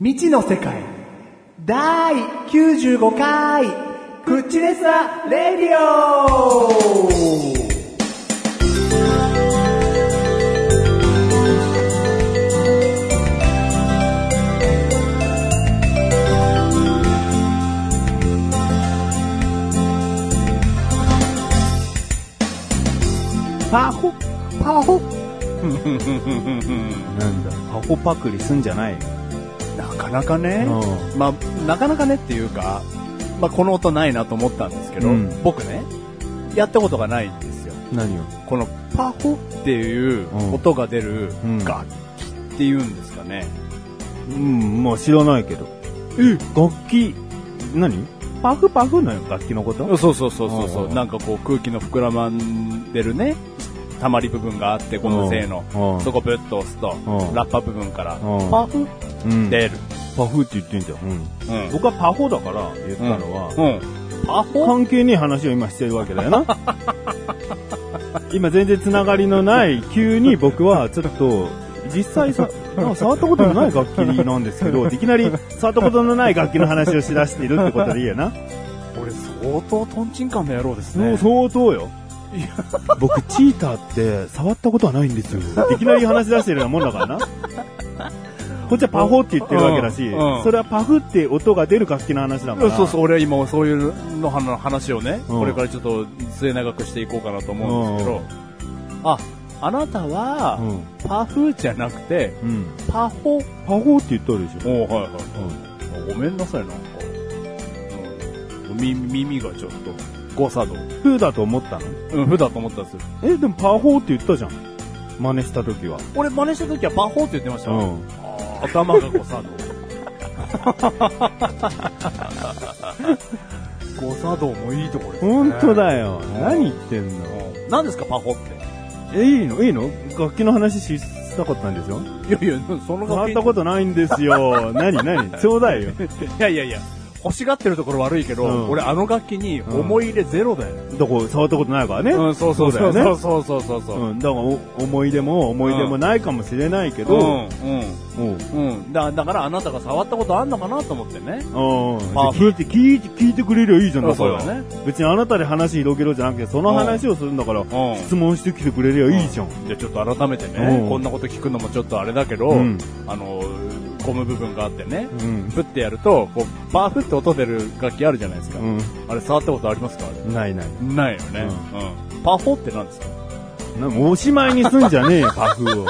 未知の世界第95回クッチレスラレディオパホパホなんだ、アホパクリすんじゃないよ。 なかなかね、うまあ、なかなかねっていうか、まあ、この音ないなと思ったんですけど、うん僕ね、やったことがないんですよ。何よ。このパホっていう音が出るうん楽器っていうんですかね。うん、まあ知らないけど。え楽器、何パフパフの楽器のことそうそうそうそうそう、うんなんかこう空気の膨らまんでるね、溜まり部分があって、この声の、うんそこぶっと押すと、うんラッパ部分からうんパフうん出る。パフって言ってんじゃん。うん僕はパホだから言ったのは、うん。パホ関係ねえ話を今してるわけだよ な。今全然つながりのない、急に僕はちょっと、実際さ、なんか触ったことのない楽器なんです けど、いきなり触ったことのない楽器の話をしだしているってことでいいよな。俺相当トンチンカンの野郎ですもうね。相当よ。僕、チーターって触ったことはないんです よ。いきなり話し出してるようなもんだからな。こっちはパフって言ってるわけだし、うんうんそれはパフって音が出る楽器の話だから。そうそう、俺は今そういうのの話をね、うんこれからちょっと末長くしていこうかなと思うんですけど、あ、あなたうは、ん。パフじゃなくて、うん。パホ。おパフって言ったでしょ。ーはいはい、ごめんなさい、なんか。うん、耳耳がちょっと、誤作動。フーだと思ったのうん、ふだと思ったんですよ。え、でもパフって言ったじゃん。真似した時は。俺真似した時はパホって言ってました。うんあー頭が誤作動。 誤作動もいいところですね。本当だよ。何言ってんのうん。何ですか、パホって。え、いいのいいの楽器の話ししたかったんでしょいやいや、その触楽っ器たことないんですよ。何 何ちょうだいよ。いやいやいや、欲しがってるところ悪いけど、うん俺あの楽器に思い入れゼロだよ。どこ触ったことないからね。ん、そそうだよねそうそうそうそうそう。うん、だからお思い出も思い出もないかもしれないけうど、ん、うん、うん、うん。だだからあなたが触ったことあんのかなと思ってね。うん、うんあ聞いて聞いて聞いてくれりゃいいじゃんだかそうらだね。別にあなたで話広げろじゃなくてその話をするんだからん質問してきてくれりゃいいじゃん、じゃあちょっと改めてね、うんこんなこと聞くのもちょっとあれだけど、うんあの、ゴム部分があってね、うんプってやると、こう、バーフって音出る楽器あるじゃないですか。うあれ触ったことありますかあれん、ないないないよね、うんパホってなんですかなおしまいにすんじゃねえよパフ を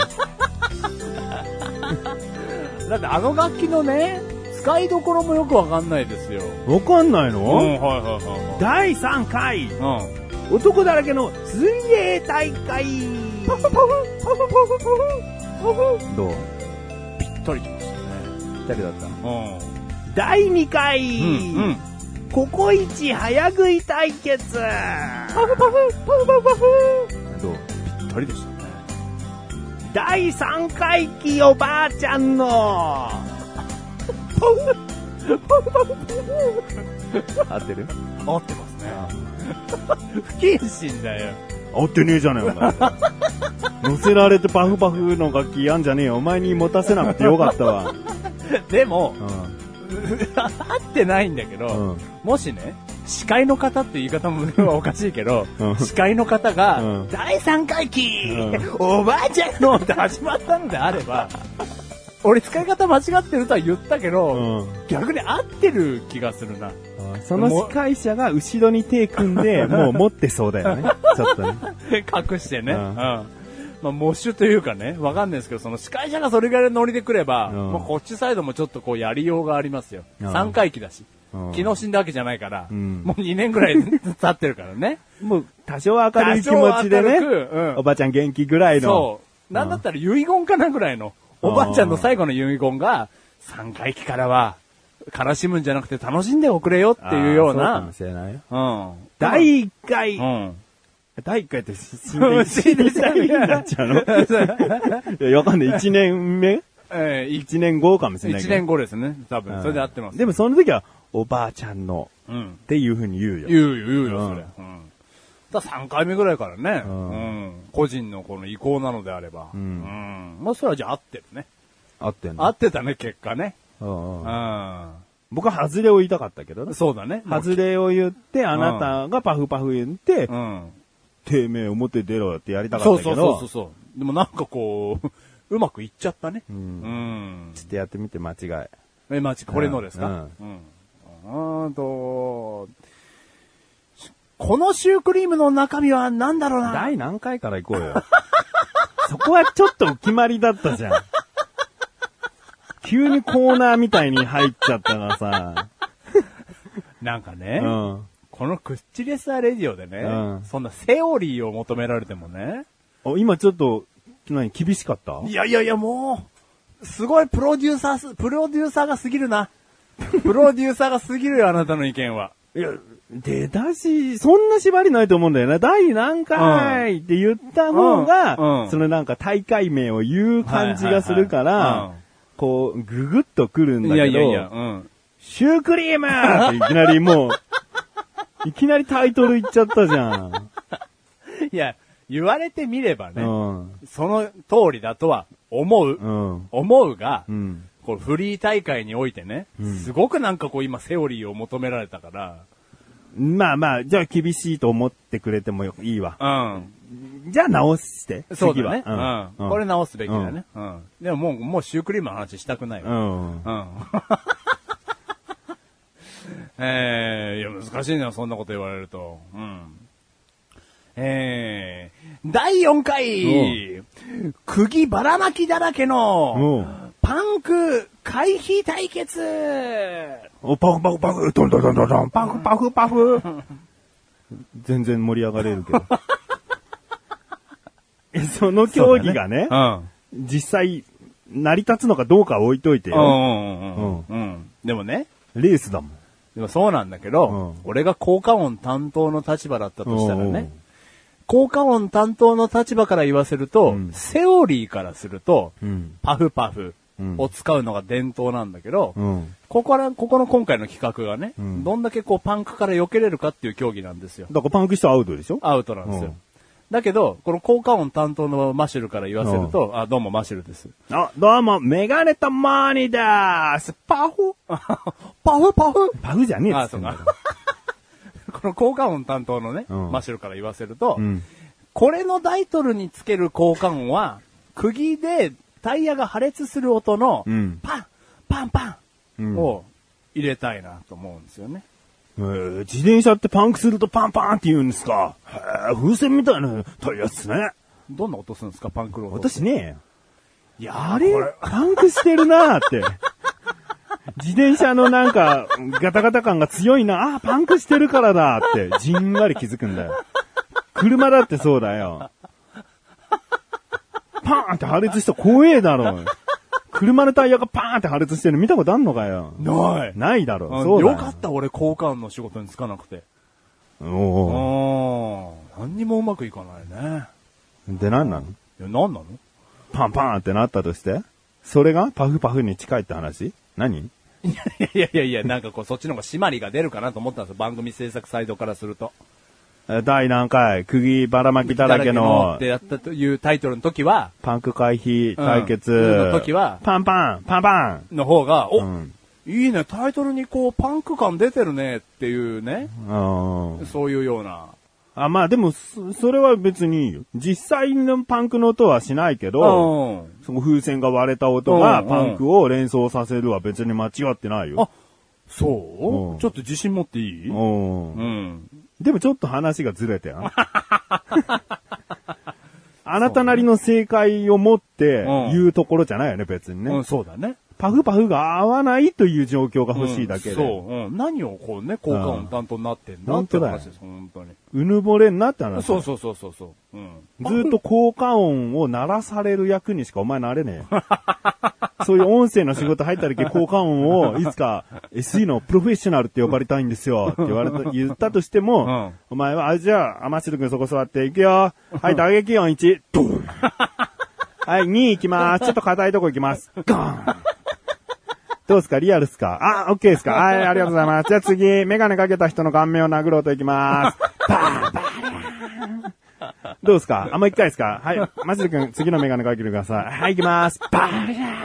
だってあの楽器のね、使いどころもよくわかんないですよ。わかんないの、うん、はいはいはい第3回はい。うん。男だらけの水泳大 会パフパフパフパフパフパフどうぴったりきましたね。誰だったう第2回、ん。うん。ココイチ早食い対決パフパフパフパフパフどうぴったりでしたね。第3回忌おばあちゃんのパフパフパフ合ってる合ってますね。不謹慎だよ。合ってねえじゃねえお 前乗せられてパフパフの楽器やんじゃねえよお前に持たせなくてよかったわでも、う合ってないんだけど、うんもしね、司会の方って言い方もおかしいけど、うん司会の方が、うん第3回忌、うおばあちゃんのって始まったのであれば、俺使い方間違ってるとは言ったけど、ん、うん逆に合ってる気がするな。その司会者が後ろに手組ん でもう持ってそうだよねちょっとね 隠してね。ううんん。まあ、モッシュというかね、わかんないですけど、その司会者がそれぐらいのノリで来れば、うんもうこっちサイドもちょっとこうやりようがありますよ。うん3回忌だし。うん昨日死んだわけじゃないから、うんもう2年ぐらい経ってるからね。もう多少明るい気持ちでね多少明るくうんおばちゃん元気ぐらいのそう。なんだったら遺言かなぐらいの、うんおばあちゃんの最後の遺言が、3回忌からは、悲しむんじゃなくて楽しんでおくれよっていうあようーそかなも、しれないようん。第1回、うん。第1回って死んうでん死んで死んでになっちゃう のいや、わかんない。1年目えー、 ?1 年後かもしれない1けど。年後ですね、多う分。んそれで合ってます。でもその時は、おばあちゃんの、うん。っていう風に言うよ。言うよ、言うよ、うそんれ。うん。だ3回目ぐらいからね、ううんん。個人のこの意向なのであれば。うんん。まあ、それはじゃあ合ってるね。合ってんの合ってたね、結果ね。うんうんう僕は外れを言いたかったけどねん。。そうだね。外れを言って、あなたがパフパフ言ってう、ん。てめえ表出ろってやりたかそっうたそけうそうそうど、そう。でもなんかこう、 うまくいっちゃったね。うんん。ちょっとやってみて間違い。え、マジこれのですかううん。うーんと、このシュークリームの中身は何だろうな第何回から行こうよ。 そこはちょっとお決まりだったじゃん。急にコーナーみたいに入っちゃったからさ。なんかうね、ん。このクッチレスアレディオでね、うんそんなセオリーを求められてもね、お今ちょっと、何、厳しかったいやいやいやもう、すごいプロデューサーす、プロデューサーが過ぎるな。 プロデューサーが過ぎるよ、あなたの意見は。いや、出だし、そんな縛りないと思うんだよな。第何回って言った方が、うんうんそのなんか大会名を言う感じがするから、はいはいはいうんこう、ぐぐっとくるんいだけど、やいやいや、うん。シュークリームっていきなり もう、いきなりタイトル言っちゃったじゃん。いや、言われてみればうね、ん。その通りだとは思う、うん。思うが、うん。こうフリー大会においてね、すごくなんかこう今セオリーを求められたかまあまあ、じゃあ厳しいと思ってくれてもよいいわ。ら、うん。じゃあ直して。そうだね次。うはん。これ直すべきだね。うん。でももう、もうシュークリームの話したくないうわ。ん。うん。うん。 えー、いや、難しいな、そんなこと言われると。うん。えー、第4回、釘ばらまきだらけおのう、パンク回避対決お、パフパフパフ、ドンドンドンドンドン、パフパフパフ。全然盛り上がれるけど。 えその競技がね、うん。実際、成り立つのかどうかは置いといてうよ。んうんうんうん。うん。でもね、レースだもん。でもそうなんだけど、うん俺が効果音担当の立場だったとしたらおうおうね、効果音担当の立場から言わせると、んセオリーからすると、うんパフパフを使うのが伝統なんだけど、うん。ここら、ここの今回の企画がね、うんどんだけこうパンクから避けれるかっていう競技なんですよ。だからパンクしたらアウトでしょアウトなんですうよん。だけど、この効果音担当のマシュルから言わせると、あ、どうもマシュルです。あ、どうも、メガネとマーニーだーす。パフ パフパフパフじゃねえっあ、つってそんうだかか。この効果音担当のね、うんマシュルから言わせると、ら。うん。これのタイトルにつける効果音は、釘でタイヤが破裂する音の、うんパンパンパうンんを入れたいなと思うんですよね。えー自転車ってパンクするとパンパンって言うんですかへー風船みたいなタイヤっすね。どんな音するんですか、パンクロード。私ね、いや、あれパンクしてるなー って。自転車のなんか、ガタガタ感が強いな。あー、パンクしてるからだって、じんわり気づくんだよ。車だってそうだよ。パーンって破裂したら怖えだろ。車のタイヤがパーンって破裂してるの見たことあんのかよ。ない。ないだうろ。んそうだよかった、俺、効果音の仕事に就かなくて。た。うおお。ん。何にもうまくいかないね。で、なんなのいや、何なのパンパンってなったとしてそれがパフパフに近いって話何いや いやいやいや、なんかこう、そっちの方が締まりが出るかなと思ったんですよ。番組制作サイドからすると。え第何回、釘ばらまきだらけのってやったというタイトルの時は、パンク回避対決うんの時はパンパン、パンパンの方が、お、うんいいね、タイトルにこう、パンク感出てるねっていうね、うんそういうような。あ、まあでも、そそれは別にいいよ。実際のパンクの音はしないけど、うん。その風船が割れた音うがんパンクを連想させるは別に間違ってないよあ。そう、うんちょっと自信持っていいううんん。でもちょっと話がずれてん。あなたなりの正解を持ってうん言うところじゃないよね、別にね。うん、そうだね。パフパフが合わないという状況が欲しいだけで。そう。うん。何をこうね、効果音担当になってんだうんって本当だ話よです、本当に。う。ぬぼれんなって話。そうそうそうそうそう。うん。ずっと効果音を鳴らされる役にしかお前なれねえ よ。そういう音声の仕事入った時効果音をいつか SE のプロフェッショナルって呼ばれたいんですよって言われ た、言ったとしても、うんお前は、あ、じゃあ、天城くんそこ座っていくよ。はい、打撃音1、ド ン。はい、2行きます。ちょっと硬いとこ行きます。ガーン。どうですかリアルですかあ、オッケーですかはい、ありがとうございます。じゃあ次、メガネかけた人の顔面を殴ろうといきます。バーンバーンどうですかあ、もう一回ですかはい、マジでくん、次のメガネかけてください。はい、行きます。バーン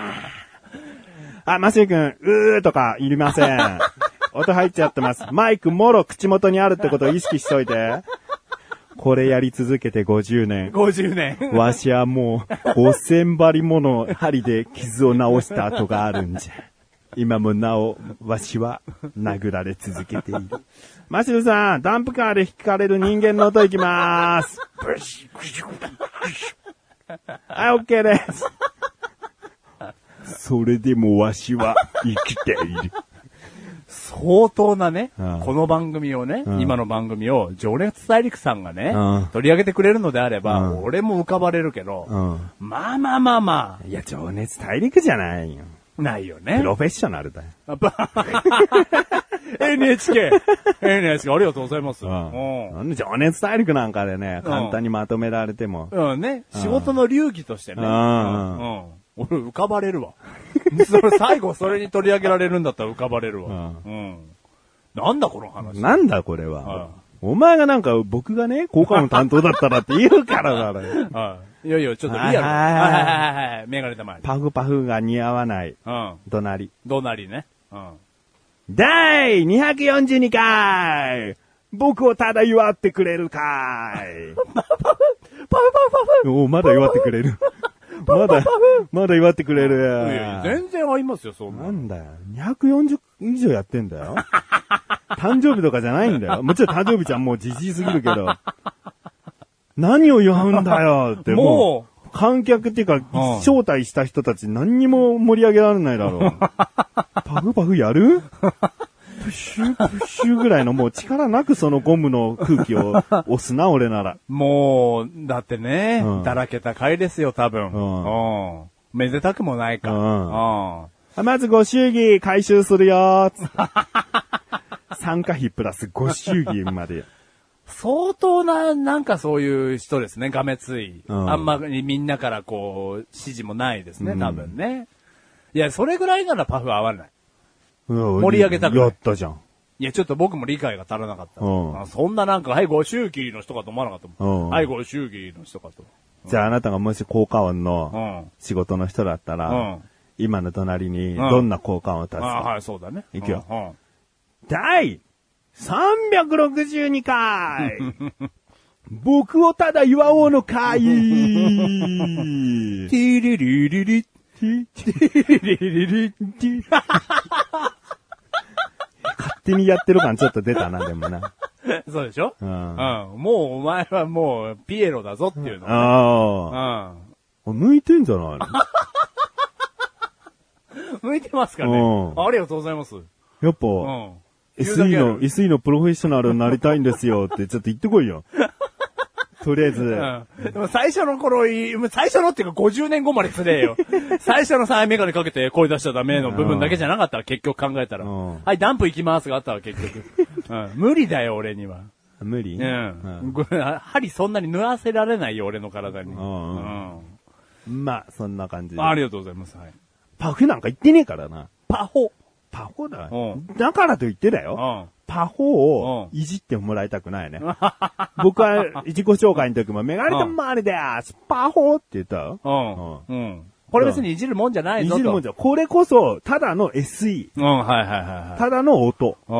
あ、マシュー君、うーとか、いりません。音入っちゃってます。マイクもろ口元にあるってことを意識しといて。これやり続けて50年。 50 年。わしはもう、5000針もの針で傷を治した跡があるんじゃ。今もなお、わしは殴られ続けている。マシルさん、ダンプカーで引かれる人間の音いきまーす。はい、オッケーです。それでもわしは生きている。相当なね、うんこの番組をね、うん今の番組を、情熱大陸さんがね、うん取り上げてくれるのであれば、うん俺も浮かばれるけど、うん。まあまあまあまいや、情熱大陸じゃないよ。あ、ないよねプ。ロフェッショナルだよ。 やっぱ NHK、NHK ありがとうございます。うんうん。情熱大陸なんかでね、簡単にまとめられても。うんね。仕事の流儀としてね。ううんん。うん俺浮かばれるわ。 それ最後それに取り上げられるんだったら浮かばれるわ。うん。なんだこの話。なんだこれはは。お前がなんか僕がね、効果の担当だったらって言うからだろ。はい。いやいや、ちょっとリはアル。いはいはいはいはいはい。メガネたまに。パフパフが似合わない。うん。怒鳴り。どなりね。うん。第242回僕をただ祝ってくれるかいパフパフおまだ祝ってくれる。まだ、まだ祝ってくれる。パフいやいや、全然合いますよ、そんななの。んだよ。240以上やってんだよ。誕生日とかじゃないんだよ。もちろん誕生日ちゃんもうじじいすぎるけど。何を祝うんだよってももう。観客っていうか、ん招待した人たち何にも盛り上げられないだろう。パフパフやるプシュープシューぐらいのもう力なくそのゴムの空気を押すな、俺なら。もう、だってねうん、だらけた回ですよ、多分。んうん。めでたくもないか。うんうん。あまずご祝儀回収するよーっつって。参加費プラスご祝儀まで。相当な、なんかそういう人ですね、がめつい。うんあんまりみんなからこう、指示もないですね、うん多分ね。いや、それぐらいならパフ合わない。盛り上げたくないやったじゃん。いや、ちょっと僕も理解が足らなかった。うんあそんななんか、はい、ご祝儀の人かと思わなかったもうんん。はい、ご祝儀の人かと。じゃああなたがもし効果音うのん。仕事の人だったら、うん今の隣にんどんな効果音を出すか、あはい、そうだね。いくようんうん第362回 僕をただ祝おうの 会ティリリリリ 勝手にやってる感ちょっと出たな、でもな。 そうでしょううんん。もうお前はもう、ピエロだぞっていうの。うん。ああ。向いてんじゃないの向いてますかねうんありがとうございます。うん。やっぱ、言うだ SE けあるの、SE のプロフェッショナルになりたいんですよ って、ちょっと言ってこいよ。とりあえず、うんでも最初の頃い、最初のっていうか50年後までつれえ よ。最初のさ、メガネかけて声出しちゃダメの部分だけじゃなかったら結局考えたら。うんはい、ダンプ行きますがあったわ結 局。うん無理だよ、俺には。無理、うん。ごめん針そんなに縫わせられないよ、俺の体に。うんん。うんまあ、そんな感じで。ありがとうございます。はい。パフなんか言ってねえからな。パホ。パフだうよ。だからと言ってだうよ。ん。パフをういじってもらいたくないね。僕は自己紹介の時も、メガネと周りです。パフって言ったよ。うん。うん。これ別にいじるもんじゃないいぞと。じるもんじゃゃ、これこそ、ただの SE。うん、はいはいはいはい。ただの音。う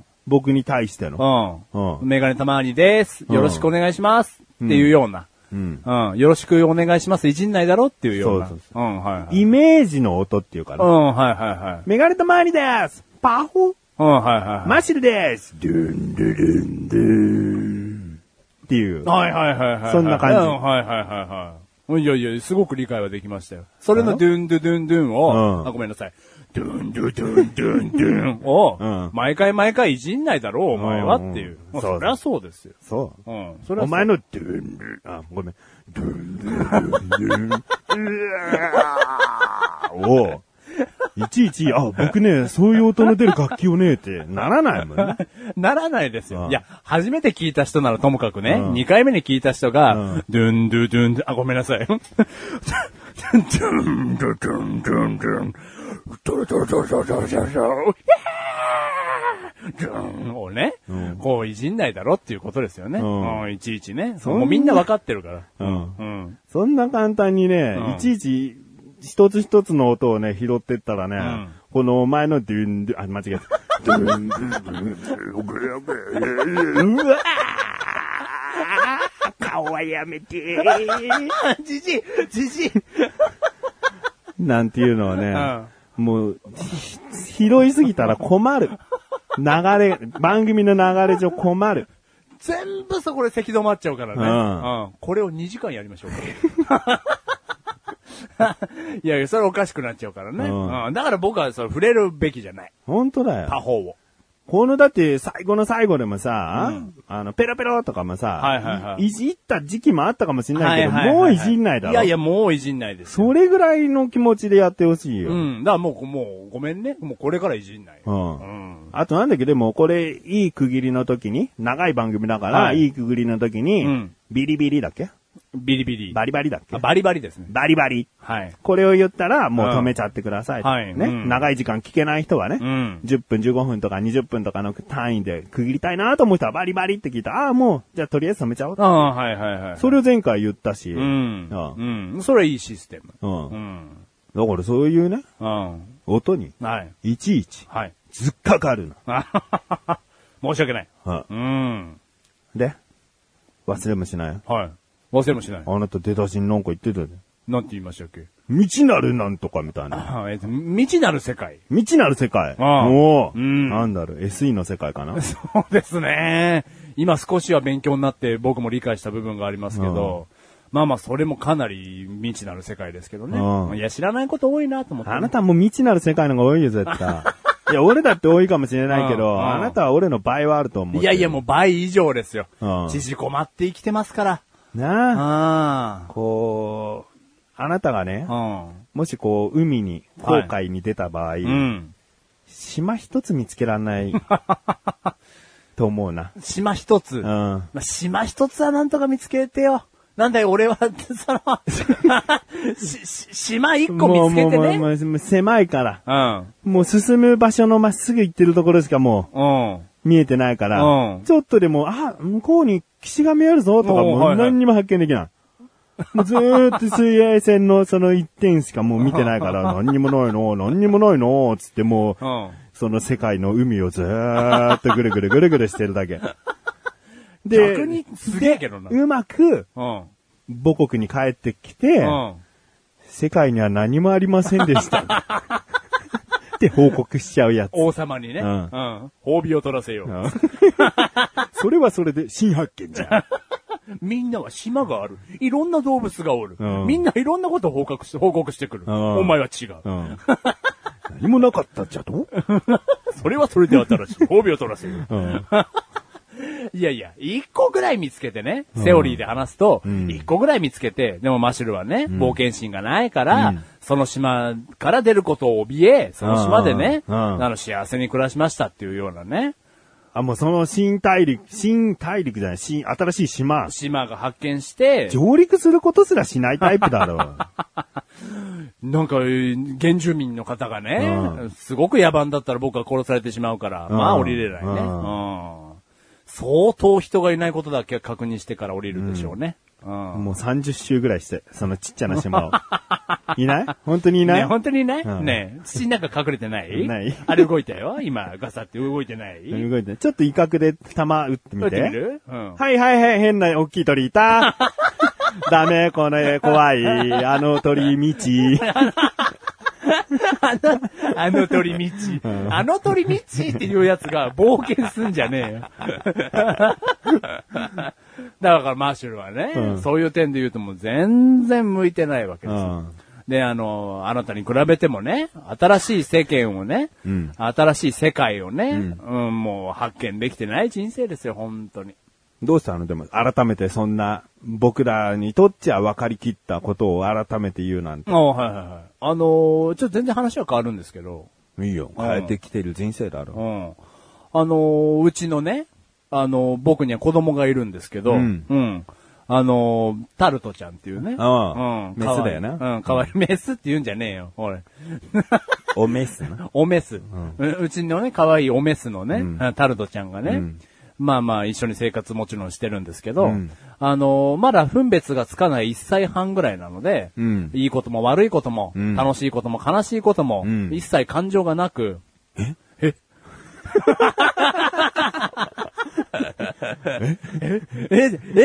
ん。僕に対しての。うん。うメガネたまわりです。うんよろしくお願いします。っていうような。うん。うん。よろしくお願いします。いじんないだろっていうような。そうそううん、はい、はい。イメージの音っていうかうな。ん、はいはいはい。メガネと周りです。パフうん、はいはいはマシルです。ドゥンドゥルンドゥン。っていうい。。はいはいはいはい。そんな感じうん、はいはいはいはいうん。いやいや、すごく理解はできましたよ。それのドゥンドゥドゥンドゥンを、うんあ、ごめんなさい。ドゥンドゥドゥンドゥンドゥンを、うん毎回毎回いじんないだろう、お前はっていうう。んうんまあそりゃそうですよ。そう。うん。そりゃそうお前の、ドゥンドゥン、あ、ごめん。ドゥンドゥンドゥンドゥンうわーを、いちいち、あ、僕ね、そういう音の出る楽器をね、ってならないもんね。ならないですうよ。んいや、初めて聞いた人ならともかくね、うん2回目に聞いた人うがん、ドゥンドゥドゥンドゥン、あ、ごめんなさい。ドゥンドゥドゥンドゥンドゥン、ドゥドゥドゥドゥドゥドゥドゥ、ドゥンをね、こういじんないだろっていうことですよね。うんうんいちいちね。んなもうみんなわかってるから。うんうん。そんな簡単にね、うんいちいち、一つ一つの音をね、拾ってったらね、んこの前のデュンデュン、あ、間違えた。ドゥンドゥンドゥンドゥンドゥンドゥンドゥンうわー顔はやめてじじい、じじい。なんていうのはね、もう、ひ拾いすぎたら困る。流れ、番組の流れ上困る。全部そこで咳止まっちゃうからね。うんうんこれを2時間やりましょう。 いやいや、それおかしくなっちゃうからね。うんうんだから僕はそれ触れるべきじゃない。本当だよ。他方を。このだって最後の最後でもさ、あの、ペロペロとかもさ、はいはいはいいじった時期もあったかもしれないけど、はははもういじんないだろ。いやいや、もういじんないですよ。それぐらいの気持ちでやってほしいよ。うん。だからもう、もう、ごめんね。もうこれからいじんない。うんうん。あとなんだっけど、もうこれ、いい区切りの時に、長い番組だから、はいい、い区切りの時に、うんビリビリだっけビリビリ。バリバリだっけあバリバリですね。バリバリ。はい。これを言ったら、もう止めちゃってください。うんはいね、うん長い時間聞けない人はね、うん10分、15分とか20分とかの単位で区切りたいなと思う人はバリバリって聞いたら、ああ、もう、じゃあとりあえず止めちゃおう。ああ、はいはいはい。それを前回言ったし、うん。あうん。それいいシステム。うんうん。だからそういうね、うん。音に、はい。いちいち、はい。 ずっかかるの。あ申し訳ない。はうん。いで、忘れもしない。はい。忘れもしない。あなた出だしになんか言ってたよね。なんて言いましたっけ未知なるなんとかみたいな。あ えっと未知なる世界。未知なる世界。ああおううんなんだろう、SE の世界かな。 そうですね。今少しは勉強になって僕も理解した部分がありますけど、まあまあそれもかなり未知なる世界ですけどうね。んいや、知らないこと多いなと思っ て。あなたもう未知なる世界の方が多いよ、絶 対。いや、俺だって多いかもしれないけうんうど、んあなたは俺の倍はあると思う。いやいやもう倍以上ですようん。縮こまって生きてますから。う。なあ、あこう、あなたがねあ。、うもしこう、海に、航海に出た場合、ん。うん。島一つ見つけらんない、と思うな。島一つ。うん。まあ、島一つはなんとか見つけてよ。なんだよ、俺は、その、 し、し島一個もう見つけてもうもね。うもう狭いから。うん。もう進む場所のまっすぐ行ってるところしかもうん。う見えてないから、うんちょっとでも、あ、向こうに岸が見えるぞとかおもうはういはい何にも発見できない。もうずーっと水平線のその一点しかもう見てないから、 何にもないの、何にもないの、つってもう、うん。その世界の海をずーっとぐるぐるぐるぐるしてるだけ。で、逆にすげえけどなでうまくうん。母国に帰ってきて、うん。世界には何もありませんでした。 って報告しちゃうやつ。王様にね。ううんん。褒美を取らせよう。 それはそれで新発見じゃん。みんなは島がある。いろんな動物がおる。うんみんないろんなことを報告して、報告してくる。んお前は違う。うん、何もなかったじゃと、それはそれで新しい。褒美を取らせよう。ん、 いやいや、一個ぐらい見つけてね、セオリーで話すと、ん一個ぐらい見つけて、でもマシュルはね、冒険心がないから、その島から出ることを怯え、その島でね、うんうんあの幸せに暮らしましたっていうようなね、あ、もうその新大陸、新大陸じゃない、新、新しい島。島が発見して、上陸することすらしないタイプだろう。なんか、えー原住民の方がうね、すごく野蛮だったら僕は殺されてしまうから、うんまあ降りれないね。ううんん相当人がいないことだけは確認してから降りるでしょうね。うん もう30周ぐらいして、そのちっちゃな 島を。いない本当にいない、ね本当にいない、うんねえ土の中隠れてないないあれ動いたよ今、ガサって動いてない動いてちょっと威嚇で弾撃ってみ動いて。てみるうん。はいはいはい、変な大きい鳥いた。 ダメ、この絵怖い。あの鳥、未知。あの、あの鳥道。あの鳥道っていうやつが冒険すんじゃねえよ。だからマーシュルはね、うんそういう点で言うともう全然向いてないわけうですよ。ん。で、あの、あなたに比べてもね、新しい世間をね、うん新しい世界をね、うんもう発見できてない人生ですよ、本当に。どうしたのでも、改めてそんな、僕らにとっちゃ分かりきったことを改めて言うなんて。あはいはいはい。あのーちょっと全然話は変わるんですけど、いいよ。変えてきてる人生だうろ。ん。あのーうちのね、あのー僕には子供がいるんですけど、うんあのータルトちゃんっていうね。ああうん。かわいメスいだよなうん、かわいい。メスって言うんじゃねえよ、俺。おメスな。おメス。ううちのね、可愛いおメスのね、タルトちゃんがね、うんまあまあ一緒に生活もちろんしてるんですけど、うんあのーまだ分別がつかない1歳半ぐらいなので、うんいいことも悪いことも、うん楽しいことも悲しいことも、うん一切感情がなく、え、え、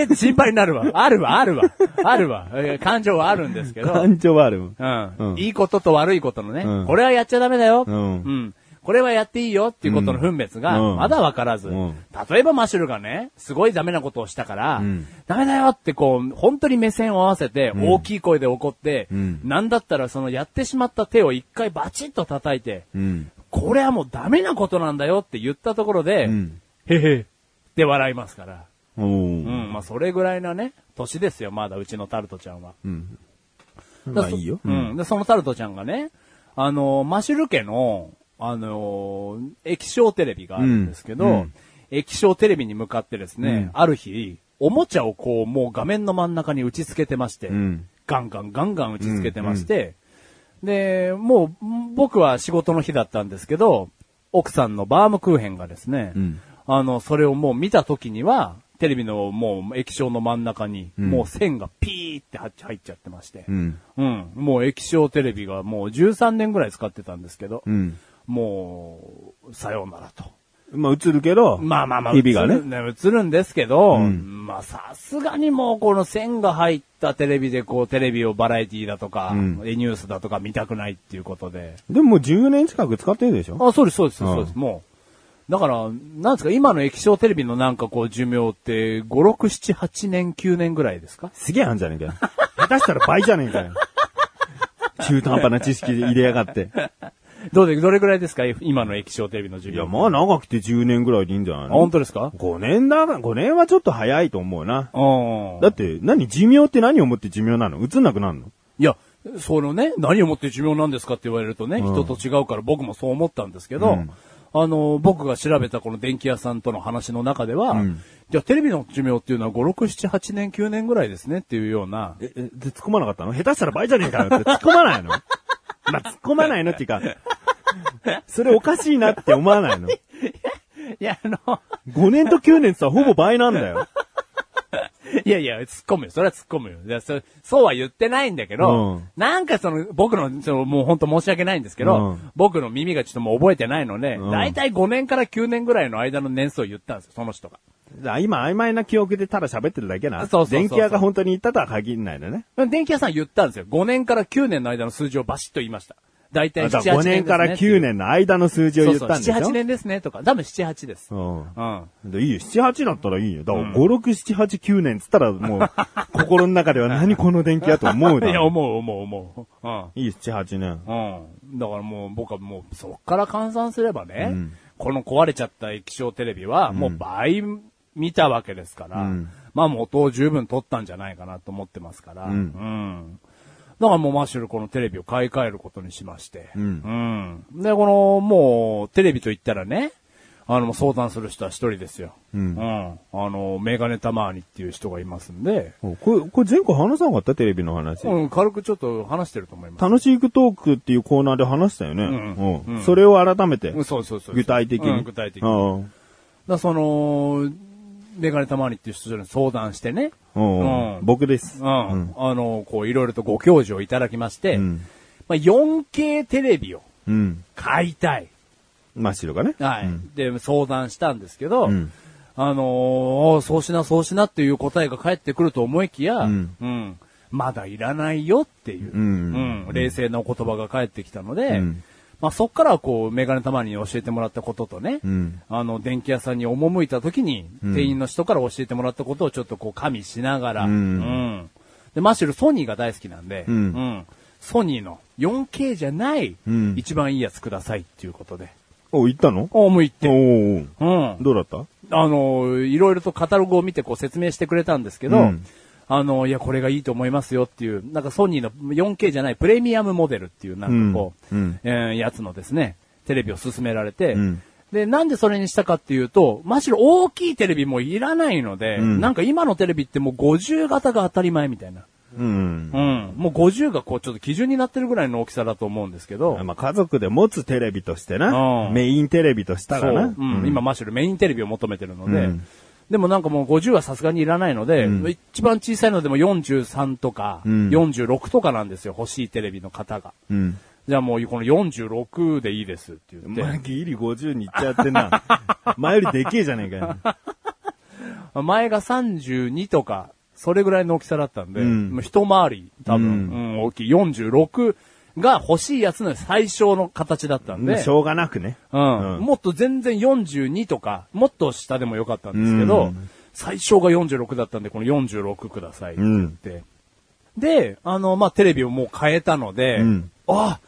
え、心配になるわ。あるわ、あるわ。あるわ。え感情はあるんですけ ど。感情はある。うんう。んいいことと悪いことのね、うんこれはやっちゃダメだよ、うんこれはやっていいよっていうことの分別が、うんまだわからず、うん例えばマシュルがね、すごいダメなことをしたから、うんダメだよってこう、本当に目線を合わせて、ん大きい声で怒って、うんなんだったらそのやってしまった手を一回バチッと叩いて、うん。これはもうダメなことなんだよって言ったところで、うん。へへって笑いますから。おーうん、まあそれぐらいなね、年ですよ、まだうちのタルトちゃんは。うん。まあいいよ。う。ん。で、そのタルトちゃんがね、あのー、マシュル家の、あのー、液晶テレビがあるんですけど、うんうん液晶テレビに向かってですね、うある日、おもちゃをこう、もう画面の真ん中に打ち付けてまして、うんガンガンガンガン打ち付けてまして、で、もう、僕は仕事の日だったんですけど、奥さんのバームクーヘンがですね、うんあの、それをもう見た時には、テレビのもう液晶の真ん中に、うんもう線がピーって入っちゃってまして、うん。うん。もう液晶テレビがもう13年ぐらい使ってたんですけど、うん。もう、さようならと。まあ映るけど、まあまあまあ、日々が映ねる。ね。映るんですけど、うんまあさすがにもうこの線が入ったテレビでこうテレビをバラエティだとか、うんエニュースだとか見たくないっていうことで。でももう14年近く使ってるでしょあ、そうです、そうです、うんそうです、もう。だから、なんですか、今の液晶テレビのなんかこう寿命って、5、6、7、8年、9年ぐらいですかすげえあんじゃねえかよ。 下手したら倍じゃねえかよ。 中途半端な知識で入れやがって。どうで、どれぐらいですか今の液晶テレビの寿 い命。や、まあ長くて10年ぐらいでいいんじゃないあの本当ですか5年だな、5年はちょっと早いと思うな。うん。だって、何寿命って何をもって寿命なの映んなくなるのいや、そのね、何をもって寿命なんですかって言われるとね、人と違うから僕もそう思ったんですけど、うんあの、僕が調べたこの電気屋さんとの話の中では、うんじゃあテレビの寿命っていうのは5、6、7、8年、9年ぐらいですねっていうような、え、え、で突っ込まなかったの下手したら倍じゃねえかよって突っ込まないのまあ、突っ込まないのっていうか、それおかしいなって思わないのいや、あの、 ?5 年と9年ってさ、ほぼ倍なんだよ。いやいや、突っ込むよ。それは突っ込むよ。いやそそうは言ってないんだけど、うんなんかその、僕の、そのもう本当申し訳ないんですけど、うん僕の耳がちょっともう覚えてないので、うんだいたい5年から9年ぐらいの間の年数を言ったんですよ、その人が。あ今曖昧な記憶でただ喋ってるだけな。そうそうそうそう電気屋が本当に言ったとは限らないのね。電気屋さん言ったんですよ。5年から9年の間の数字をバシッと言いました。大あ体7、8じゃあ5年から9年の間の数字をそ言うっそうたんでしょ7、8年ですねとか。多分7、8です。うんうん。でいいよ、7、8だったらいいよ。だから、5、6、7、8、9年っつったら、もう、心の中では何この電気やと思うだいや、ろ。思う思う思う。うん。いい、7、8年。うん。だからもう僕はもうそっから換算すればね、うんこの壊れちゃった液晶テレビはもう倍見たわけですから、うんまあ元を十分取ったんじゃないかなと思ってますから、うんうんだからもうマッシュルこのテレビを買い替えることにしまして、うんうんで、このもうテレビと言ったらね、あの相談する人は一人ですよ。うんうんあの、メガネたまーにっていう人がいますんで、おこれ、これ前回話さなかったテレビの話。うん、軽くちょっと話してると思います。楽しいクトークっていうコーナーで話したよね。うんううんそれを改めてう、んそうそうそう。具体的に。うん具体的に。うんだからその、メガネたまわりっていう人に相談してね、うんうん僕ですう。ん、あの、こう、いろいろとご教授をいただきまして、うんまあ、4K テレビをうん。買いたい。真っ白がね。はい。うんで、相談したんですけど、うんあのーおうそうしな、そうしなっていう答えが返ってくると思いきや、んうんまだいらないよっていう、うんうん冷静なお言葉が返ってきたので、うんまあ、そっからはこう、メガネたまに教えてもらったこととね、うんあの、電気屋さんに赴いた時に、店員の人から教えてもらったことをちょっとこう、加味しながら、うんうんで、マッシュルソニーが大好きなんで、うんうんソニーの 4K じゃない、うん一番いいやつくださいっていうことで、お、行ったのおもう行っおて、ーうんどうだったあの、いろいろとカタログを見てこう説明してくれたんですけど、うんあの、いや、これがいいと思いますよっていう、なんかソニーの 4K じゃないプレミアムモデルっていうなんかこう、うんうんえーやつのですね、テレビを勧められて、うんで、なんでそれにしたかっていうと、むしろ大きいテレビもいらないので、んなんか今のテレビってもう50型が当たり前みたいな。うん。うん。もう50がこう、ちょっと基準になってるぐらいの大きさだと思うんですけど。まあ、家族で持つテレビとしてな。うんメインテレビとしたらな。そううん今マッシュルメインテレビを求めてるので、うんでもなんかもう50はさすがにいらないので、うん一番小さいのでも43とか、うん46とかなんですよ、欲しいテレビの方が。うん。じゃあもうこの46でいいですって言まあ、っギリ50に行っちゃって な。前よりでけえじゃねえかよ。て、前が32とか、それぐらいの大きさだったんで、うんもう一回り多分、ううん大きい46が欲しいやつの最小の形だったんで、しょうがなくね。うんうんもっと全然42とか、もっと下でもよかったんですけうど、ん最小が46だったんで、この46くださいって言って。で、あの、まあ、テレビをもう変えたので、うんあ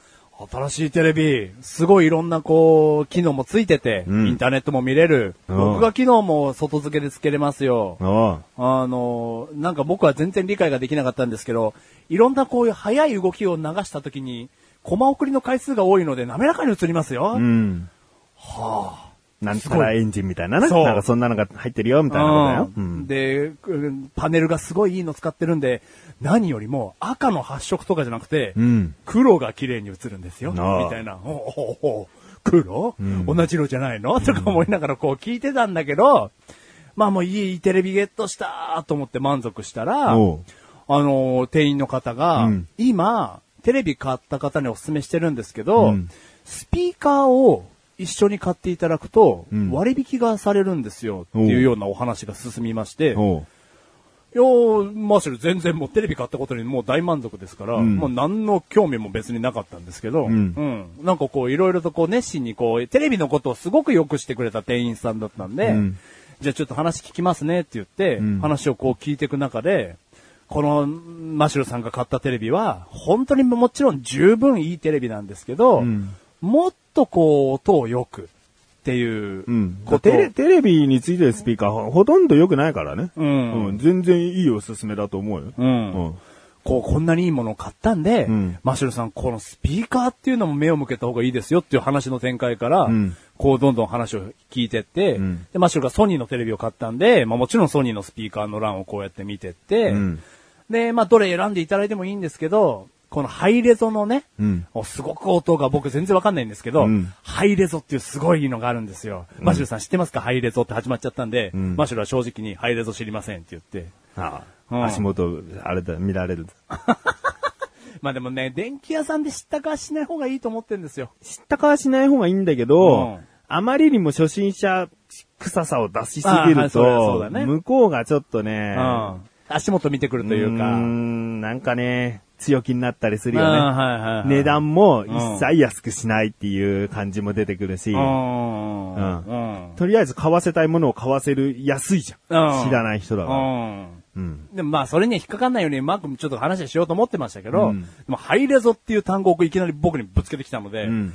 新しいテレビ、すごいいろんなこう、機能もついてて、うんインターネットも見れる、うん録画機能も外付けでつけれますよ。おうあの、なんか僕は全然理解ができなかったんですけど、いろんなこういう速い動きを流した時に、コマ送りの回数が多いので滑らかに映りますよ。うん。はなんつらエンジンみたいなな。そうなんかそんなのが入ってるよ、みたいなことだあよ。うん。で、うんパネルがすごいいいの使ってるんで、何よりも赤の発色とかじゃなくて、うん黒が綺麗に映るんですよ、みああたいな。おおおお黒、同じ色じゃないのとか思いながらこう聞いてたんだけど、まあもういいテレビゲットしたと思って満足したら、あおうのー店員の方が、うん今、テレビ買った方にお勧めしてるんですけど、うんスピーカーを一緒に買っていただくとうん、割引がされるんですよ、っていうようなお話が進みまして、おういやー、マーシャル全然もうテレビ買ったことにもう大満足ですから、んもう何の興味も別になかったんですけど、んうんなんかこういろいろとこう熱心にこう、テレビのことをすごくよくしてくれた店員さんだったんで、うんじゃあちょっと話聞きますねって言って、うん話をこう聞いていく中で、このマーシャルさんが買ったテレビは、本当にもちろん十分いいテレビなんですけど、んもっとこう音をよくっていううん。ことを、テレ、テレビについてるスピーカーほ、ほとんど良くないからね。うんうん。全然いいおすすめだと思うよ。うんうん。こう、こんなにいいものを買ったんで、うんマシュルさん、このスピーカーっていうのも目を向けた方がいいですよっていう話の展開から、うんこう、どんどん話を聞いてって、うんで、マシュルがソニーのテレビを買ったんで、まあもちろんソニーのスピーカーの欄をこうやって見てって、うんで、まあどれ選んでいただいてもいいんですけど、このハイレゾのね、うんおすごく音が僕全然わかんないんですけど、うんハイレゾっていうすごいのがあるんですよ。マシュルさん知ってますかハイレゾって始まっちゃったんで、んマシュルは正直にハイレゾ知りませんって言って、あうんあ。足元、あれだ、見られる。まあでもね、電気屋さんで知ったかしない方がいいと思ってんですよ。知ったかはしない方がいいんだけど、うんあまりにも初心者臭さを出しすぎあるあそうだそうと、だね向こうがちょっとね、うん。足元見てくるというーか。んなんかね、強気になったりするああよね。はいはいはい値段も一切安くしないっていう感じも出てくるし、うん。うんとりあえず買わせたいものを買わせる安いじゃうんん。知らない人だから。うん。うん。でもまあ、それには引っかかんないように、うまくちょっと話をしようと思ってましたけうど、んでも、ハイレゾっていう単語をいきなり僕にぶつけてきたので、うん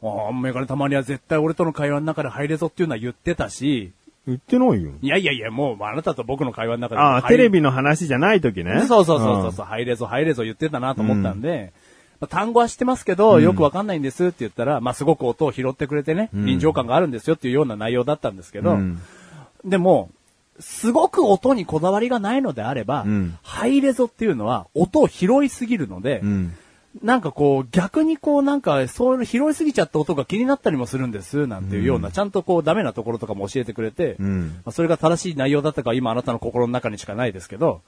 ああ、メガネたまには絶対俺との会話の中でハイレゾっていうのは言ってたし、言ってないよ。いやいやいや、もうあなたと僕の会話の中で。ああ、ハイテレビの話じゃない時ね。そうそうそうそうそう、入れぞ入れぞ言ってたなと思ったんで、まあ単語は知ってますけど、よくわかんないんですって言ったら、まあすごく音を拾ってくれてね、臨場感があるんですよっていうような内容だったんですけうど、んでも、すごく音にこだわりがないのであれば、うんハイレゾっていうのは音を拾いすぎるので、うん。なんかこう逆にこうなんかそういうの拾いすぎちゃった音が気になったりもするんですなんていうような、ちゃんとこうダメなところとかも教えてくれて、うんまあそれが正しい内容だったかは今あなたの心の中にしかないですけど、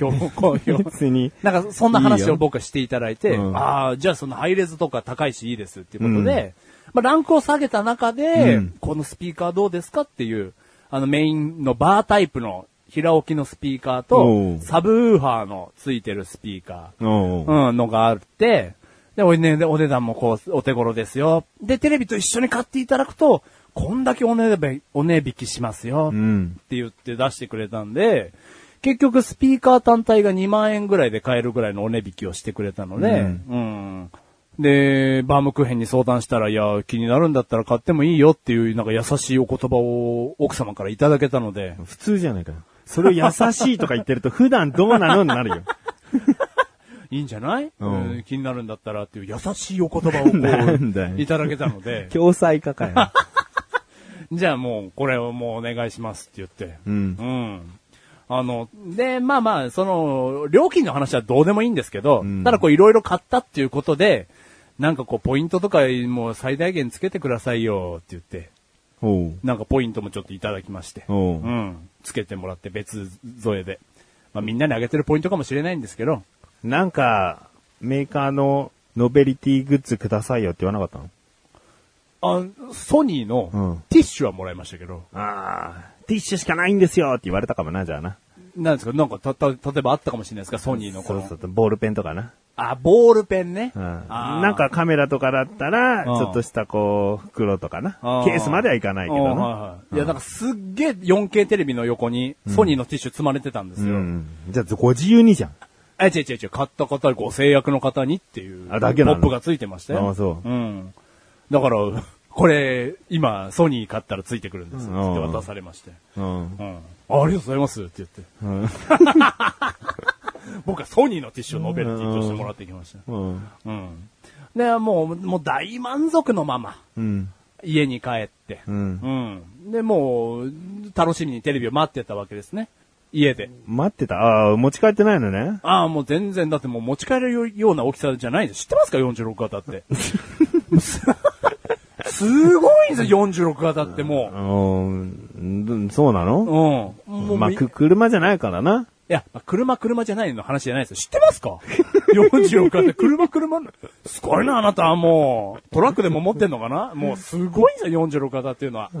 表 こう表別に。なんか、そんな話を僕はしていただいて、うんああ、じゃあそのハイレズとか高いしいいですっていうことで、まあ、ランクを下げた中で、うんこのスピーカーどうですかっていう、あのメインのバータイプの平置きのスピーカーおとう、サブウーファーのついてるスピーカー、おううん、のがあって、で、お,、ね、でお値段もこう、お手頃ですよ。で、テレビと一緒に買っていただくと、こんだけお値べお値引きしますよ。うん。って言って出してくれたんで、結局スピーカー単体が2万円ぐらいで買えるぐらいのお値引きをしてくれたので、うん。で、バームクーヘンに相談したら、いや、気になるんだったら買ってもいいよっていう、なんか優しいお言葉を奥様からいただけたので、普通じゃないかよ。それを優しいとか言ってると普段どうなのになるよ。いいんじゃない、ううんん気になるんだったらっていう優しいお言葉をこなんだよういただけたので、 共済化かよ。じゃあもうこれをもうお願いしますって言って、うんうん。あの、で、まあまあ、その、料金の話はどうでもいいんですけど、んただこういろいろ買ったっていうことで、なんかこうポイントとかもう最大限つけてくださいよって言って、おう。なんかポイントもちょっといただきまして、おううん、つけてもらって別添えで。まあみんなにあげてるポイントかもしれないんですけど、なんか、メーカーのノベリティグッズくださいよって言わなかったのあソニーうのんティッシュはもらいましたけど、ああ、ティッシュしかないんですよって言われたかもな、じゃあな。なんですか、なんかた、た、例えばあったかもしれないですか、ソニーのこそうの。そう、ボールペンとかな。あ、ボールペンね。うん。あーなんかカメラとかだったら、ちうんょっとしたこう、袋とかなあ。ケースまではいかないけどうんはいな。はいいや、なんかすっげえ 4K テレビの横にソニーのティッシュ積まれてたんでうすよ。ん。じゃあ、ご自由にじゃん。あ、違う違う違う、買った方、ご制約の方にっていう、あだけなのポップがついてましたよ。あそううん。だから、これ、今、ソニー買ったらついてくるんですってうん言って渡されまして。うんう。ん。あありがとうございますって言って。うん。 僕はソニーのティッシュをノベルティとしてもらってきました。うん。うん。で、もう、もう大満足のまま、うん。家に帰って。うん。うん。で、もう、楽しみにテレビを待ってたわけですね。家で。待ってた。ああ、持ち帰ってないのね。ああ、もう全然、だってもう持ち帰れるような大きさじゃないです。知ってますか ?46 型って。すごいんですよ、46型ってもうん、そうなう。うのん。もうまあ、みく、車じゃないからな。いや、まあ車、車じゃないの話じゃないですよ。知ってますか ?46 型、車、車の。すごいな、あなた、もう。トラックでも持ってんのかなもう、すごいんですよ、46型っていうのは。う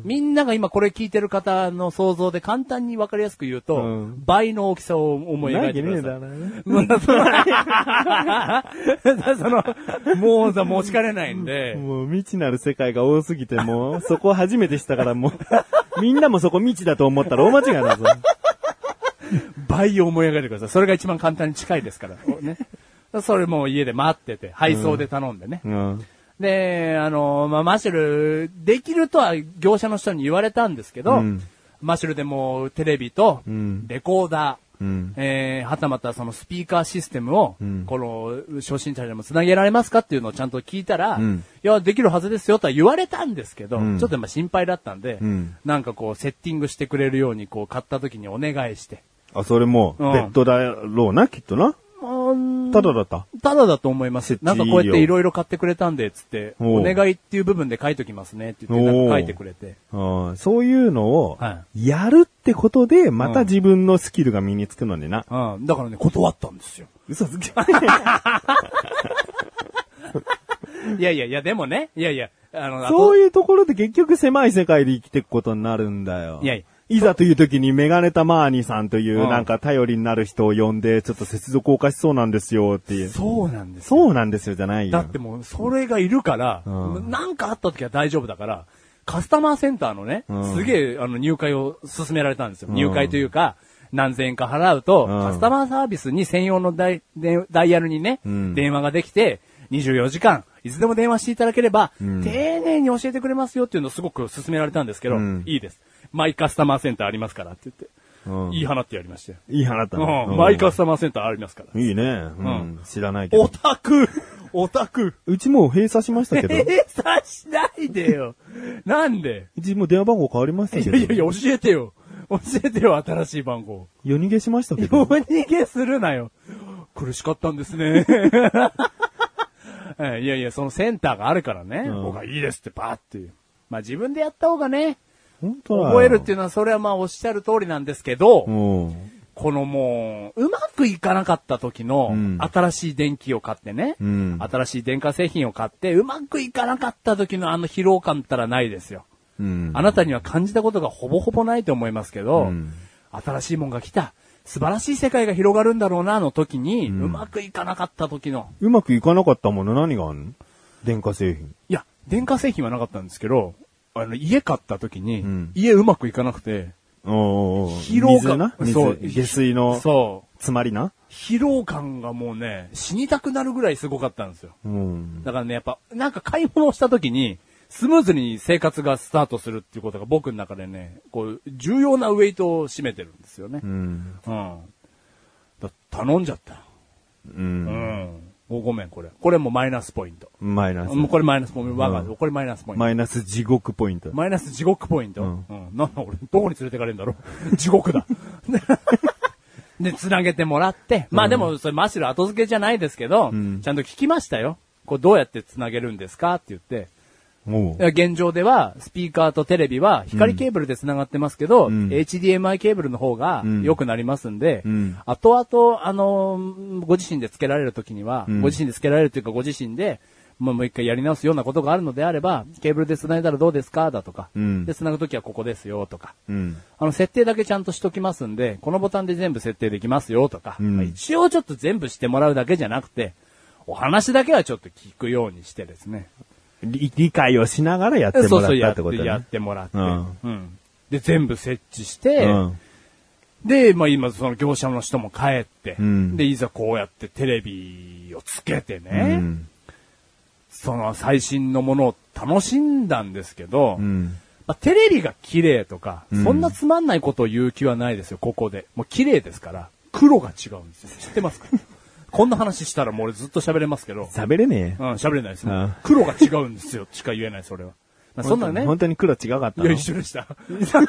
ん。みんなが今これ聞いてる方の想像で簡単にわかりやすく言うと、うん倍の大きさを思いな描いわてけくねだえさいだ。な。 その、もうさ、持ちかれないんで、もう未知なる世界が多すぎて、 もう、そこ初めてしたからもう、みんなもそこ未知だと思ったら大間違いだぞ。倍を思い上げてください。それが一番簡単に近いですから。ね。それも家で待ってて、配送で頼んでね。うん。で、あの、まあ、マシュル、できるとは業者の人に言われたんですけど、うんマシュルでもうテレビとうん、レコーダー、うんえーはたまたそのスピーカーシステムを、んこの、初心者でも繋げられますかっていうのをちゃんと聞いたら、うんいや、できるはずですよとは言われたんですけど、うんちょっと今心配だったんで、うんなんかこう、セッティングしてくれるように、こう、買った時にお願いして。あ、それも、うん別途だろうな、きっとな。ただだった。ただだと思います設。置なんかこうやっていろいろ買ってくれたんで、つって、おうお願いっていう部分で書いときますね、って言って、なんか書いてくれて。うんそういうのをは、やるってことで、また自分のスキルが身につくのにな。うん。だからね、断ったんですよ。嘘つ け。いやいやいや、でもね、いやいや、あの、そういう、いうところで結局狭い世界で生きていくことになるんだよ。いやいやざという時にメガネタマーニさんといううんなんか頼りになる人を呼んで、ちょっと接続おかしそうなんですよっていう。そうなんですよ。そうなんですよじゃないよ。だってもう、それがいるから、うんなんかあった時は大丈夫だから、カスタマーセンターのね、うんすげえ、あの、入会を勧められたんですよ。うん入会というか、何千円か払うと、んカスタマーサービスに専用のダイでダイヤルにね、うん電話ができて、24時間、いつでも電話していただければ、ん丁寧に教えてくれますよっていうのをすごく勧められたんですけど、うんいいです。マイカスタマーセンターありますからって言って、うんいい放ってやりましたよ。いい話だね。うん、マイカスタマーセンターありますから。いいね。うんう。知らないけど。オタクオタクうちもう閉鎖しました けど。閉鎖しないでよ。なんでうちもう電話番号変わりましたいけやど。いやいや、教えてよ。教えてよ、新しい番号。夜逃げしましたけ夜ど。逃げするなよ。苦しかったんですね。 えいやいや、そのセンターがあるからね。うん僕はいいですってバーっていう。まあ自分でやった方がね、本当だよ覚えるっていうのはそれはまあおっしゃる通りなんですけど、うん。このもう、うまくいかなかった時のうん、新しい電気を買ってね、うん新しい電化製品を買って、うまくいかなかった時のあの疲労感ったらないですよ。うん。あなたには感じたことがほぼほぼないと思いますけど、うん新しいもんが来た、素晴らしい世界が広がるんだろうな、の時に、うまくいかなかった時の、うまくいかなかったもの何があるの電化製品。いや、電化製品はなかったんですけど、あの、家買った時に、うん家うまくいかなくて、おーおーおー疲労水感な、水そう下水のそう、詰まりな疲労感がもうね、死にたくなるぐらいすごかったんですよ。うん。だからね、やっぱ、なんか買い物をした時に、スムーズに生活がスタートするっていうことが僕の中でね、こう、重要なウェイトを占めてるんですよねう。ん。うん。だ頼んじゃった。う。うんん。おごめん、これ。これもマイナスポイント。マイナス。もうこれマイナスポイント。わかうる。んこれマイナスポイント。マイナス地獄ポイント。マイナス地獄ポイント。ううんん。なんだ俺、どこに連れてかれるんだろう。地獄だ。 で、繋げてもらって、まあでも、それ、マシル後付けじゃないですけど、んちゃんと聞きましたよ。こう、どうやって繋げるんですかって言って。おういや現状では、スピーカーとテレビは光ケーブルで繋がってますけど、うん HDMI ケーブルの方がうん良くなりますんで、うん後々、あのーご自身で付けられる時には、うんご自身で付けられるというかご自身で、もうもう一回やり直すようなことがあるのであれば、ケーブルで繋いだらどうですかだとか、うんで、繋ぐときはここですよとか、うん。あの、設定だけちゃんとしときますんで、このボタンで全部設定できますよとか、うんまあ一応ちょっと全部してもらうだけじゃなくて、お話だけはちょっと聞くようにしてですね。理理解をしながらやってもらったってことそうそうやってやだっね。てもらって。うんうんで、全部設置して、うんで、まあ今、その業者の人も帰って、うんで、いざこうやってテレビをつけてうね、んその最新のものを楽しんだんですけど、うん。まあ、テレビが綺麗とか、んそんなつまんないことを言う気はないですよ、ここで。もう綺麗ですから、黒が違うんですよ。知ってま すかこんな話したらもう俺ずっと喋れますけど、喋れねうん、喋れないですうん。黒が違うんですよ、しか言えない、それは。まえ。あそんなのね、本当に黒違かったいや、の一緒でした。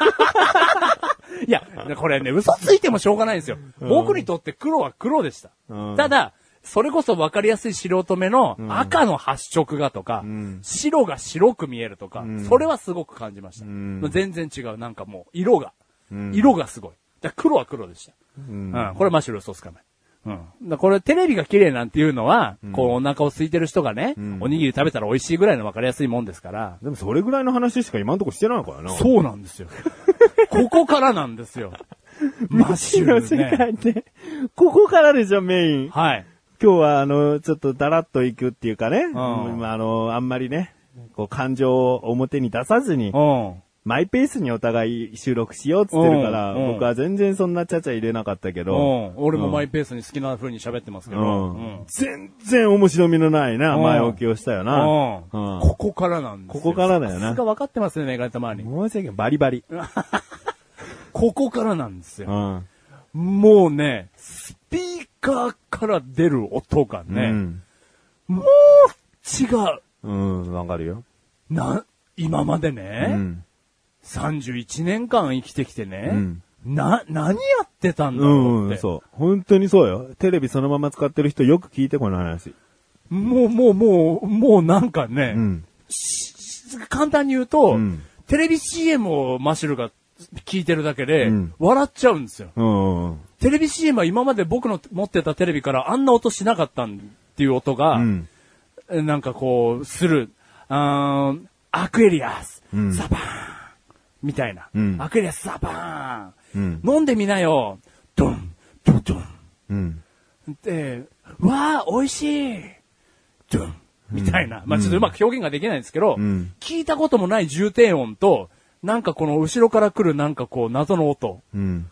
いや、これね、嘘ついてもしょうがないんですよ。僕にとって黒は黒でした。うんただ、それこそ分かりやすい素人目の赤の発色がとか、ん白が白く見えるとか、んそれはすごく感じました。んもう全然違う。なんかもう、色が、ん色がすごい。だから黒は黒でした。うんうん、これマシュル嘘つかない。うん。だからこれテレビが綺麗なんていうのは、こうお腹を空いてる人がね、んおにぎり食べたら美味しいぐらいの分かりやすいもんですから、でもそれぐらいの話しか今のとこしてないからな。そうなんで すよ。ここからなんですよ。マッシュのル世ね。 界って、ここからでしょ、メイン。はい。今日は、あの、ちょっとだらっといくっていうかね、今、あの、あんまりね、こう、感情を表に出さずにう、ん。マイペースにお互い収録しようっつってるから、うんうん僕は全然そんなちゃちゃ入れなかったけうど、ん。俺もマイペースに好きな風に喋ってますけうど。んうん。全然面白みのないな、うん前置きをしたよな。うん。ここからなんですよ。ここからだよなさすが分かってますね、メガネたまに。申し訳ないバリバリ。ここからなんですうよ。ん。もうね、スピーカーから出る音がうね、ん。もう違う。うん、わかるよ。な、今までうね、ん。 31年間生きてきてねうん、な、何やってたんだうろんううっん、て。そう。本当にそうよ。テレビそのまま使ってる人よく聞いてこの話。もう、もう、もう、もうなんかね、うん。簡単に言うと、うんテレビ CM をマシュルが聞いてるだけで、うん笑っちゃうんですよ。うんうんテレビ CM は今まで僕の持ってたテレビからあんな音しなかったんっていう音が、うん。えなんかこう、する、あーアクエリアス、うんザバーン、みたいな、うんアクエリアスザバーン、う飲んでみなよ、ドン、ドンドン。うん。で、わあ、美味しいドゥンみたいな。まあちょっとうまく表現ができないんですけど、うん聞いたこともない重低音と、なんかこの後ろから来るなんかこう謎の音。うん。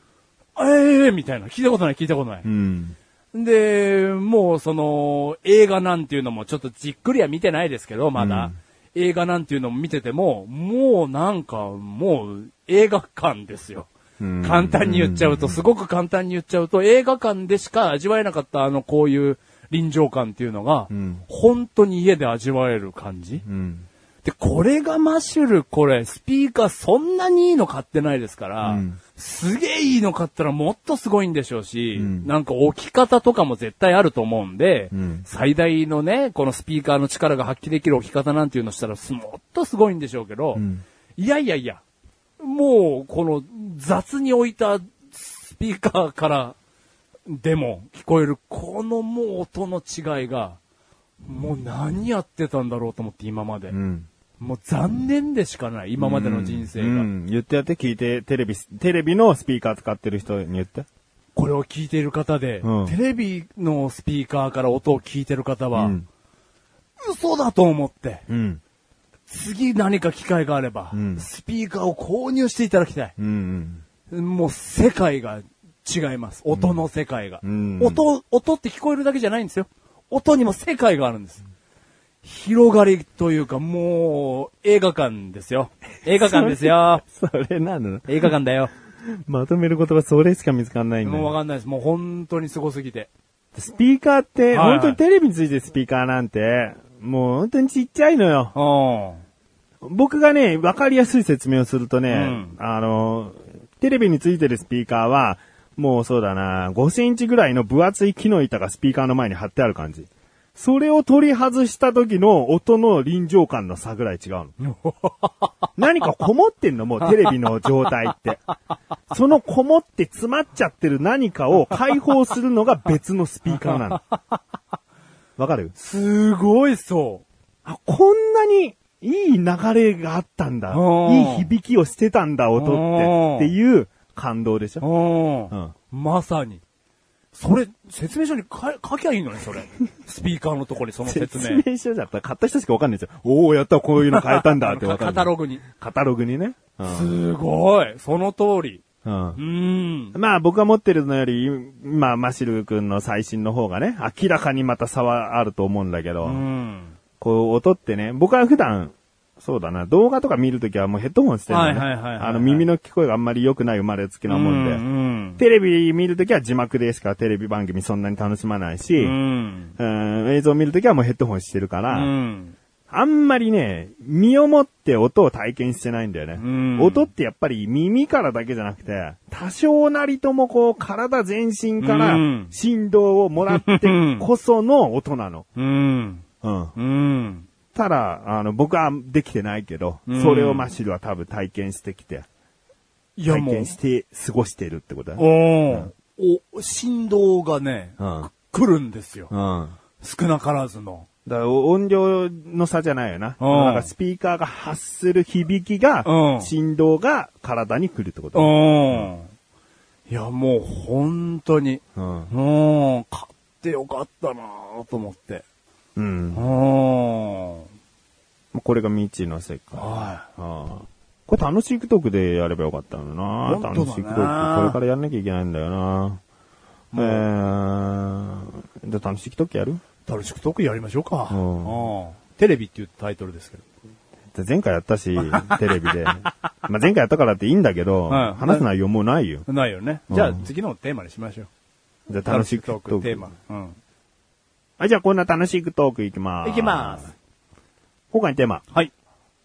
ええー、みたいな。聞いたことない、聞いたことない。うん。で、もうその、映画なんていうのもちょっとじっくりは見てないですけど、まだ。映画なんていうのも見てても、もうなんか、もう映画館ですよ。うん簡単に言っちゃうと、すごく簡単に言っちゃうと、映画館でしか味わえなかったあの、こういう臨場感っていうのが、ん本当に家で味わえる感じ。うん。で、これがマシュル、これ、スピーカーそんなにいいの買ってないですから、うんすげえいいの買ったらもっとすごいんでしょうし、んなんか置き方とかも絶対あると思うんで、うん最大のね、このスピーカーの力が発揮できる置き方なんていうのしたら、すもっとすごいんでしょうけど、んいやいやいや、もう、この雑に置いたスピーカーから、でも聞こえる、このもう音の違いが、もう何やってたんだろうと思って今まで。うん。もう残念でしかない、今までの人生が。うん。言ってやって聞いて、テレビ、テレビのスピーカー使ってる人に言って。これを聞いている方で、うんテレビのスピーカーから音を聞いてる方うは、ん。嘘だと思って、うん。次何か機会があれば、うんスピーカーを購入していただきたい。うん。もう世界が違います。音の世界が、うん。音、音って聞こえるだけじゃないんですよ。音にも世界があるんです。広がりというか、もう、映画館ですよ。映画館ですよ それなの映画館だよ。まとめる言葉それしか見つかんないんだもうわよ。かんないです。もう本当に凄すぎて。スピーカーって、はいはい本当にテレビについてるスピーカーなんて、もう本当にちっちゃいのよ。うん。僕がね、わかりやすい説明をするとね、うんあの、テレビについてるスピーカーは、もうそうだな、5センチぐらいの分厚い木の板がスピーカーの前に貼ってある感じ。それを取り外した時の音の臨場感の差ぐらい違う の。何かこもってんのもうテレビの状態って。そのこもって詰まっちゃってる何かを解放するのが別のスピーカーなの。わかるすごいそあ、こんなにいい流れがあったんだ。うんいい響きをしてたんだ、音うんって。っていう感動でしう。ょ。ううんん。まさに。それ、説明書に書書きゃいいのに、それ。 スピーカーのとこにその説説明。明書だったら買った人しかわかんないですよ。おお、やった、こういうの変えたんだってわかる。 カタログに。カタログにね。うんすごい。その通り。うんうーん。まあ僕が持ってるのより、今、マシル君の最新の方がね、明らかにまた差はあると思うんだけど、うん。こう音ってね、僕は普段、そうだな、動画とか見るときはもうヘッドホンしてるのね。はいはいはいはいはいあの耳の聞こえがあんまり良くない生まれつきなもんで。うん。テレビ見るときは字幕でしかテレビ番組そんなに楽しまないし、ううんん。映像見るときはもうヘッドホンしてるかうら、ん。あんまりね、身をもって音を体験してないんだよね。ん音ってやっぱり耳からだけじゃなくて、多少なりともこう体全身からうん振動をもらって こその音なの。うん。うん。うん。ただ、あの、僕はできてないけど、うんそれをマシルは多分体験してきて、いや体もう験、して過ごしてるってことだね。おーお、振動がね、うん。来るんですよ。うん。少なからずの。だから音量の差じゃないよな。うんなんかスピーカーが発する響きうがん、振動が体に来るってこうと。ん。いや、もう本当に。うん。うん。買ってよかったなぁと思って。うん。うこれが未知の世界。ん。はうんこれ楽しいクトークでやればよかったのな。本当だね楽しいクトーク、これからやんなきゃいけないんだよな。えー、じゃあ楽しいクトークやるい。楽しくトークやりましょうか。うんうん。テレビっていうタイトルですけど。で前回やった し、テレビで。まあ前回やったからっていいんだけど、うん話す内容もうないよ。ないよね。じゃあうん次のテーマにしましょう。じゃあ楽しいクトーク。テーマ。うん。はい、じゃあこんな楽しいクトークいきまーす。いきまーす。。今回のテーマ。はい。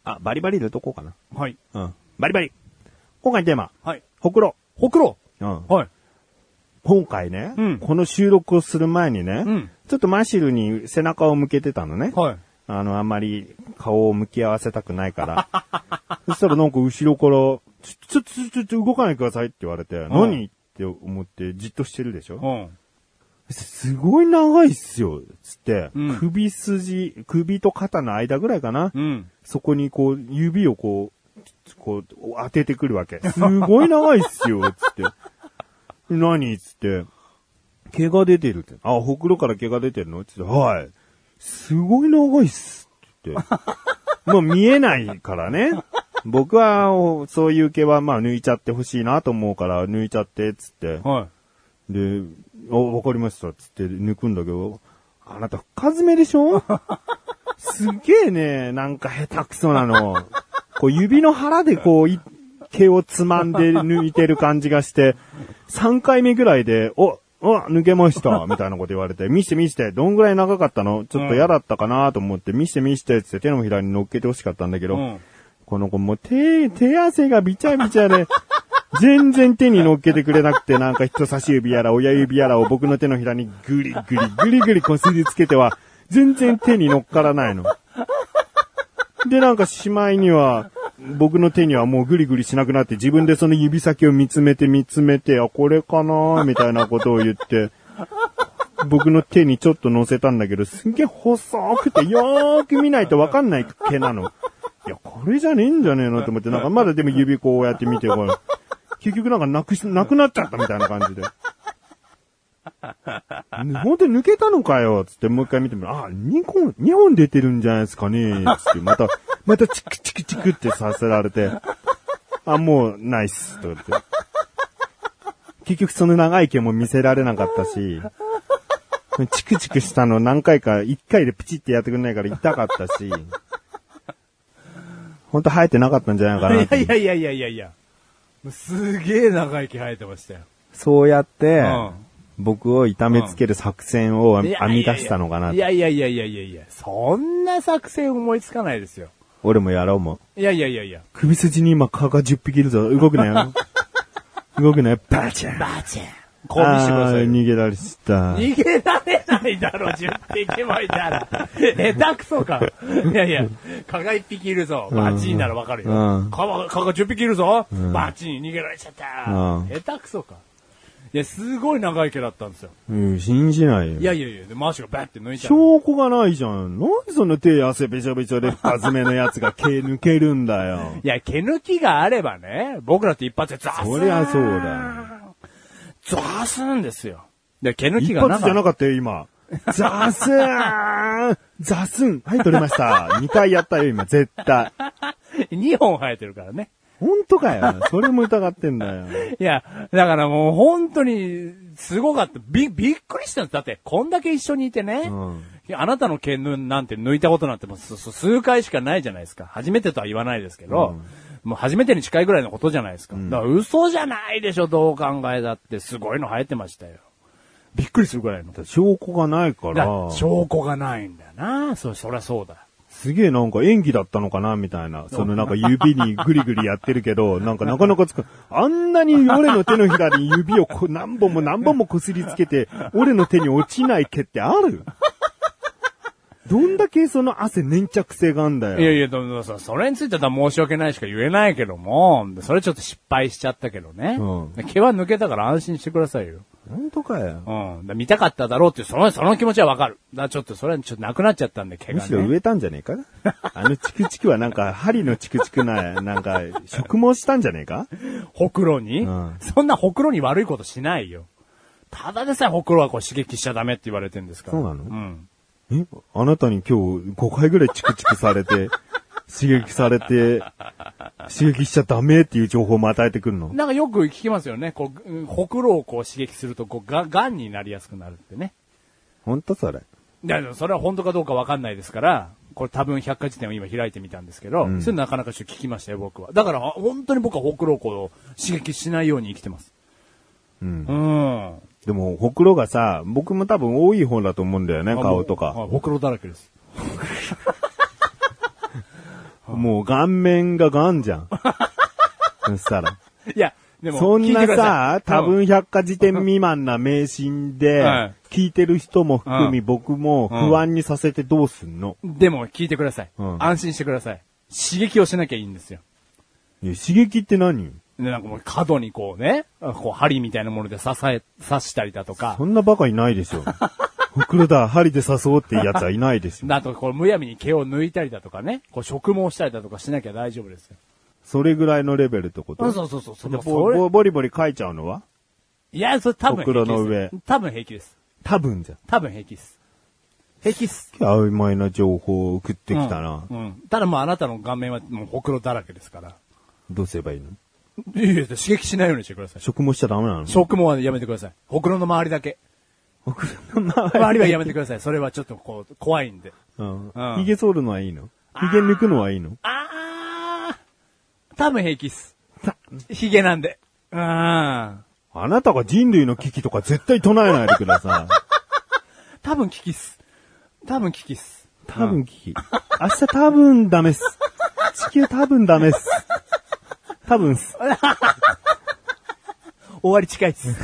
あ、バリバリ入れとこうかな。はい。うん。バリバリ。今回のテーマ、はい。ほくろ。ほくろうん。はい。今回ね、うんこの収録をする前にね、うんちょっとマシルに背中を向けてたのね。はい。あの、あんまり顔を向き合わせたくないから。 そしたらなんか後ろから、ちょ、ちょ、ちょ、ちょ、ちょ動かないでくださいって言われて、何って思ってじっとしてるでしょ、うん。すごい長いっすよ、つって、うん首筋、首と肩の間ぐらいかな、うん。そこにこう、指をこう、こう、当ててくるわけ。すごい長いっすよ、つって。何つって。毛が出てるって。あ、ほくろから毛が出てるのつって、はい。すごい長いっす。って。まあ見えないからね。僕は、おそういう毛はまあ抜いちゃってほしいなと思うから、抜いちゃって、つって。はで、あ、わかりました、つって抜くんだけど、あなた、深爪でしょ すっげえね、なんか下手くそなの。こう、指の腹でこう、い毛をつまんで抜いてる感じがして、3回目ぐらいで、お、お、抜けました、みたいなこと言われて、見して見して、どんぐらい長かったのちょっと嫌だったかなと思って、見して見して、つって手のひらに乗っけてほしかったんだけい。ど、うん。この子もう手、手汗がびちゃびちゃで、全然手に乗っけてくれなくて、なんか人差し指やら親指やらを僕の手のひらにぐりぐりぐりぐりこすりつけては、全然手に乗っからないの。で、なんかしまいには、僕の手にはもうぐりぐりしなくなって、自分でその指先を見つめて見つめて、あ、これかなみたいなことを言って、僕の手にちょっと乗せたんだけど、すんげえ細くて、よーく見ないとわかんない毛なの。いや、これじゃねえんじゃねえのと思って、なんかまだでも指こうやって見て、これ。結局なんかなくし、なくなっちゃったみたいな感じで。本当に抜けたのかよつってもう一回見てみる。あ、2本、2本出てるんじゃないですかねつって、また、またチクチクチクってさせられて。あ、もう、ないっす。とか言って。結局その長い毛も見せられなかったし、チクチクしたの何回か、1回でプチってやってくんないから痛かったし、本当生えてなかったんじゃないかなって。いやいやいやいやいや。すげえ長生き生えてましたよ。そうやって、うん僕を痛めつける作戦を編いやみ出したのかなっいて。やいやいやいやいやいや。そんな作戦思いつかないですよ。俺もやろうもん。いやいやいやいや。 首筋に今蚊が10匹いるぞ。動くなよ。動くなよ。バチャン。バチェン。こう見してくださあいーよ。逃げられした。逃げられないだろ、10匹もいたら。下手くそか。いやいや、蚊が1匹いるぞ。バチンならわかるよ。うん蚊は蚊が10匹いるぞ。バチン、逃げられちゃった。うん下手くそか。いや、すごい長い毛だったんですよ。うん、信じないよ。いやいやいや、で、マーシュがバッて抜いちゃう。証拠がないじゃん。なんでそんな手汗べちゃべちゃで深爪のやつが毛抜けるんだよ。 いや、毛抜きがあればね、僕らって一発でザスーンそりゃそうだ。ザスーンですよ。で、毛抜き一がなかっ発たじゃなかったよ、 今。ザスーンザスンはい、取れま した。二回やったよ、今、絶対。 2本生えてるからね。本当かよ。それも疑ってんだ よ。いや、だからもう本当に、すごかった。び、びっくりしたんです。だって、こんだけ一緒にいてね。うんいやあなたの毛なんて抜いたことなんてもうすす数回しかないじゃないですか。初めてとは言わないですけど、もう初めてに近いぐらいのことじゃないですか。だから嘘じゃないでしょ、どう考えだって。すごいの生えてましたよ。びっくりするぐらいの。だ証拠がないか、からら証拠がないんだよな。そ、そりゃそうだ。すげえなんか演技だったのかな、みたいな。そのなんか指にグリグリやってるけど、なんかなかなかつか、あんなに俺の手のひらに指をこう何本も何本も擦りつけて、俺の手に落ちない毛ってあ るどんだけその汗粘着性があんだよ。いやいや、でもさ、それについては申し訳ないしか言えないけども、それちょっと失敗しちゃったけどね。う毛は抜けたから安心してくださいよ。本当かよ。うん。だ見たかっただろうっていう、その、その気持ちはわかる。だからちょっと、それはちょっとなくなっちゃったんで、毛むがしろね。植えたんじゃねえか あのチクチクはなんか、針のチクチクな、なんか、植毛したんじゃねえかほくろに、うんそんなほくろに悪いことしないよ。ただでさえほくろはこう刺激しちゃダメって言われてるんですから。そうなのうん。えあなたに今日5回ぐらいチクチクされ て、刺激されて、刺激しちゃダメっていう情報も与えてくるのなんかよく聞きますよね。こう、うんほくろをこう刺激すると、こう、が、癌になりやすくなるってね。ほんとそれ。だからそれは本当かどうかわかんないですから、これ多分百科事典を今開いてみたんですけど、それなかなかちょっと聞きましたよ、僕は。だから、あ本当に僕はほくろをこう刺激しないように生きてます。うん。うん。でも、ほくろがさ、僕も多分多い方だと思うんだよね、顔とあもか。うあほくろだらけです。もう顔面が癌 じゃん。そしたら。いや、でも、そん聞いてなくだささい、多、分百科事典未満な迷信ではい、聞いてる人も含みう僕も不安にさせてどうすんのうんでも、聞いてください、うん安心してください。刺激をしなきゃいいんですよ。いや刺激って何で、なんかもう角にこうね、こう針みたいなもので支え、刺したりだとかそ、んなバカいないで しょ。ほくろだ、針で誘おうっていうやつはいないですよ。あと、こう、むやみに毛を抜いたりだとかね、こう、植毛したりだとかしなきゃ大丈夫ですよ。それぐらいのレベルってことそうそうそう、そでのそボれボボリボリ書いちゃうのはいや、それ多分平気です。ほくろの上多分平気です。多分じゃん。多分平気です。平気っす。曖昧な情報を送ってきたな。うん。うんただもうあなたの顔面はもうほくろだらけですから。どうすればいいのいやいや、刺激しないようにしてください。食毛しちゃダメなの食毛はやめてください。ほくろの周りだけ。ほくろの周り。周りはやめてください。それはちょっとこう、怖いんで。うんうん。髭剃るのはいいの髭抜くのはいいのあー、多分平気っす。ヒゲなんで。うーん。あなたが人類の危機とか絶対唱えないでくだ さい。多分危機っす。多分危機っす。多分危機。明日多分ダメっす。地球多分ダメっす。多分っす。終わり近いっ す。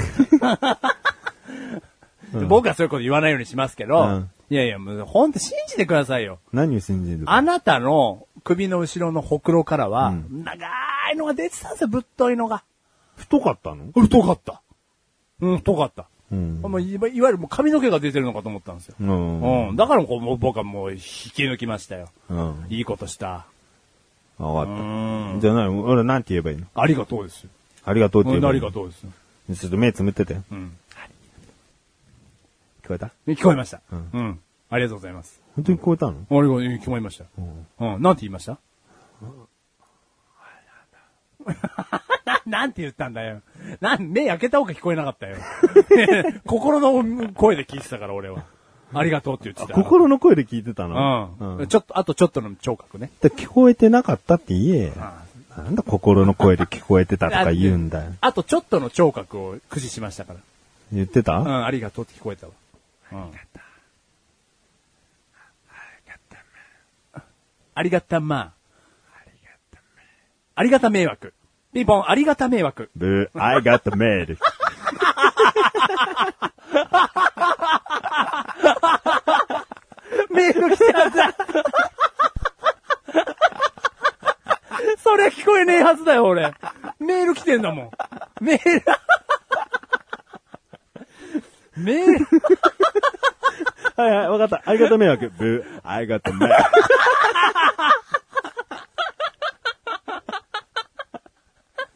僕はそういうこと言わないようにしますけど、うんいやいや、もうほんと信じてくださいよ。何を信じるのあなたの首の後ろのほくろからは、長いのが出てたんですよ、ぶっといのが。太かったの太かった。うん、太かった。うんもういわいわゆるもう髪の毛が出てるのかと思ったんですよ。うんだからこうもう僕はもう引き抜きましたよ。うん。いいことした。わかうっんた。。じゃあ何、俺なんて言えばいいのありがとうですよ。ありがとうってう言えん、ばあいいりのがとうですよ。ちょっと目つむってて。うん。聞こえた聞こえました。ううんん。ありがとうございます。本当に聞こえたのあれが聞こえました。うん。なんて言いましたななんて言ったんだよ。なん、目開けた方が聞こえなかったよ。心の声で聞いてたから、俺は。ありがとうって言ってた。心の声で聞いてたのう。うんん。ちょっと、あとちょっとの聴覚ね。だ聞こえてなかったって言え。なんだ心の声で聞こえてたとか言うんだよ。あとちょっとの聴覚を駆使しましたから。言ってうたん、ありがとうって聞こえたわ。うん。ありがたま。ありがた迷惑。ピンポン、ありがた迷惑。ブー、I got the mail. メール来ちゃった。 それ聞こえねえはずだよ、俺。メール来てんだも ん。メール。メール。はいはい、わかった。相方迷惑。ブー、相方迷惑。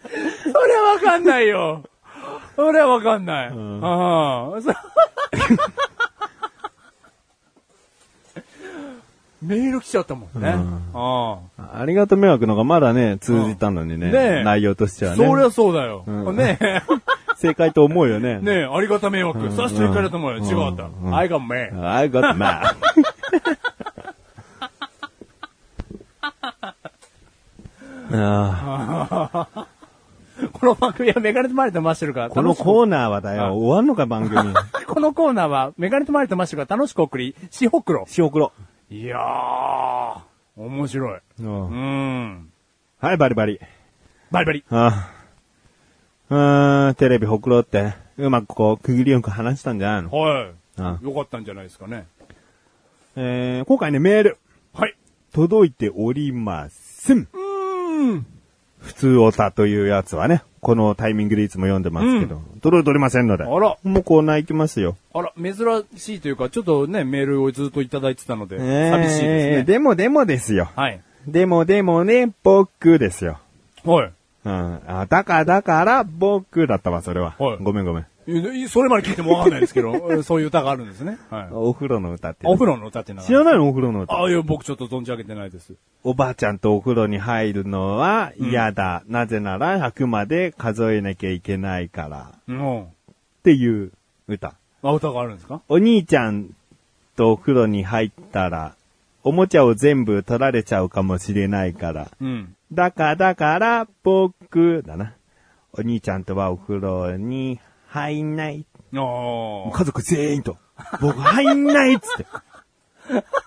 それはわかんないよ。それはわかんない。んあ あ。そメール来ちゃったもんね。うんああ。ありがと迷惑のがまだね、通じたのにね。うんねえ内容としてはね。そりゃそうだよ。うんねえ。 正解と思うよね。ねえ、ありがた迷惑。さしていかれたもんよ。うん違うかった。あいがめ。 I got mad. ああこの番組はメガネとマリとマッシュルが楽しくこのコーナーはだあよ、終わんのか番 組。このコーナーはメガネとマリとマッシュルが楽しく送り、しほくろ。しおくろ。いやー、面白い。ううんん。はい、バリバリ。バリバリ。ああうーん、テレビほくろって、うまくこう、区切りよく話したんじゃないのはあい。よかったんじゃないですかね。えー、今回ね、メール、はい。届いておりません。うん。普通オタというやつはね、このタイミングでいつも読んでますけど、届いておりませんので。あらもうコーナー行きますよ。あら、珍しいというか、ちょっとね、メールをずっといただいてたので、えー寂しいですね。でもでもですよ。はい。でもでもね、僕ですよ。はい。うん。あ、だからだから僕だったわ、それは。はいごめんごめん。えそれまで聞いてもわかんないですけ ど、そういう歌があるんですね。はい。お風呂の歌って。お風呂の歌ってな知らないのお風呂の歌。ああ、いや、僕ちょっと存じ上げてないです。おばあちゃんとお風呂に入るのは嫌だ。なぜなら100まで数えなきゃいけないから。うん。っていう歌。あ、歌があるんですかお兄ちゃんとお風呂に入ったら、おもちゃを全部取られちゃうかもしれないから。うん。だから、だから、僕、だな。お兄ちゃんとはお風呂に入んない。ああ。家族全員と。僕入んないっつって。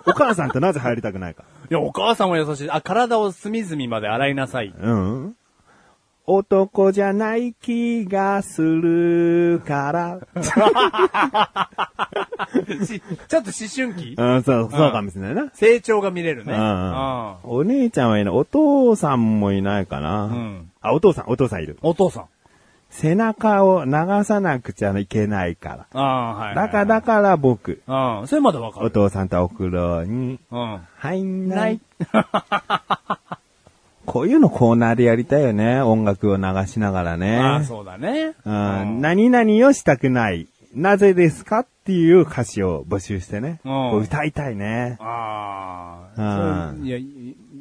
お母さんとなぜ入りたくないか。いや、お母さんは優しい。あ、体を隅々まで洗いな さい。うん。男じゃない気がするから。しちょっと思春期うん、そう、そうかもしれないな。成長が見れるね。あうん。お姉ちゃんはいない。お父さんもいないかな。んあ、お父さん、お父さんいるー。お父さん。背中を流さなくちゃいけないかああ、はいら。だはいはい。から、だから僕。ああ、それまだわかおる。父さんとお風呂にうん。入んなないい。 こういうのコーナーでやりたいよね。音楽を流しながらね。ああ、そうだね。うん。何々をしたくない。なぜですかっていう歌詞を募集してね。うんこう歌いたいね。あうあ。んいや、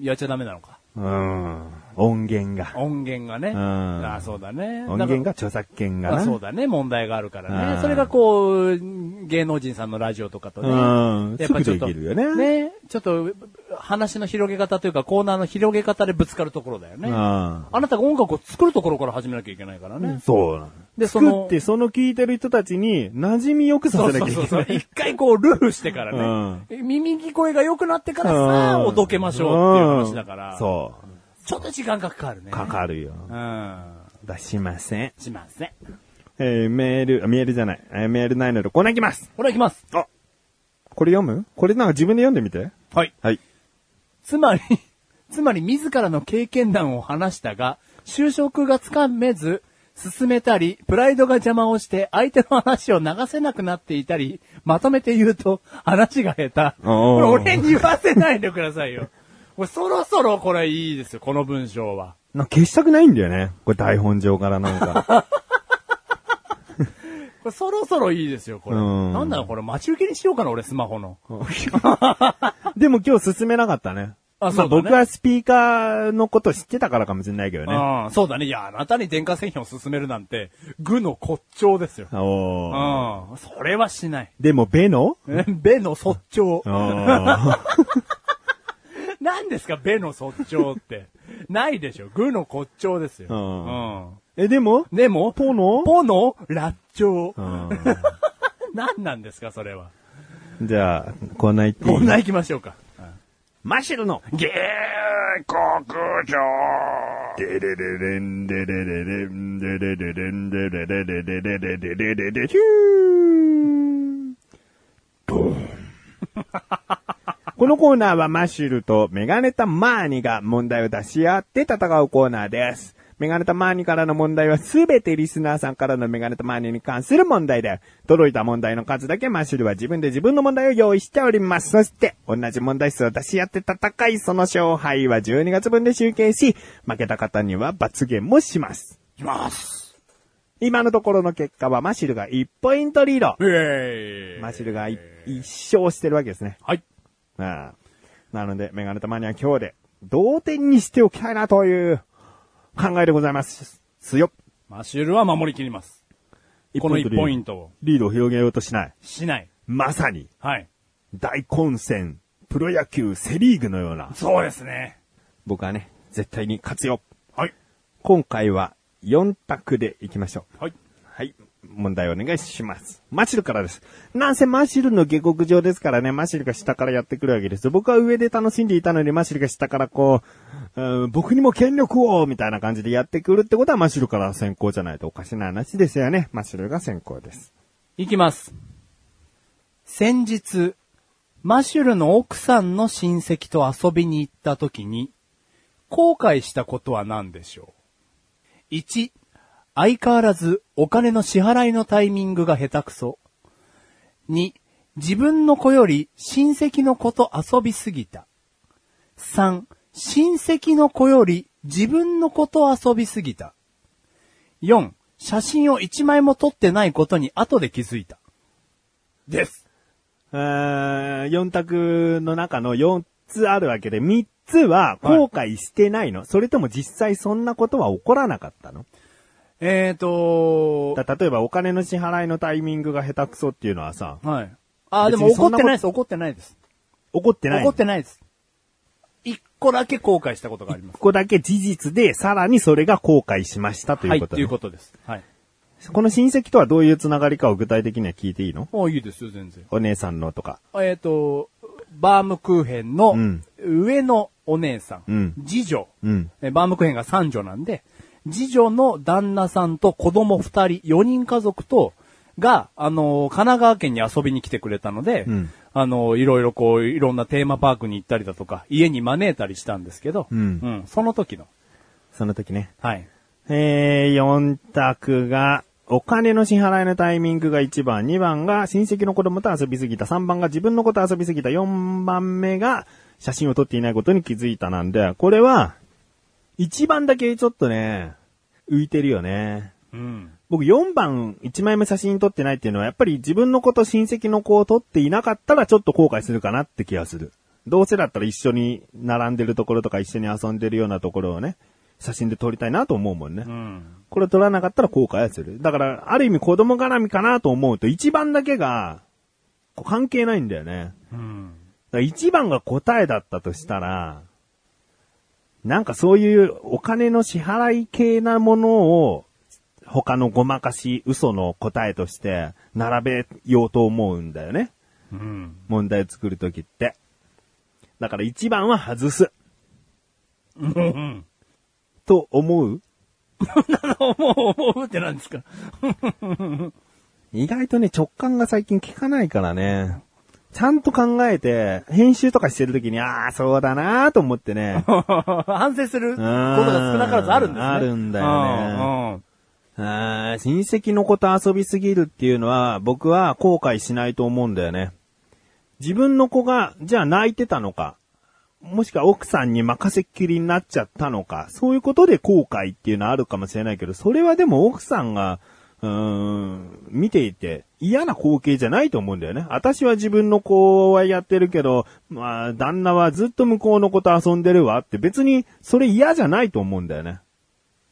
やっちゃダメなのか。うん。音源が。音源がね。んああ、そうだね。音源が著作権だがから。な。あそうだね。問題があるからうんね。それがこう、芸能人さんのラジオとかとね。うんやっぱちすょっぐと。できるよねちょっと、話の広げ方というか、コーナーの広げ方でぶつかるところだよね。うんあなたが音楽を作るところから始めなきゃいけないからね。そうなのでそ作のって、その聞いてる人たちに馴染みよくさそうせなそうきゃそういけそない。う。一回こう、ルールしてからね。耳聞こえが良くなってからさ、うんおどけましょうっていう話だから。うんそちょっと時間がかかるう。ね。かかるよ。うん。出しません。しません。えー、メール、あメールじゃない。えーメールないので、コーナーいきますこれいきます。あこれ読むこれなんか自分で読んでみて。はい。はい。つまり、 つまり自らの経験談を話したが、就職がつかめず、進めたり、プライドが邪魔をして、相手の話を流せなくなっていたり、まとめて言うと、話が下手。おーこれ俺に言わせないでくださいよ。これそろそろこれいいですよ、この文章は。なんか消したくないんだよね。これ台本上からなん か。これそろそろいいですよ、これ。うんなんだろう、これ待ち受けにしようかな、俺、スマホの。でも今日進めなかったね。あそうだねま僕はスピーカーのこと知ってたからかもしれないけどね。うん、そうだね。いや、あなたに電化製品を勧めるなんて、愚の骨頂ですよ。おーうん。それはしない。でも、ベ ノえ べの率頂。あー 何ですか、べの率頂って。 ないでしょ。愚の骨頂ですよ。うんうん。え、でもでも、ポノポのラッチョうウ。ん 何なんですか、それは。 じゃあ、コーナー行っていいこんな行きましょうか。マシュルの芸国上デレレレンデレレレンデレレレンデレレレレレレレレレレヒューこのコーナーはマッシュルとメガネタマーニが問題を出し合って戦うコーナーです。メガネタマーニからの問題はすべてリスナーさんからのメガネタマーニに関する問題で、届いた問題の数だけマッシュルは自分で自分の問題を用意しております。そして、同じ問題数を出し合って戦い、その勝敗は12月分で集計し、負けた方には罰ゲームもします。きます。今のところの結果はマシルが1ポイントリード。えマシルがい一勝してるわけですね。はい。ああなので、メガネたまには今日で同点にしておきたいなという考えでございます。強っ。マシュルは守り切ります。この1ポイントをリードを広げようとしない。しない。まさに、はい。大混戦、プロ野球、セリーグのような。そうですね。僕はね、絶対に勝つよ。はい。今回は4択でいきましょう。はい。はい。問題お願いします。マシルからです。なんせマシルの下克上ですからね、マシルが下からやってくるわけです。僕は上で楽しんでいたのに、マシルが下からこう、うん僕にも権力をみたいな感じでやってくるってことはマシルから先行じゃないとおかしな話ですよね。マシルが先行です。いきます。先日、マシュルの奥さんの親戚と遊びに行った時に、後悔したことは何でしょう ?1、相変わらずお金の支払いのタイミングが下手くそ。2、自分の子より親戚の子と遊びすぎた。3、親戚の子より自分の子と遊びすぎた。4、写真を1枚も撮ってないことに後で気づいた。です。うーん、4択の中の4つあるわけで、3つは後悔してないの、それとも実際そんなことは起こらなかったのえーと、だ例えばお金の支払いのタイミングが下手くそっていうのはさ、はい。あー、で別もにそ怒んっなことてないです、怒ってない怒ってないです。怒のってないです。一個だけ後悔したことがありますこ。こだけ事実で、さらにそれが後悔しましたといはうい、こととね、いうことです。はい。この親戚とはどういうつながりかを具体的には聞いていいのもういいですよ、全然。お姉さんのとか。えーと、バームクーヘンのうん上のお姉さん、うん次女、うんえバームクーヘンが三女なんで、次女の旦那さんと子供二人、四人家族と、が、あのー神奈川県に遊びに来てくれたので、うんあのーいろいろこう、いろんなテーマパークに行ったりだとか、家に招いたりしたんですけど、うんその時の、その時ね。はい。えー、4択が、お金の支払いのタイミングが1番、2番が親戚の子供と遊びすぎた、3番が自分の子と遊びすぎた、4番目が写真を撮っていないことに気づいたなんで、これは、1番だけちょっとね、浮いてるよね。うん。僕4番1枚目写真撮ってないっていうのはやっぱり自分の子と親戚の子を撮っていなかったらちょっと後悔するかなって気がする。どうせだったら一緒に並んでるところとか一緒に遊んでるようなところをね、写真で撮りたいなと思うもんね。うん。これ撮らなかったら後悔はする。だからある意味子供絡みかなと思うと1番だけがこう関係ないんだよね。 うん。だから1番が答えだったとしたら、なんかそういうお金の支払い系なものを、他のごまかし、嘘の答えとして、並べようと思うんだよね。うん。問題を作るときって。だから1番は外す。うん。と思うもう、思うってなんですか 意外とね、直感が最近効かないからね。ちゃんと考えて、編集とかしてるときに、ああ、そうだなーと思ってね。反省することが少なからずあるんですね。あるんだよね。あー親戚の子と遊びすぎるっていうのは、僕は後悔しないと思うんだよね。自分の子が、じゃあ泣いてたのか、もしくは奥さんに任せっきりになっちゃったのか、そういうことで後悔っていうのはあるかもしれないけど、それはでも奥さんが、うーん、見ていて嫌な光景じゃないと思うんだよね。私は自分の子はやってるけど、まあ、旦那はずっと向こうの子と遊んでるわって別にそれ嫌じゃないと思うんだよね。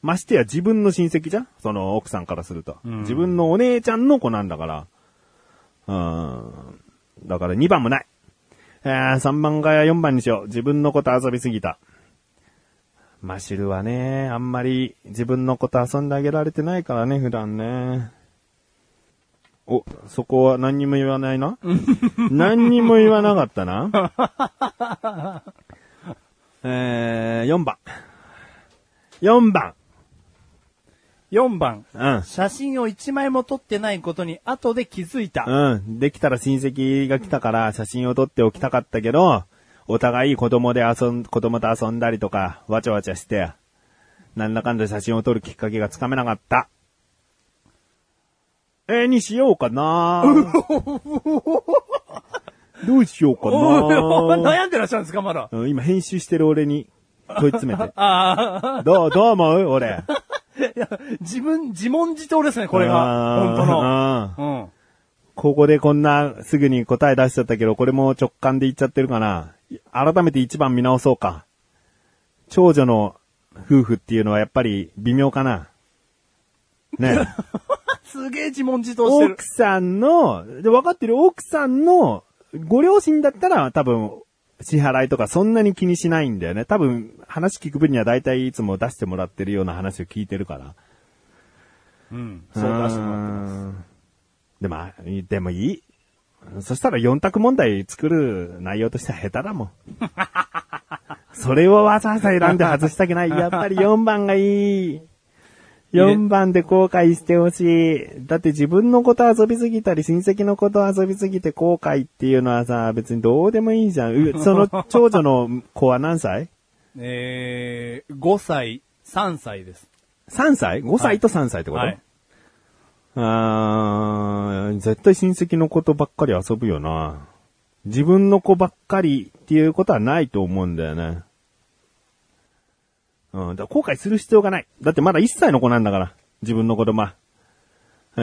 ましてや自分の親戚じゃんその奥さんからすると、うん自分のお姉ちゃんの子なんだから。うーん。だから2番もない。えー、3番が4番にしよう。自分のこと遊びすぎた。マシルはね、あんまり自分のこと遊んであげられてないからね、普段ね。お、そこは何にも言わない な何にも言わなかったな。 えー、4番。4番。 4番。うん。写真を1枚も撮ってないことに後で気づいた。うん。できたら親戚が来たから写真を撮っておきたかったけど、お互い子供で遊ん、子供と遊んだりとか、わちゃわちゃして、なんだかんだ写真を撮るきっかけがつかめなかった。えーにしようか などうしようかおいな 悩んでらっしゃるんですか、まだ。。うん今編集してる俺に問い詰めて ああ、どう、どう思う俺。いや、自分、自問自答ですね、これが。あー本当あの。うん。ここでこんなすぐに答え出しちゃったけど、これも直感で言っちゃってるかな。改めて一番見直そうか。長女の夫婦っていうのはやっぱり微妙かな。ね。 すげえ自問自答してる奥。さんの、で、分かってる奥さんのご両親だったら多分支払いとかそんなに気にしないんだよね。多分話聞く分には大体いつも出してもらってるような話を聞いてるから。うん。そう出してもらってます。でも、あでもいい。そしたら4択問題作る内容としては下手だもん。それをわざわざ選んで外したくない。やっぱり4番がいい。4番で後悔してほしい。だって自分のこと遊びすぎたり、親戚のこと遊びすぎて後悔っていうのはさ、別にどうでもいいじゃん。うその長女の子は何歳えー、5歳、3歳です。 ?3 歳 ?5 歳と3歳ってこと、はい。あー絶対親戚のことばっかり遊ぶよな。自分の子ばっかりっていうことはないと思うんだよね。うん、だから後悔する必要がない。だってまだ1歳の子なんだから、自分の子供は。うん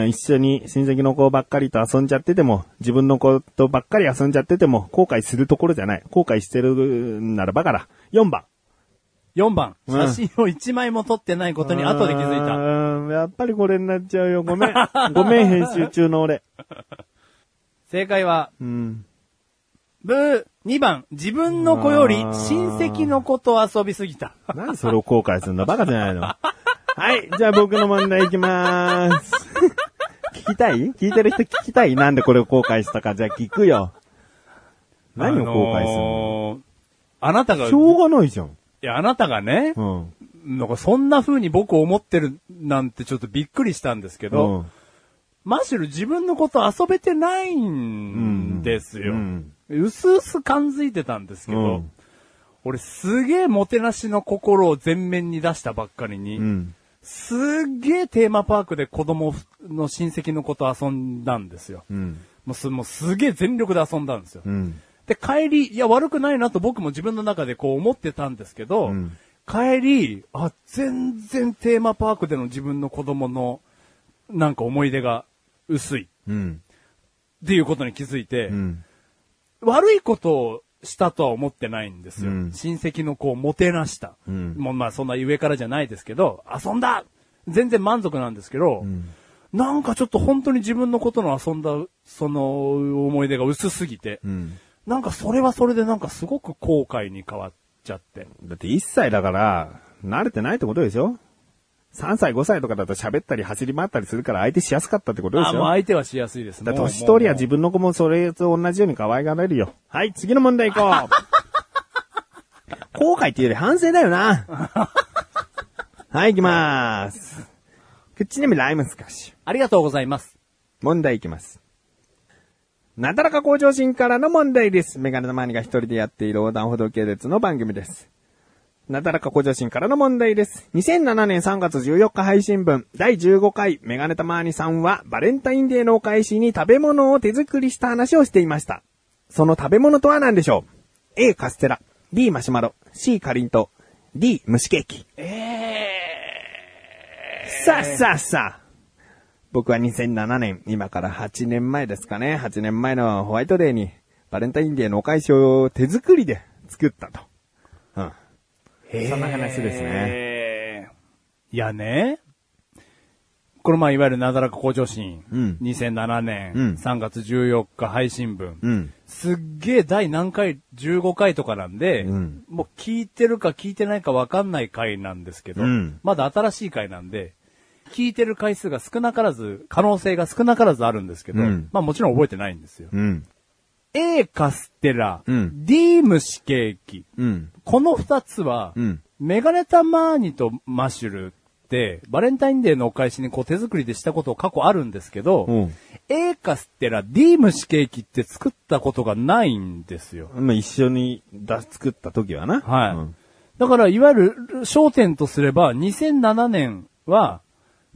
一緒に親戚の子ばっかりと遊んじゃってても、自分の子とばっかり遊んじゃってても、後悔するところじゃない。後悔してるならばから。4番。 4番、うん写真を1枚も撮ってないことに後で気づいた。うん、やっぱりこれになっちゃうよ。ごめん。ごめん、編集中の俺。正解は、うん。ブー、2番、自分の子より親戚の子と遊びすぎた。なんでそれを後悔するんだバカじゃないの。はい、じゃあ僕の問題いきまーす。 聞きたい聞いてる人聞きたいなんでこれを後悔したか。じゃあ聞くよ。何を後悔するの、あのーあなたが、しょうがないじゃん。いや、あなたがね、うん。なんかそんな風に僕を思ってるなんてちょっとびっくりしたんですけうど、ん。マシュル自分のこと遊べてないんですよ。うんうすうす感づいてたんですけど、うん俺すげえもてなしの心を前面に出したばっかりに、うん。すっげえテーマパークで子供の親戚の子と遊んだんですよ。うん。もうすもうすげえ全力で遊んだんですよ。うん。で、帰り、いや、悪くないなと僕も自分の中でこう思ってたんですけど、うん帰り、あ、全然テーマパークでの自分の子供の、なんか思い出が薄いっうん。ていうことに気づいて、うん。悪いことをしたとは思ってないんですよ。うん親戚の子をもてなした。うんもうまあそんな上からじゃないですけど、遊んだ全然満足なんですけど、んなんかちょっと本当に自分のことの遊んだ、その思い出が薄すぎて、うん。なんかそれはそれでなんかすごく後悔に変わっちゃって。だって1歳だから、慣れてないってことでしょ ?3 歳、5歳とかだと喋ったり走り回ったりするから相手しやすかったってことでしあ、ょもう相手はしやすいです。だもう年取りはもう自分の子もそれと同じように可愛がられるよ。はい、次の問題行こう。 後悔っていうより反省だよ な。はい、行きまーす。くっちねみライムスカッシュ。ありがとうございます。問題いきます。なだらか向上心からの問題です。メガネのマニが一人でやっている横断歩道系列の番組です。なだらか向上心からの問題です。2007年3月14日配信分、第15回メガネたまーにさんは、バレンタインデーのお返しに食べ物を手作りした話をしていました。その食べ物とは何でしょう ?A カステラ、B マシュマロ、C かりんとう、D 蒸しケーキ。ええさあさあさあ。僕は2007年、今から8年前ですかね。8年前のホワイトデーに、バレンタインデーのお返しを手作りで作ったと。うん。そんな話ですね。ね。いやね、この前いわゆるなだらか向上心、うん2007う年ん3月14日配信分、うん。すっげえ第何回、15回とかなんで、うんもう聞いてるか聞いてないかわかんない回なんですけど、うんまだ新しい回なんで、聞いてる回数が少なからず、可能性が少なからずあるんですけど、うんまあもちろん覚えてないんですよ。うん。 A カステラ、うん D 蒸しケーキ、うん。この二つは、うんメガネタマーニとマッシュルって、バレンタインデーのお返しにこう手作りでしたことを過去あるんですけど、うん A カステラ D 蒸しケーキって作ったことがないんですよ。まあ、一緒にだ作った時はな。はい。うんだから、いわゆる、焦点とすれば、2007年は、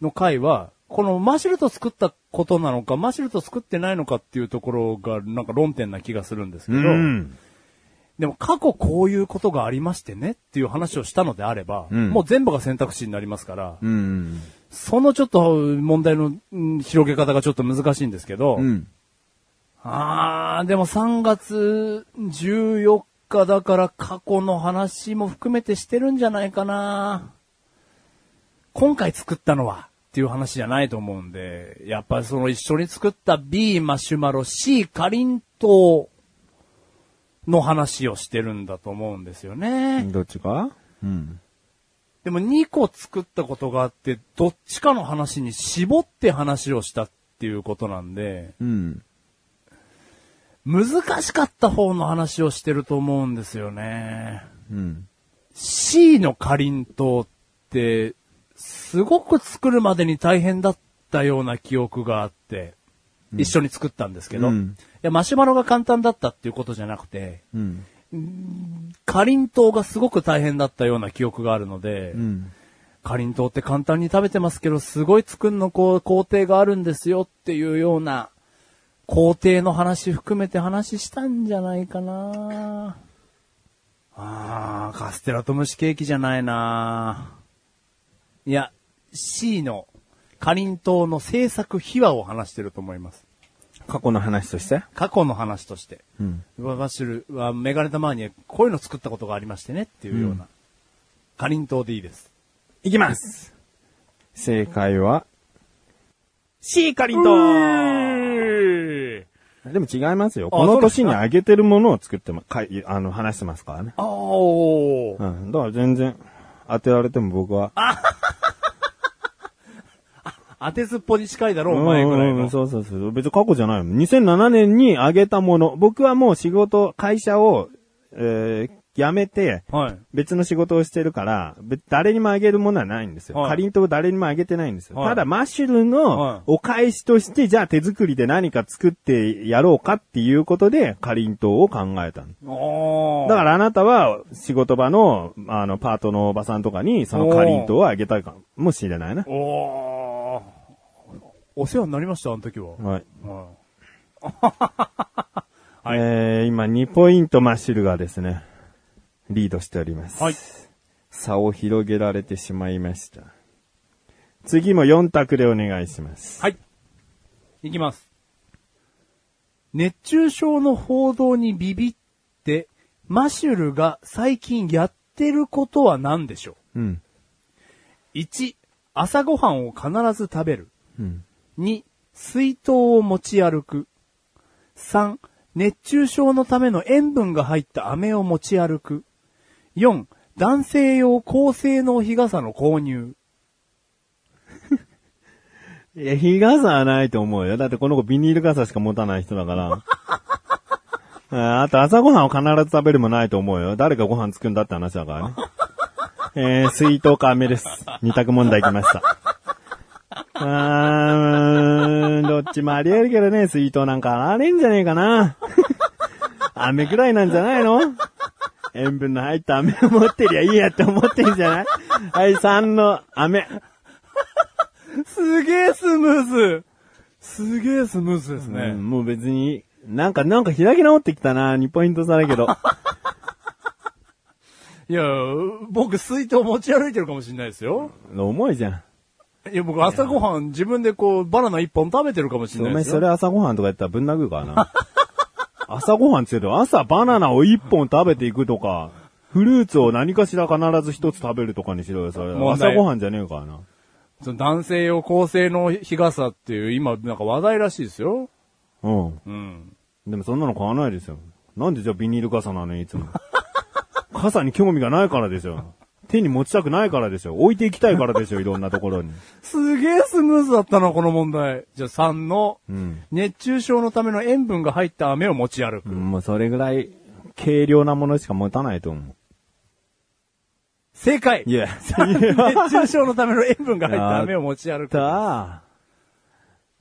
の回は、このマシュルト作ったことなのか、マシュルト作ってないのかっていうところが、なんか論点な気がするんですけど、うん。でも過去こういうことがありましてねっていう話をしたのであれば、んもう全部が選択肢になりますから、うん。そのちょっと問題のうん広げ方がちょっと難しいんですけど、うん。あー、でも3月14日だから過去の話も含めてしてるんじゃないかな今回作ったのはっていう話じゃないと思うんで、やっぱりその一緒に作った B マシュマロ C かりんとうの話をしてるんだと思うんですよね。どっちかうん。でも2個作ったことがあって、どっちかの話に絞って話をしたっていうことなんで、うん。難しかった方の話をしてると思うんですよね。うん。 C のかりんとうって、すごく作るまでに大変だったような記憶があって、一緒に作ったんですけど、うんいや、マシュマロが簡単だったっていうことじゃなくて、うん。かりんとうがすごく大変だったような記憶があるので、うん。かりんとうって簡単に食べてますけど、すごい作るのこう工程があるんですよっていうような、工程の話含めて話したんじゃないかなあー、カステラと蒸しケーキじゃないないや、C の、かりんとうの制作秘話を話してると思います。過去の話として過去の話として。うん。上バシルはメガネたまにこういうの作ったことがありましてねっていうような。かりんとうでいいです。いきます正解は、C かりんとうでも違いますよ。あこのそうですか年にあげてるものを作っても、かいあの、話してますからね。あおーうん。だから全然、当てられても僕は。あ、当てずっぽに近いだろ、お前ぐらいの。そうそうそう。別に過去じゃないもん。2007年にあげたもの。僕はもう仕事、会社を、えー、辞めて、はい。別の仕事をしてるから、べ誰にもあげるものはないんですよ。はいかりんとう誰にもあげてないんですよ。はいただ、マッシュルはいのお返しとして、じゃあ手作りで何か作ってやろうかっていうことで、かりんとうを考えたのおーだからあなたは仕事場の、あの、パートのおばさんとかに、そのかりんとうをあげたいかもしれないな。おーお世話になりました、あの時は。はい。は えー、今2ポイントマッシュルがですね、リードしております。い。はい。差を広げられてしまいました。次も4択でお願いします。はい。いきます。熱中症の報道にビビって、マシュルが最近やってることは何でしょうん。う ?1、朝ごはんを必ず食べる。うん。 2、水筒を持ち歩く。3、熱中症のための塩分が入った飴を持ち歩く。4、男性用高性能日傘の購入。いや、日傘はないと思うよ。だってこの子ビニール傘しか持たない人だから。あーあと朝ごはんを必ず食べるもないと思うよ。誰がご飯作るんだって話だからね。えー、水筒か飴です。二択問題来ました。うーん、どっちもあり得るけどね、水筒なんかあれんじゃねえかな。飴くらいなんじゃないの塩分の入った飴を持ってりゃいいやって思ってんじゃないはい、3の飴。すげえスムーズすげえスムーズでう。すんもう別に、なんか、なんか開き直ってきたな、2ポイント差だけ ど。いや、僕水筒持ち歩いてるかもしれないですよ。重いじゃん。いや、僕朝ごはん自分でこうバナナ一本食べてるかもおしれない前ですよ。それ朝ごはんとかやったらぶん殴るからな。 朝ごはんつうと、朝バナナを1本食べていくとか、フルーツを何かしら必ず1つ食べるとかにしろよ、それ。問朝題ごはんじゃねえからな。その男性用高性能日傘っていう今なんか話題らしいですよ。うん。うん。でもそんなの買わないですよ。なんでじゃあビニール傘なのにいつ も。傘に興味がないからでしょ。手に持ちたくないからでしょ。置いていきたいからでしょ、いろんなところ に。すげえスムーズだったな、この問題。じゃあ3の、うん熱中症のための塩分が入った飴を持ち歩く。もうそれぐらい軽量なものしか持たないと思う。正解いや熱中症のための塩分が入ったやっ飴を持ち歩く。だ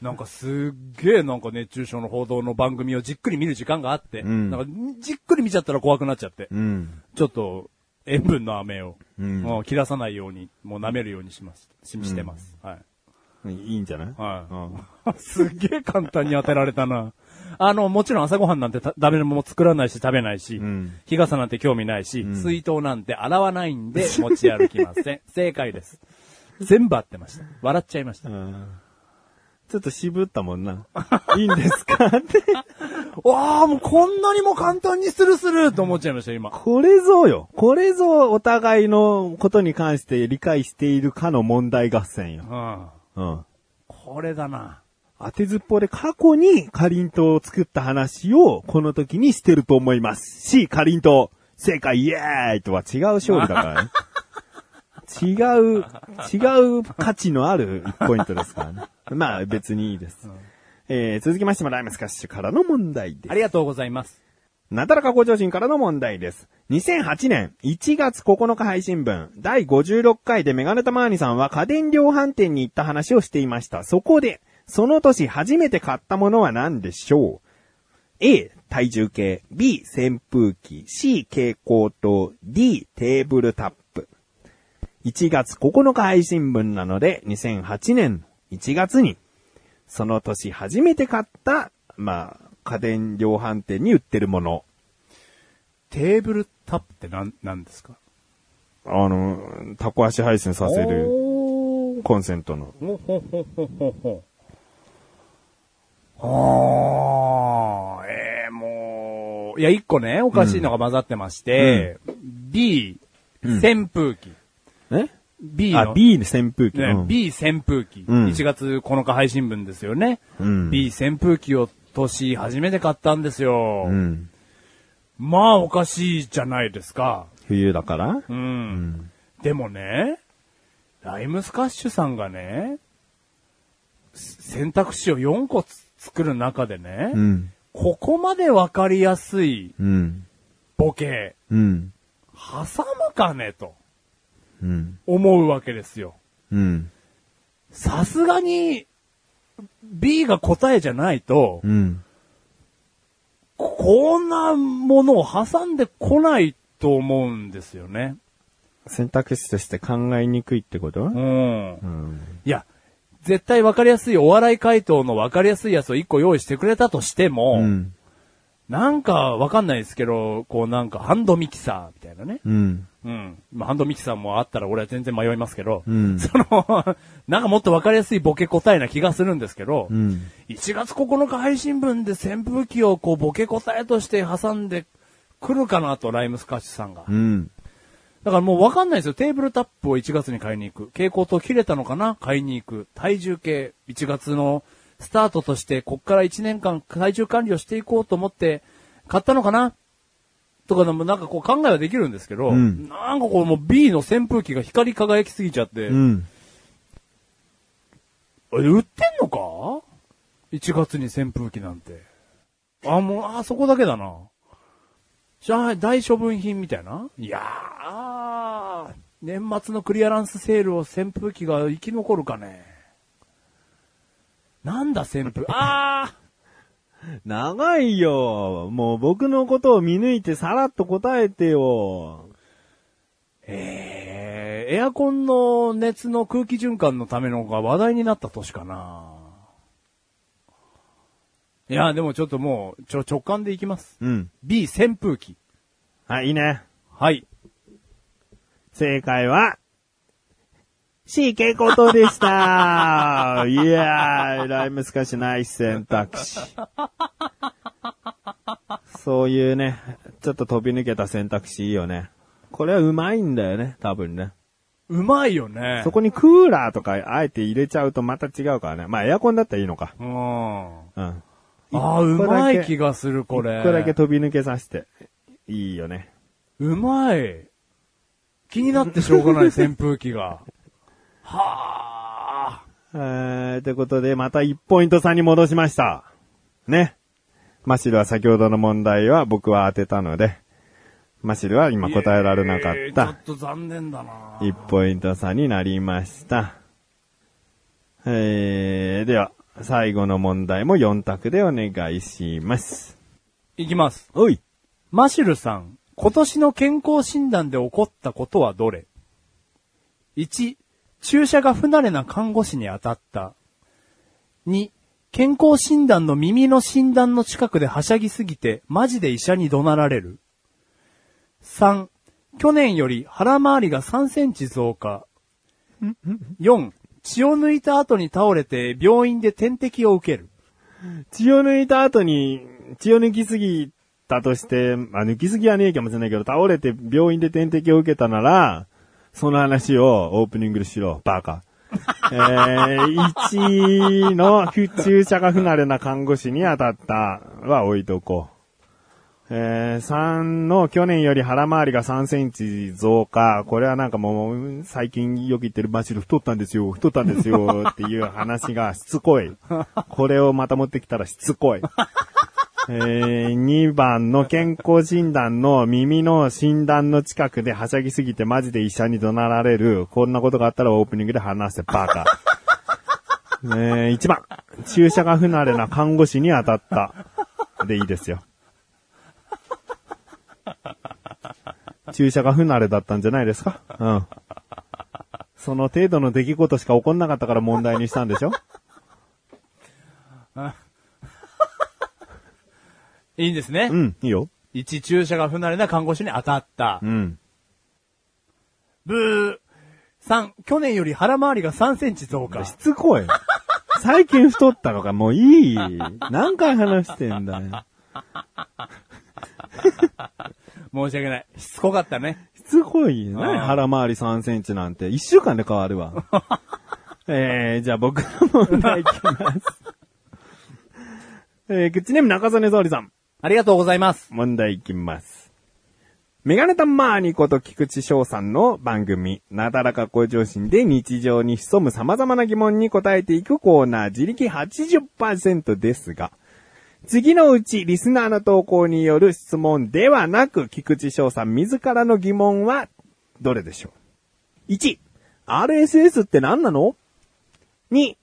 なんかすっげえなんか熱中症の報道の番組をじっくり見る時間があって、んなんかじっくり見ちゃったら怖くなっちゃって、うん。ちょっと塩分の飴を、うんもう切らさないように、もう舐めるようにします。ししてます。はい。いいんじゃないは すっげえ簡単に当てられたな。あの、もちろん朝ごはんなんてた誰も作らないし食べないし、ん日傘なんて興味ないし、水筒なんて洗わないんで持ち歩きません。 正解です。全部合ってました。笑っちゃいました。うんうん。ちょっと渋ったもん な。いいんですかって。わあ、もうこんなにも簡単にスルスルと思っちゃいました、今。これぞよ。これぞお互いのことに関して理解しているかの問題合戦よ。うん。うん。これだな。当てずっぽうで過去にかりんとうを作った話をこの時にしてると思いますし、かりんとう、正解イエーイとは違う勝利だからね。違う、違う価値のある1ポイントですからね。まあ別にいいです。えー、続きましてもライムスカッシュからの問題ですあ。りがとうございます。なだらかご上心からの問題です。2008年1月9日配信分、第56回でメガネタマーニさんは家電量販店に行った話をしていました。そこで、その年初めて買ったものは何でしょう ?A、体重計、B、扇風機、C、蛍光灯、D、テーブルタップ。1月9日配信分なので、2008年1月にその年初めて買った、まあ、家電量販店に売ってるもの。テーブルタップってなん、なんですかあの、タコ足配線させるおーコンセントの。ほほほほほほ。あー、えー、もう、いや、一個ね、おかしいのが混ざってまして、B、扇風機。え B あの、、 B の扇風機。ねうん B 扇風機、うん1月9日配信分ですよね。うん B 扇風機を年初めて買ったんですよ。うん。まあおかしいじゃないですか。冬だからうん。でもね、ライムスカッシュさんがね、す選択肢を4個つ作る中でね、うん。ここまでわかりやすいうん。ボケ、うん。挟むかねとうん。思うわけですよ。うん。さすがに、B が答えじゃないと、うん。こんなものを挟んでこないと思うんですよね。選択肢として考えにくいってことうん。うん。いや、絶対分かりやすいお笑い回答の分かりやすいやつを一個用意してくれたとしても、うん。なんか分かんないですけど、こうなんかハンドミキサーみたいなね。うん。うん。まあハンドミキサーもあったら俺は全然迷いますけど、んその、 なんかもっと分かりやすいボケ答えな気がするんですけど、うん。 1月9日配信分で扇風機をこうボケ答えとして挟んでくるかなと、ライムスカッシュさんが。うん。だからもうわかんないですよ。テーブルタップを1月に買いに行く。蛍光灯切れたのかな買いに行く。体重計、1月のスタートとして、こっから1年間体重管理をしていこうと思って、買ったのかなとかでもなんかこう考えはできるんですけど、うんなんかこうもう B の扇風機が光り輝きすぎちゃって、うん。え売ってんのか ?1 月に扇風機なんて。あ、もう、あ、そこだけだな。じゃあ、大処分品みたいないやー、年末のクリアランスセールを扇風機が生き残るかね。なんだ扇風、あ長いよ。もう僕のことを見抜いてさらっと答えてよ。ーえー、エアコンの熱の空気循環のためのが話題になった年かな。いやー、でもちょっともう、ちょ、直感でいきます。うん。 B、扇風機。あ、いいね。はい。正解は、C、蛍光灯で した。いやー、ライムスカッシュナイス選択肢。そういうね、ちょっと飛び抜けた選択肢いいよね。これはうまいんだよね、多分ね。うまいよね。そこにクーラーとかあえて入れちゃうとまた違うからね。まあエアコンだったらいいのか。うん。あうん。あ、う個だけまい気がする、これ。一個だけ飛び抜けさせて。いいよね。うまい。気になってしょうがない、扇風機が。はあ。えー、ということで、また1ポイント差に戻しました。ね。マシルは先ほどの問題は僕は当てたので、マシルは今答えられなかっえーちょたっ。と残念だな1ポイント差になりました。えー、では、最後の問題も4択でお願いします。いきます。おい。マシュルさん、今年の健康診断で起こったことはどれ ?1、注射が不慣れな看護師に当たった。2、健康診断の耳の診断の近くではしゃぎすぎて、マジで医者に怒鳴られる。3、去年より腹回りが3センチ増加。4、血を抜いた後に倒れて病院で点滴を受ける。血を抜いた後に、血を抜きすぎたとして、まあ、抜きすぎはねえかもしれないけど、倒れて病院で点滴を受けたなら、その話をオープニングでしろ、バカ。えー、1の注射が不慣れな看護師に当たったは置いとこう。えー、3の去年より腹回りが3センチ増加。これはなんかもう、最近よく言ってるマシル太ったんですよ、太ったんですよっていう話がしつこい。これをまた持ってきたらしつこい。えー、2番の健康診断の耳の診断の近くではしゃぎすぎてマジで医者に怒鳴られる。こんなことがあったらオープニングで話せ、バカ。えー、1番、注射が不慣れな看護師に当たった。でいいですよ。 注射が不慣れだったんじゃないですかうん。その程度の出来事しか起こんなかったから問題にしたんで しょいいんですね。うん、いいよ。 1、注射が不慣れな看護師に当たったう。ん。ブー。3、去年より腹回りが3センチ増加。しつこい。最近太ったのか、もういい。何回話してんだよ。申し訳ない。しつこかったね。しつこいよ。何腹回り3センチなんて。一週間で変わる わ。えー、じゃあ僕の問題いき ます。えー、口ネーム中曽根総理さん。ありがとうございます。問題いきます。メガネタマーニこと菊池翔さんの番組、なだらか向上心で日常に潜む様々な疑問に答えていくコーナー、自力80%ですが、次のうちリスナーの投稿による質問ではなく、菊池翔さん自らの疑問はどれでしょう ?1、RSS って何なの ?2、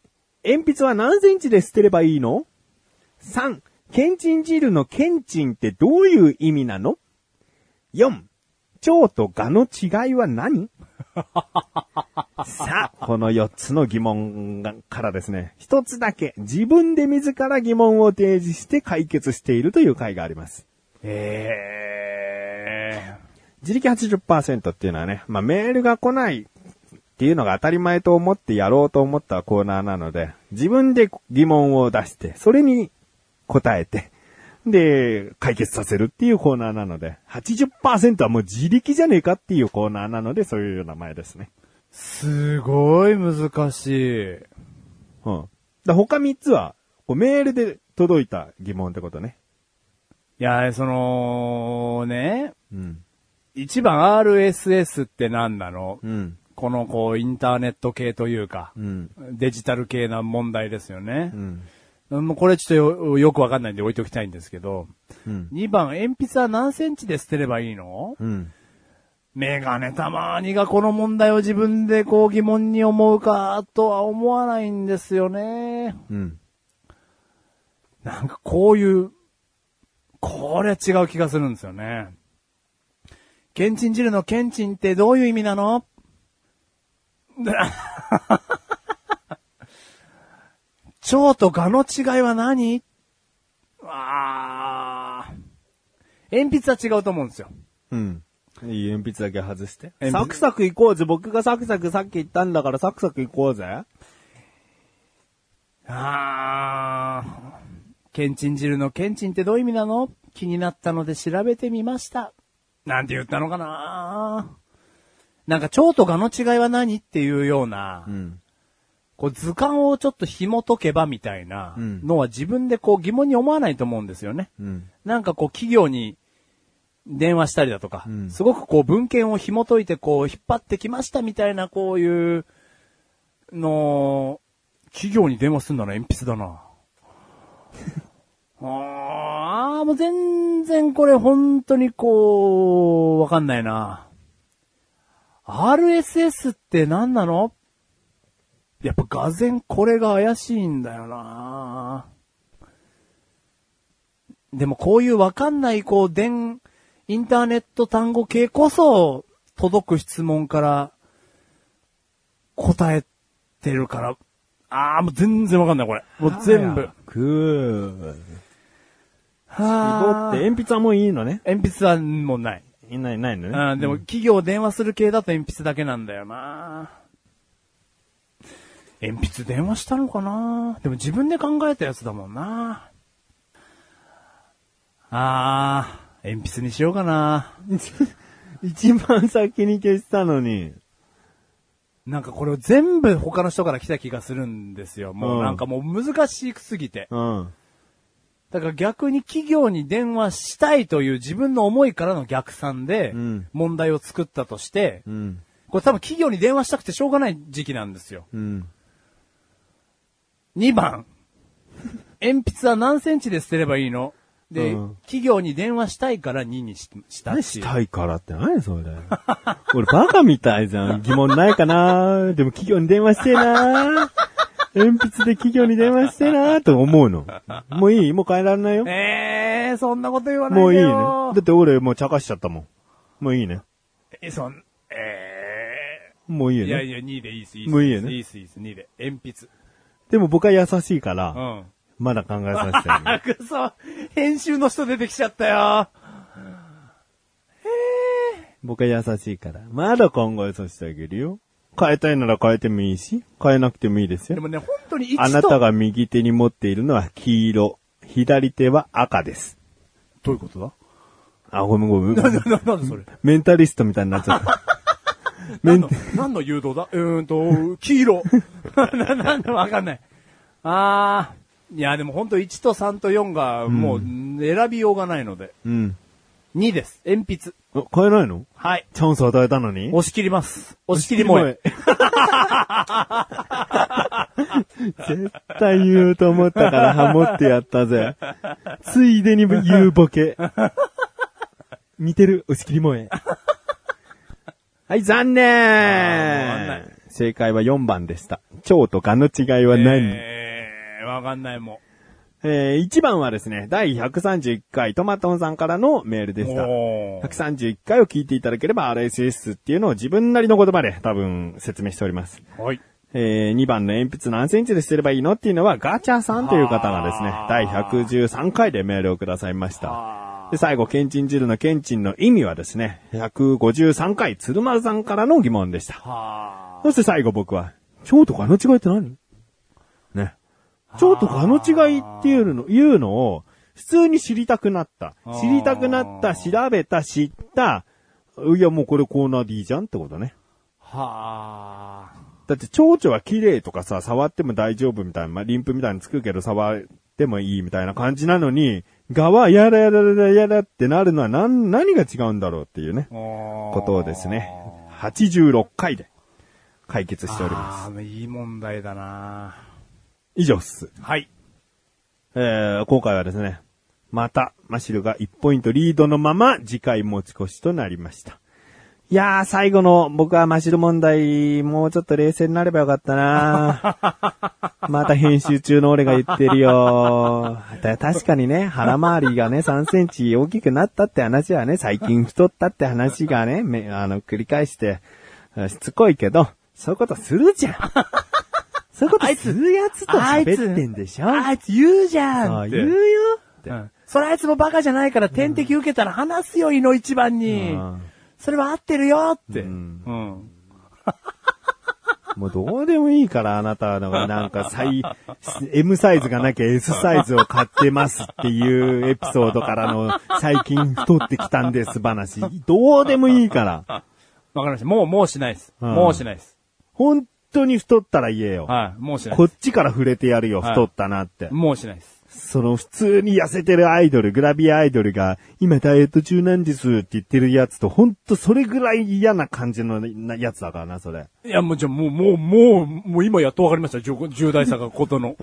鉛筆は何センチで捨てればいいの3、ケンチン汁のケンチンってどういう意味なの ?4、蝶と蛾の違いは何さあ、この4つの疑問がからですね、1つだけ自分で自ら疑問を提示して解決しているという回があります。え自力80%っていうのはね、まあ、メールが来ないっていうのが当たり前と思ってやろうと思ったコーナーなので、自分で疑問を出して、それに答えて、で、解決させるっていうコーナーなので、80%はもう自力じゃねえかっていうコーナーなので、そういう名前ですね。すごい難しい。うん。だ他3つは、こうメールで届いた疑問ってことね。いや、その、ね、うん。 1番 RSS って何なの、うん。この、こう、インターネット系というか、うん。デジタル系な問題ですよねう。ん。もうこれちょっとよよくわかんないんで置いておきたいんですけど、うん。 2番、鉛筆は何センチで捨てればいいのうん。メガネたまーにがこの問題を自分でこう疑問に思うかとは思わないんですよね。うん。なんかこういう、これは違う気がするんですよね。けんちん汁のけんちんってどういう意味なの な蝶と蛾の違いは何あー。鉛筆は違うと思うんですよ。うん。いい鉛筆だけ外して。鉛筆サクサク行こうぜ。僕がサクサクさっき言ったんだからサクサク行こうぜ。あー。けんちん汁のけんちんってどういう意味なの気になったので調べてみました。なんて言ったのかななんか蝶と蛾の違いは何っていうような、ん。こう図鑑をちょっと紐解けばみたいなうんのは自分でこう疑問に思わないと思うんですよね。うん。なんかこう企業に電話したりだとか、うんすごくこう文献を紐解いてこう引っ張ってきましたみたいなこういうの、企業に 電話すんなら鉛筆だな。ああ、もう全然これ本当にこう、わかんないな。RSS って何なのやっぱ画然これが怪しいんだよな。でもこういうわかんないこう、電、インターネット単語系こそ、届く質問から、答えてるから、ああ、もう全然わかんないこれ。もう全部。。くー。はって、鉛筆はもういいのね。鉛筆はもうない。いない、ないのね。うん、でも企業電話する系だと鉛筆だけなんだよな鉛筆電話したのかなでも自分で考えたやつだもんなあー、鉛筆にしようかな 一番先に消したのに。なんかこれを全部他の人から来た気がするんですよ。もうなんかもう難しすぎて。うん。だから逆に企業に電話したいという自分の思いからの逆算でうん、問題を作ったとして、うん。これ多分企業に電話したくてしょうがない時期なんですよ。うん。 2番。鉛筆は何センチで捨てればいいので、うん企業に電話したいから2にししたっ何ていうしたいからって何それ。 俺バカみたいじゃん。疑問ないかなでも企業に電話してえ な鉛筆で企業に電話してえなと思うの。もういいもう変えられないよ。えー、そんなこと言わないでよ。もういいね。だって俺もう茶化しちゃったもん。もういいね。え、そん、えもういいー、よいやいね。や、2でいいっす、いいっす。もういいよねいいっす、いいっす、2で。鉛筆。でも僕は優しいかうら、ん。まだ考えさせてあげる あ、くそ、編集の人出てきちゃったよ。僕は優しいから。まだ考えさせてあげるよ。変えたいなら変えてもいいし、変えなくてもいいですでよ。もね、本当に一度あなたが右手に持っているのは黄色、左手は赤です。どういうことだあ、ごめんごめん。 な、な、なんでそれメンタリストみたいになっちゃ った。メ何ンの、何の誘導だうーんと、黄色。 な、なんだ、わかんない。あー。いや、でも本当1と3と4がもう選びようがないので。うん。 2です。鉛筆。あ変えないのはい。チャンス与えたのに押し切ります。押し切り萌え。絶対言うと思ったからハモってやったぜ。ついでに言うボケ。似てる、押し切り萌え。はい、残あーもうわかんな念正解は4番でした。蝶と蚊の違いは何、えー、わかんないもえー、?1 番はですね、第131回トマトンさんからのメールん。でした。おー131回を聞いていただければ RSS っていうのを自分なりの言葉で多分説明しております。はい。えー、2番の鉛筆何センチで捨てればいいのっていうのはガチャさんという方がですねあ、ー第113回でメールをくださいました。あで、最後、ケンチン汁のケンチンの意味はですね、153回鶴丸さんからの疑問でした。ー。はそして最後僕は、蝶と蚊の違いって何ね。蝶と蚊の違いっていうの、いうのを、普通に知りたくなった。ー知りたくなった、調べた、知った。いや、もうこれコーナーでいいじゃんってことね。ー。はだって蝶々は綺麗とかさ、触っても大丈夫みたいな、まあ、リンプみたいにつくけど触ってもいいみたいな感じなのに、蛾はやらやらやらやらってなるのは何、何が違うんだろうっていうねー。、おーことをですね、86回で解決しております。あー、いい問題だな以上っす。はい。えー、今回はですね、また、マシルが1ポイントリードのまま、次回持ち越しとなりました。いやー、最後の僕はマシル問題、もうちょっと冷静になればよかったな また編集中の俺が言ってるよた確かにね、腹周りがね、3センチ大きくなったって話はね、最近太ったって話がね、めあの、繰り返して、あしつこいけど、そういうことする じゃん。そういうことするやつと喋ってんでしょあいつ言うじゃんああ、って言うよって。うんそれあいつもバカじゃないから点滴受けたら話すよ、いの一番にうん。それは合ってるよって。うんうんもうどうでもいいから、あなたは、なんか、サイ、M サイズがなきゃ S サイズを買ってますっていうエピソードからの、最近太ってきたんです話。どうでもいいから。わかりました。もう、もうしないです。うんもうしないです。本当に太ったら言えよ。はい、もうしないこでっちから触れてやるよ、はい太ったなってす。。もうしないです。その普通に痩せてるアイドル、グラビアアイドルが、今ダイエット中なんですって言ってるやつと、ほんとそれぐらい嫌な感じのなやつだからな、それ。いや、もう、じゃあもう、もう、もう、もう今やっとわかりました。重重 大さがことの。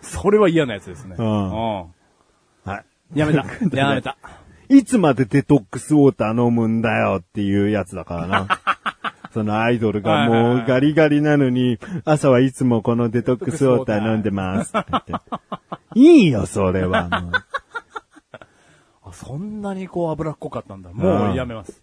それは嫌なやつですね。うんうんはい。や めた。やめた。いつまでデトックスウォーター飲むんだよっていうやつだから な。そのアイドルがはいはいもはういガリガリなのに、朝はいつもこのデトックスウォーター飲んでますって 言って。いいよ、それは。もうあそんなにこう脂っこかったんだ。もうやめます。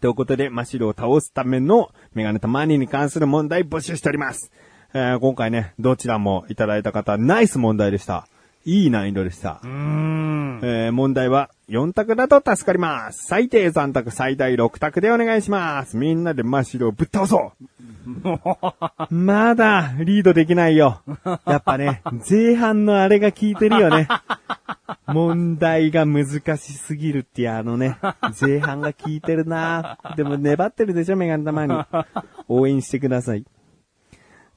ということで、マシルを倒すためのメガネたまにに関する問題募集しております。えー今回ね、どちらもいただいた方、ナイス問題でした。いい難易度でした。うーん。えー問題は4択だと助かります。最低3択、最大6択でお願いします。みんなでマシルをぶっ倒そう まだリードできないよ。やっぱね、前半のあれが効いてるよね。問題が難しすぎるっていうあのね、前半が効いてるなでも粘ってるでしょ、メガネ玉に。応援してください。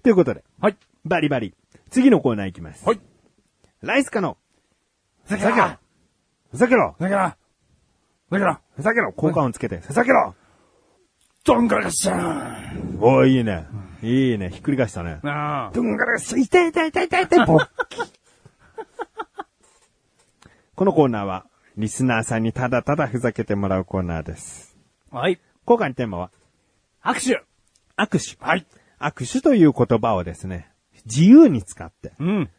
ということで、はい。バリバリ。次のコーナーいきます。はい。ライスカの、ふざけふざけろふざけろだから、だから、ふざけろ効果音つけて、ふざけろどんがらがしゃーんおーいいね。いいね。ひっくり返したね。なあ。どんがらし、痛い痛い痛い痛い痛い、ぼっき。このコーナーは、リスナーさんにただただふざけてもらうコーナーです。はい。今回のテーマは、拍手握手。はい。握手という言葉をですね、自由に使って、うん。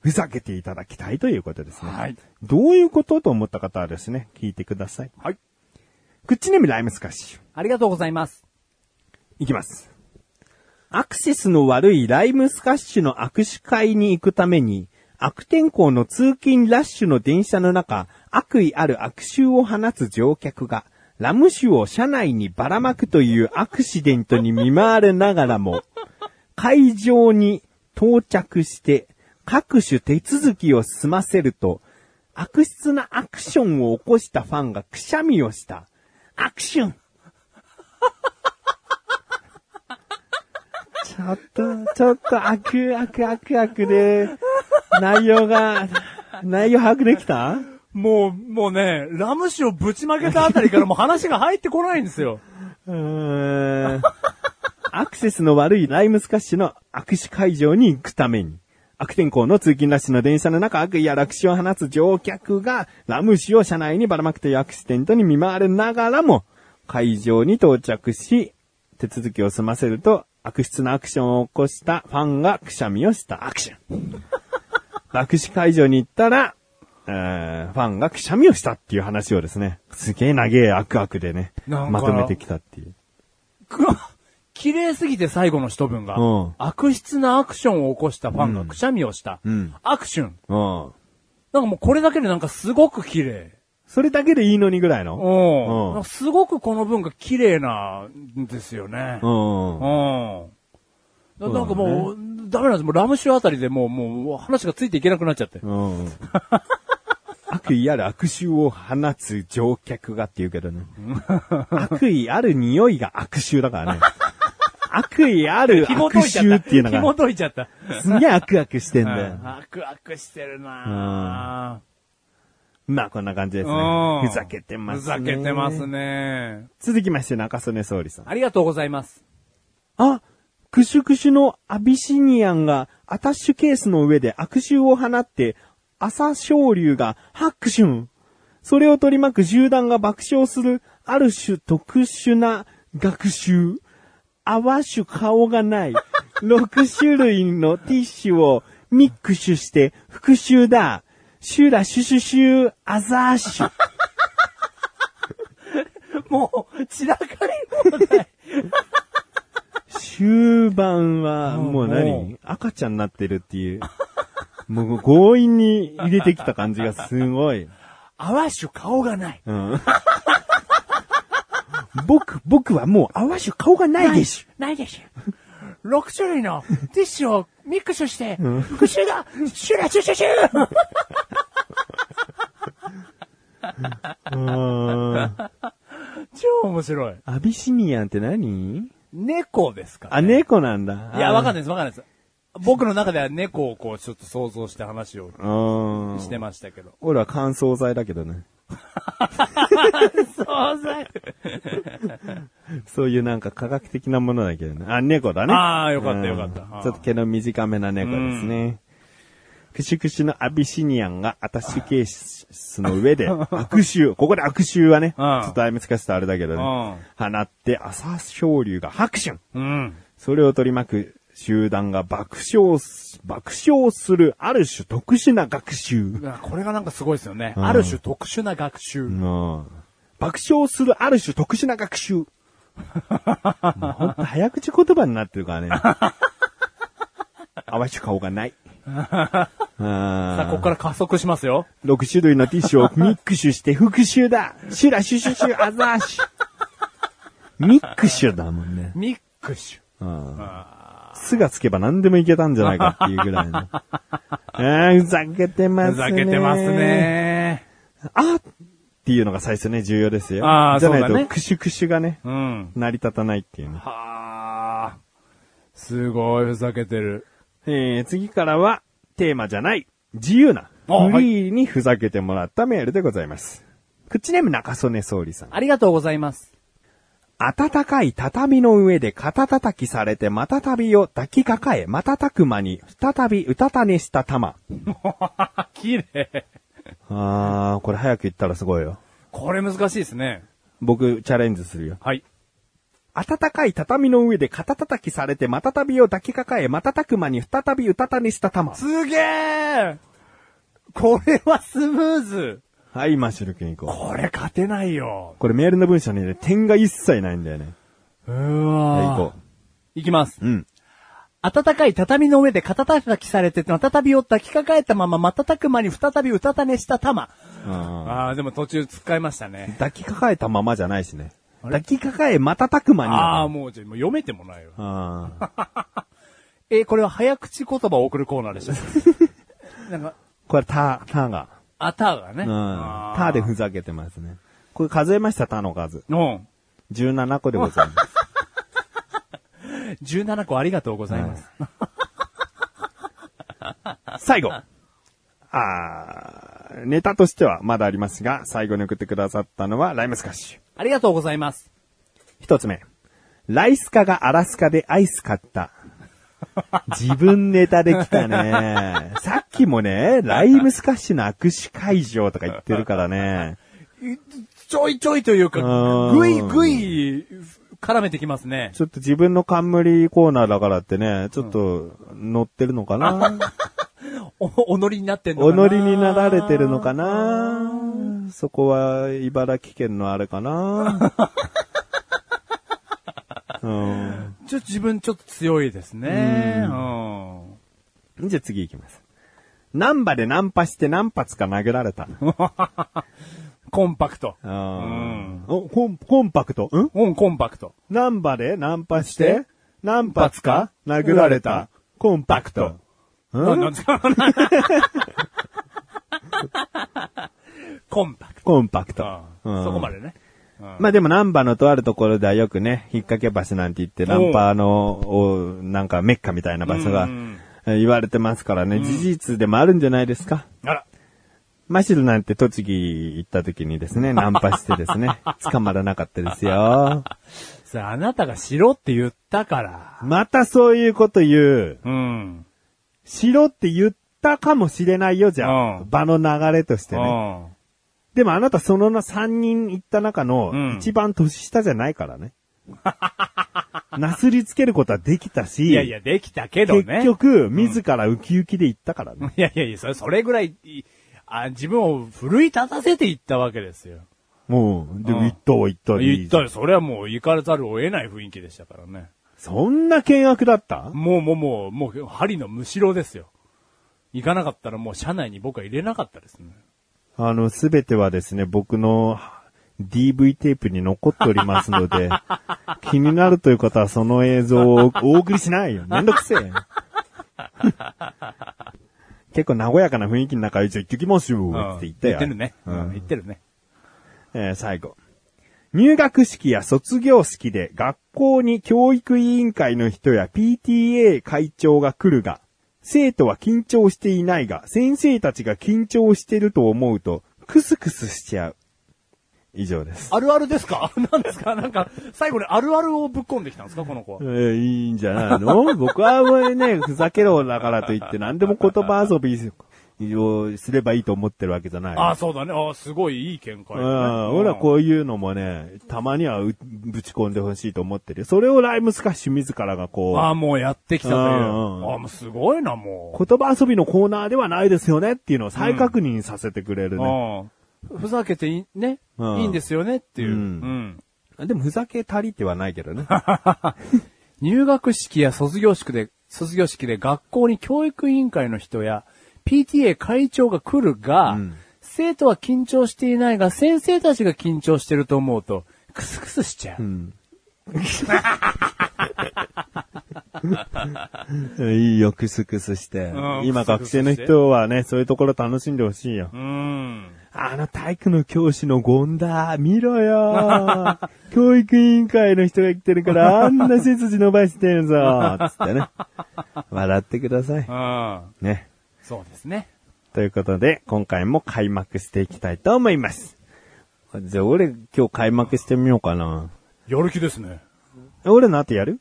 ふざけていただきたいということですね。はい。どういうことと思った方はですね、聞いてください。はい。口にみライムスカッシュ。ありがとうございます。いきます。アクセスの悪いライムスカッシュの握手会に行くために、悪天候の通勤ラッシュの電車の中、悪意ある悪臭を放つ乗客が、ラム酒を車内にばらまくというアクシデントに見舞われながらも、会場に到着して、各種手続きを済ませると、悪質なアクションを起こしたファンがくしゃみをした。アクションちょっと、ちょっと、悪悪悪悪で、内容が、内容把握できたもう、もうね、ラム酒をぶちまけたあたりからもう話が入ってこないんですよ。 うーん。アクセスの悪いライムスカッシュの握手会場に行くために、悪天候の通勤ラッシュの電車の中、悪意や落手を放つ乗客が、ラム酒を車内にばらまくというアクシデントに見舞われながらも、会場に到着し、手続きを済ませると、悪質なアクションを起こしたファンがくしゃみをしたアクション。握手会場に行ったら、えーファンがくしゃみをしたっていう話をですね、すげえ長え悪悪でね、なんかまとめてきたっていう。くわ綺麗すぎて最後の一文が、うん悪質なアクションを起こしたファンがくしゃみをした。うんアクション。うん。なんかもうこれだけでなんかすごく綺麗。それだけでいいのにぐらいのうん。うんなんかすごくこの文が綺麗なんですよね。んうん。うん。なんかもう、ダメなんです。もうラム酒あたりでもう、もう話がついていけなくなっち ゃって。うん。悪意ある悪臭を放つ乗客がって言うけどね。悪意ある匂いが悪臭だ からね。悪意ある紐悪解いちゃ臭っ。ったていうの 紐が、解いち ゃった。すげえ悪々してんだよ。あくあくしてるなまあこんな感じですねうん。ふざけてぁますね。ふざけてます。ね。続きまして中曽根総理さん。ありがとうございます。あ、クシュクシュのアビシニアンがアタッシュケースの上で悪臭を放って、朝昇竜がハックシュン。それを取り巻く銃弾が爆笑する、ある種特殊な学習。あわしゅ顔がない。6種類のティッシュをミックシュして復習だ。シュラシュシュシュアザーシュ。もう、散らかり放題。終盤は、もうも何赤ちゃんになってるっていう。 もう強引に入れてきた感じがすごい。あわしゅ顔がない。うん。僕、僕はもう、あわしゅ顔がないでしゅ。ないでしょ。6種類のティッシュをミックスして、復習だシュラシュシュシュうん。超面白い。アビシニアンって何猫ですかあ、猫なんだ。いや、わかんない。ないです、わかんないです。僕の中では猫をこう、ちょっと想像して話をうん。してましたけど。俺は乾燥剤だけどね。想像そういうなんか科学的なものだけどね。あ、猫だね。あーよかったよかったうんちょっと毛の短めな猫ですね。くしゅくしゅのアビシニアンがアタッシュケースの上で握手を、ここで握手はね、ちうょんっとあいみつかせたらあれだけどね、放って朝昇竜が拍手うん。それを取り巻く集団が爆笑す、爆笑するある種特殊な学習。うわこれがなんかすごいですよね。うんある種特殊な学習。うん爆笑するある種特殊な学習。もうほんと早口言葉になってるからね。合わせ顔がない。さあ、こあこから加速しますよ。 6種類のティッシュをミックスして復習だシュラシュシュシュアザーシュミックシュだもんね。ミックシうんュ。あ巣がつけば何でもいけたんじゃないかっていうぐらいの。あーふざけてーますね。ふざけてます。ね。あっていうのが最初ね、重要ですよ。あーじゃないそうだと、ねクシュクシュがね、うん。成り立たないっていうね。はあ。すごいふざけてる。えー、次からは、テーマじゃない、自由な、あはいフリーにふざけてもらったメールでございます。口ネーム中曽根総理さん。ありがとうございます。暖かい畳の上で肩叩きされて、またたびを抱きかかえ、瞬く間に、再びうたた寝した玉。綺麗。あー、これ早く言ったらすごいよ。これ難しいですね。僕、チャレンジするよ。はい。暖かい畳の上で肩叩きされて、またたびを抱きかかえ、瞬く間に再びうたた寝した玉。すげえこれはスムーズ。はい、マッシュル君行こう。これ勝てないよ。これメールの文章にね、点が一切ないんだよね。うはわい、行こいきます。う。うん。暖かい畳の上で肩叩きされて、たびを抱きかかえたまま瞬く間に再びうたた寝した玉。抱ああ、でも途中使いましたね。きかかえたままじゃないしね。あれ抱きかかえ瞬く間にああ、ももうじゃもう読めてもないよ。あーえーこれは早口言葉を送るコーナーでしたなんか、これ、た、たが。あたがね。うん。あーたでふざけてますね。これ数えました、たの数。うん。 17個でございます。 17個ありがとう ございます。 最後。あーネタとしてはまだありますが、最後に送ってくださったのはライムスカッシュ。ありがとうございます。一つ目。ライスカがアラスカでアイス買った。自分ネタできたね。さっきもね、ライムスカッシュの握手会場とか言ってるからね。ちょいちょいというかう、んぐいぐい絡めてきますね。ちょっと自分の冠コーナーだからってね、ちょっと乗ってるのかな。お、お乗りになってんのおかな乗りになられてるのかな。そこは茨城県のあれかな。うんちょ、自分ちょっと強いですね。うん。じゃあ次行きます。ナンバでナンパして何発か殴られた。コンパクト。あーお、コン、コンパクト。んうん、コンパクト。ナンバでナンパししてて、何発か殴られた。コンパクト。なんんなんですかコンパクコンパクト。ト。うんそこまでね。まあでもナンバのとあるところではよくね、引っ掛け橋なんて言って、ナンパの、おなんかメッカみたいな場所うがんえ言われてますからね、事実でもあるんじゃないですか。あら。マシルなんて栃木行った時に ですね、ナンパしてですね、捕まらなかったですよ。さあ、あなたがしろって言ったから。またそういうこと言う。うん。しろって言ったかもしれないよ、じゃあ。うん場の流れとしてうね。ん。でもあなたその3人行った中うんの一番年下じゃないからね。 なすりつけることはできたし、いやいや、できたけどね。結局、自らウキウキで行ったからね。いやいやいや、それ、それぐらい、いあ自分を奮い立たせていったわけですよ。もう、でうんも行ったわ行ったわでい言いっじたゃんら、それはもう行かざるを得ない雰囲気でしたからね。そんな険悪だったもうもうもう、もう、針のむしろですよ。行かなかったらもう車内に僕は入れなかったですね。あの、すべてはですね、僕の DV テープに残っておりますの で、気になるという方はその映像をお送りしないよ。めんどくせ え。結構和やかな雰囲気の中、一応行ってきますよ、うんって言ったよ。ってるね。ううんん、言ってるね。えー最後。入学式や卒業式で学校に教育委員会の人や PTA 会長が来るが、生徒は緊張していないが、先生たちが緊張してると思うと、クスクスしちゃう。以上です。あるあるですか なんですかなんか、最後にあるあるをぶっ込んできたんですかこの子はえ。ー いいんじゃないの僕はもうね、ふざけろだからと言って何でも言葉遊びをすればいいと思ってるわけじゃない。あ、そうだね。あ、すごいいい見解うだね。ん。俺はうこういうのもね、たまにはうぶち込んでほしいと思ってるよ。それをライムスカッシュ自らがこう、ん。あ、もうやってきたという。うんうんあ、もうすごいな、も言葉遊びのコーナーではないですよねっていうのを再確認させてくれるう。ね。うん。ふざけていい、ね、うんいいんですよねっていう。ううんん。でもふざけたりってはないけど ね。入学式や卒業式で、卒業式で学校に教育委員会の人や PTA 会長が来るが、うん生徒は緊張していないが、先生たちが緊張してると思うと、クスクスしちゃう。うん。いいよ、クスクスしてう。ん今クス学クスして生の人はね、そういうところ楽しんでほしいよ。うん。あの体育の教師の権田、見ろ よ教育委員会の人が来てるから、あんな背筋伸ばしてるぞつってね。笑ってください。うん。ね。そうですね。ということで、今回も開幕していきたいと思います。じゃあ、俺今日開幕してみようかな。やる気ですね。俺の後やる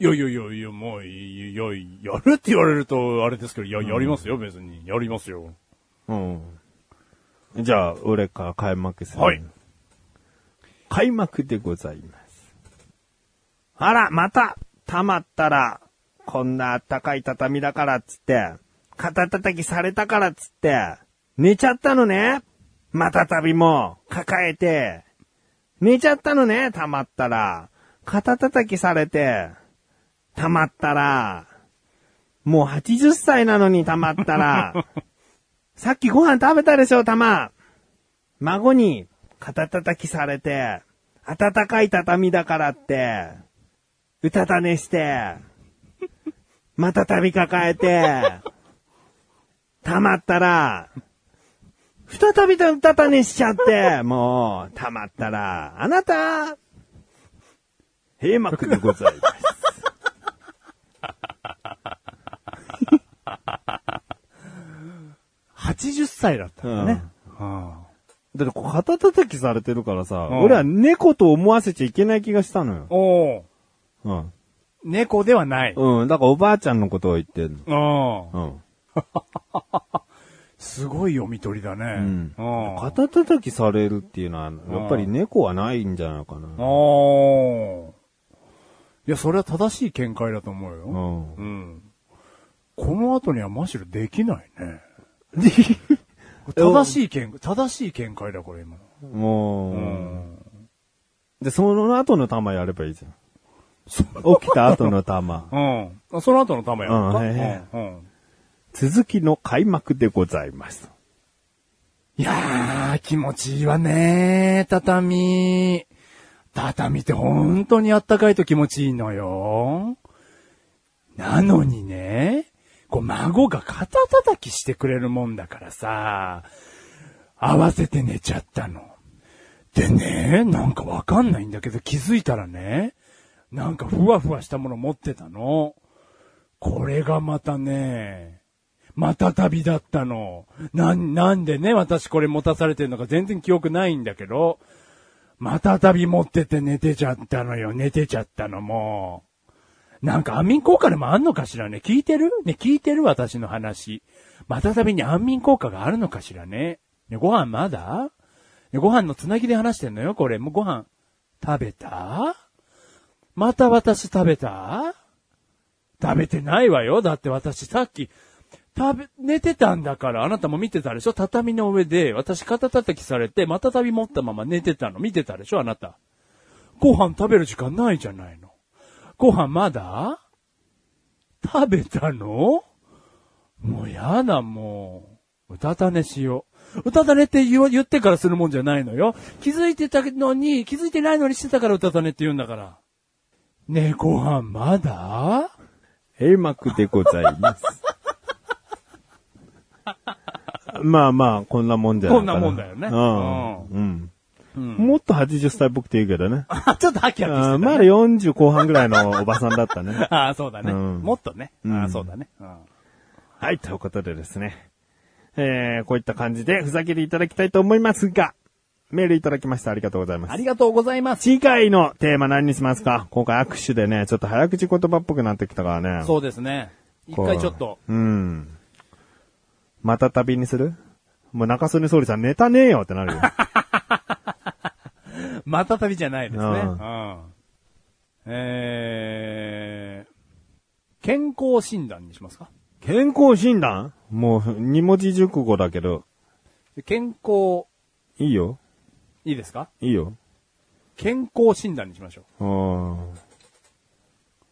いやいやいやいや、もう、いや、いややるって言われると、あれですけど、いや、やりますよ、別に。やりますよ。うん。じゃあ、俺から開幕する。はい。開幕でございます。あら、また、溜まったら、こんなあったかい畳だからっつって、肩叩きされたからっつって、寝ちゃったのねまたたびも、抱えて、寝ちゃったのね溜まったら、肩叩きされて、溜まったら、もう80歳なのに溜まったら、さっきご飯食べたでしょ、たま。孫に、肩叩きされて、暖かい畳だからって、うたた寝して、またたび抱えて、たまったら、再びとうたた寝しちゃって、もう、たまったら、あなた、閉幕でございます。 80歳だっ たからね。うんだってこう肩叩きされてるからさ、うん俺は猫と思わせちゃいけない気がしたのよ。おーうん。猫ではない。うん、だからおばあちゃんのことを言ってんうん。の。すごい読み取りだね。うんうん。あ肩叩きされるっていうのは、やっぱり猫はないんじゃないかあな。ー。いや、それは正しい見解だと思ううよ。ん。うん。この後にはマシルできないね。正正しい見、正しい見解だ、これ今の。 もう、うん。で、その後の玉やればいいじゃん。起きた後の玉。うん。あその後のためやろうか。うんへうん。続きの開幕でございます。いやー、気持ちいいわねー、畳。畳って本当にあったかいと気持ちいいのよ。なのにね、こう孫が肩叩きしてくれるもんだからさ、合わせて寝ちゃったの。でね、なんかわかんないんだけど気づいたらね、なんかふわふわしたもの持ってたの。これがまたね、また旅だったの。なん、なんでね、私これ持たされてるのか全然記憶ないんだけど、また旅持ってて寝てちゃったのよ、寝てちゃったのもう。なんか安眠効果でもあんのかしらね聞いてるね、聞いてる私の話。また旅に安眠効果があるのかしらねね、ご飯まだねご飯のつなぎで話してんのよ、これ。もうご飯、食べたまた私食べた食べてないわよ。だって私さっき、食べ、寝てたんだから、あなたも見てたでしょ畳の上で、私肩叩きされて、また旅持ったまま寝てたの見てたでしょあなた。ご飯食べる時間ないじゃないの。ご飯まだ食べたのもうやだ、もう。うたた寝しよう。うたた寝って言わ言ってからするもんじゃないのよ。気づいてたのに、気づいてないのにしてたからうたた寝って言うんだから。ねえ、ご飯まだ閉幕でござい ます。まあまあ、こんなもんじゃないかなこんなもんだよねうん。うん。もっと80歳っぽくていいけどね。あ、 ちょっとハ キあハキしてた、。ーまだ40後半ぐらいのおばさんだったね ああ、そうだね。うんもっとね。んああ、そうだね。うん はい、ということでですね。えー、こういった感じでふざけていただきたいと思いますが、メールいただきました。ありがとうございますあ。りがとうございます。次回のテーマ何にしますか今回握手でね、ちょっと早口言葉っぽくなってきたからね。そうですね。一こう回ちょっと。うん。また旅にするもう中曽根総理さんネタねえよってなるよ。また旅じゃないですね。うんうんえー、健康診断にしますか健康診断もう二文字熟語だけど、健康、いいよ。いいですかいいよ。健康診断にしましょう。うん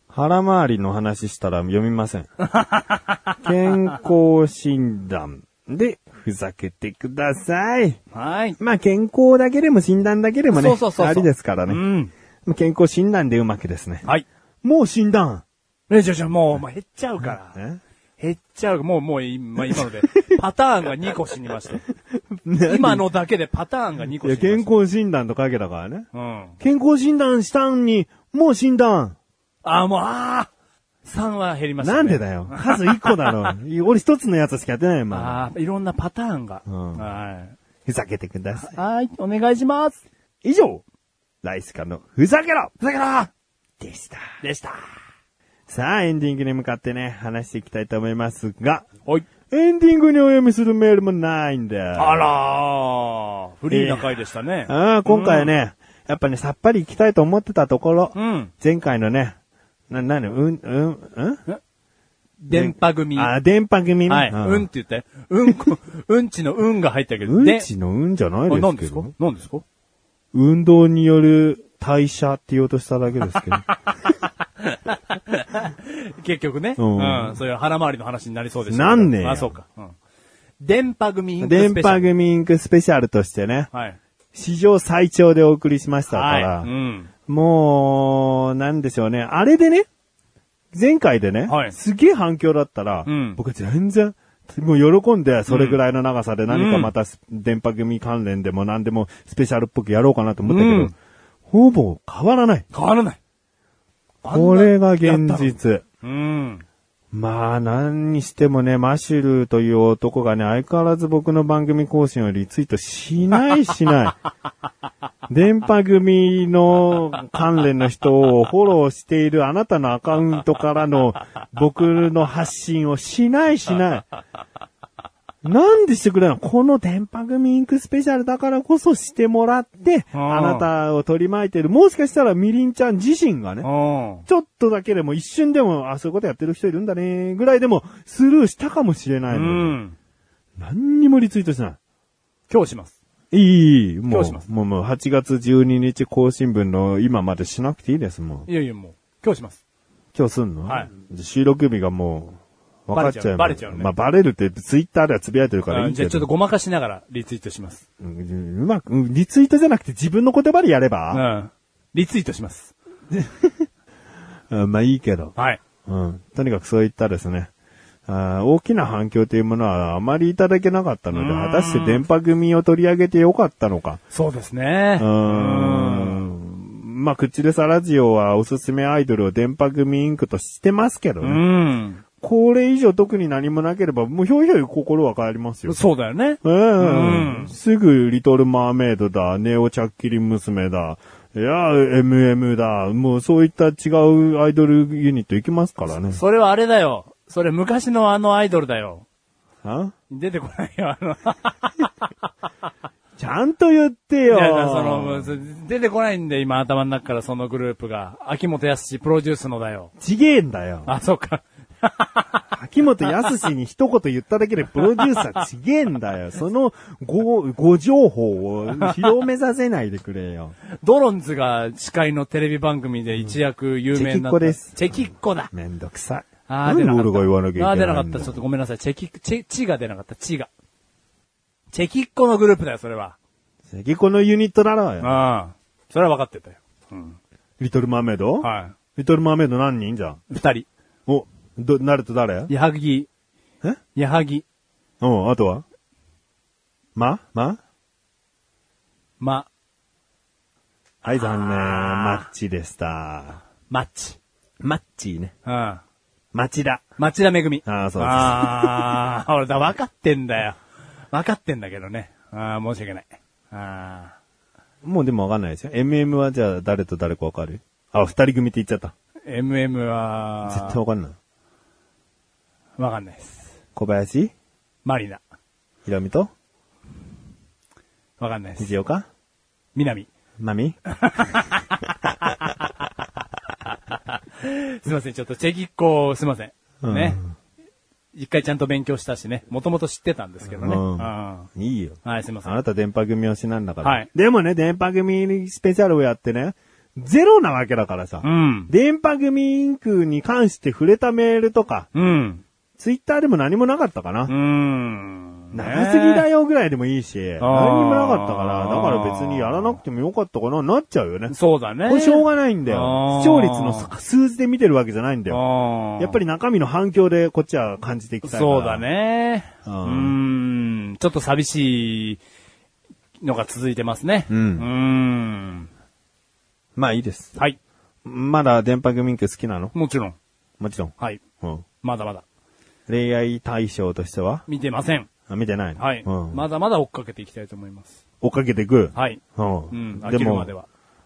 腹回りの話したら読みま せん。健康診断でふざけてください。はい。まあ健康だけでも診断だけでもね、そうそうそうそうありですからね。うん。まあ健康診断でうまくですね。はい。もう診断ね、じゃあじゃあもう、もう減っちゃうから。え減っちゃう。もう、もう今、今 ので。パターンが2個死にました。何今のだけでパターンが2い個死にまや、した。健康診断とかけたからね。うん。健康診断したんに、もう診断あ、もう、あー !3 は減りました、ね。なんでだよ。数一個だ ろ。俺一つのやつしかやってないよ、まあ。ああ、いろんなパターンが。うんはふざけてください。はい、お願いします。い。以上、ライスカのふざけろふざけろでした。でした。さあ、エンディングに向かってね、話していきたいと思いますが、はい。エンディングにお読みするメールもないんだ。あらー、フリーな回でしたね。ああ、今回はね、やっぱね、さっぱり行きたいと思ってたところ、うん。前回のね、な、なに、うん、うん、うん電波組。あー、電波組ねはい。うんっ。て言って。うんこ、 うんちのうんが入ったけど。うんでうんちのうんじゃないあですけど。何ですか何ですか運動による代謝って言おうとしただけですけど。結局ね。ううんん。そういう腹回りの話になりそうですなんねえよあ、そうか。うん。電波組 インク電スペシャ波ル。組インクスペシャルとしてね、はい。史上最長でお送りしましたかはい。ら、うん。もう、なんでしょうね。あれでね、前回でね、はいすげえ反響だったら、うん僕全然、もう喜んで、それぐらいの長さで何かまた、電波組関連でも何でもスペシャルっぽくやろうかなと思ったけど、うんほぼ変わらない。変わらない。あんなこれが現やっ実。たの。うん。まあ、何にしてもね、マシュルという男がね、相変わらず僕の番組更新をリツイートしないしない。電波組の関連の人をフォローしているあなたのアカウントからの僕の発信をしないしない。なんでしてくれないのこの電波組インクスペシャルだからこそしてもらって、あーあなたを取り巻いている、もしかしたらみりんちゃん自身がね、うん。ちょっとだけでも一瞬でも、あ、そういうことやってる人いるんだね、ぐらいでもスルーしたかもしれなういのに、ん。何にもリツイートしない。今日します。いい、いい、もどうう、しますもう、もう、8月12日更新分の今までしなくていいです、もう。いやいや、もう。今日します。今日すんのはい。収録日がもう、分かっちゃう。バレちゃうバレちゃうねまあ、バレるって、ツイッターではつぶやいてるからいいあんじゃけあちょっとど。ごまかしながらリツイートします。うんうまく、うんリツイートじゃなくて自分の言葉でやれうば、ん。リツイートします。うんまあいいけど。はい。うん。とにかくそういったですね、あー大きな反響というものはあまりいただけなかったので、うーん果たして電波組を取り上げてよかったのか。そうですね。うーん。まあ、口でさラジオはおすすめアイドルを電波組インクとしてますけどうね。ん。これ以上特に何もなければ、もうひょいひょい心は変わりますよ。そうだよね。うんうんすぐ、リトル・マーメイドだ、ネオ・チャッキリ娘だ、いや、MM だ、もうそういった違うアイドルユニット行きますからね。それはあれだよ。それ昔のあのアイドルだよ。あ出てこないよ、あの。ちゃんと言っていよ。やだからその、そ出てこないんで、今頭の中からそのグループが。秋元康プロデュースのだよ。ちげえんだよ。あ、そうか。秋元康に一言言っただけでプロデューサーちげえんだよ。そのご、ご情報を広めさせないでくれ よ。ドロンズが司会のテレビ番組で一躍有名になった。うんチェキッコですチェキッコだ。めんどくさい。あーなん出でなかった。俺が言わなきゃいけないあー出なかった。ちょっとごめんなさい。チェキ、チェ、チが出なかった。チが。チェキッコのグループだよ、それは。セキコのユニットだろうよ。ああ。それは分かってたよ。うん。リトルマーメイドはリトルマーメイド何人じゃん。い。二人。お、ど、なると誰矢作。え矢作。うん、あとはままま、はい、残念。マッチでした。マッチ。マッチね。うん。町田。町田めぐみ。あーそうですああ、俺だ、分かってんだよ。分かってんだけどね。ああ、申し訳ない。あもうでもわかんないですよ。MM はじゃあ誰と誰かわかるあ、二人組って言っちゃった。あ、MM は、絶対わかんない。分かんないです。小林マリナ。ヒロミとわかんないです。藤岡南。マ ミすいません、ちょっとチェキっ子、すいません。ね。一回ちゃんと勉強したしね、もともと知ってたんですけどね。うんうんいいよ。はい、すいませあん。なた電波組推しなんだから。はいでもね、電波組スペシャルをやってね、ゼロなわけだからさ。うん。電波組インクに関して触れたメールとか、うん。ツイッターでも何もなかったかな。うん。長すぎだよ。よぐらいでもいいし、何にもなかったから、だから別にやらなくてもよかったかな、なっちゃうよね。そうだね。これしょうがないんだあよー。視聴率のさ数字で見てるわけじゃないんだよ。うんやっぱり中身の反響でこっちは感じていきたいから。そうだ。ね。ううんん。ちょっと寂しいのが続いてますね。うんうん。まあいいです。はい。まだ電波組インク好きなのもちろん。もちろん。はい。うん。まだまだ。恋愛対象としては見てません。あ見てないのはい。うん。まだまだ追っかけていきたいと思います。追っかけていく。はい。うん。うん。飽きるまでは。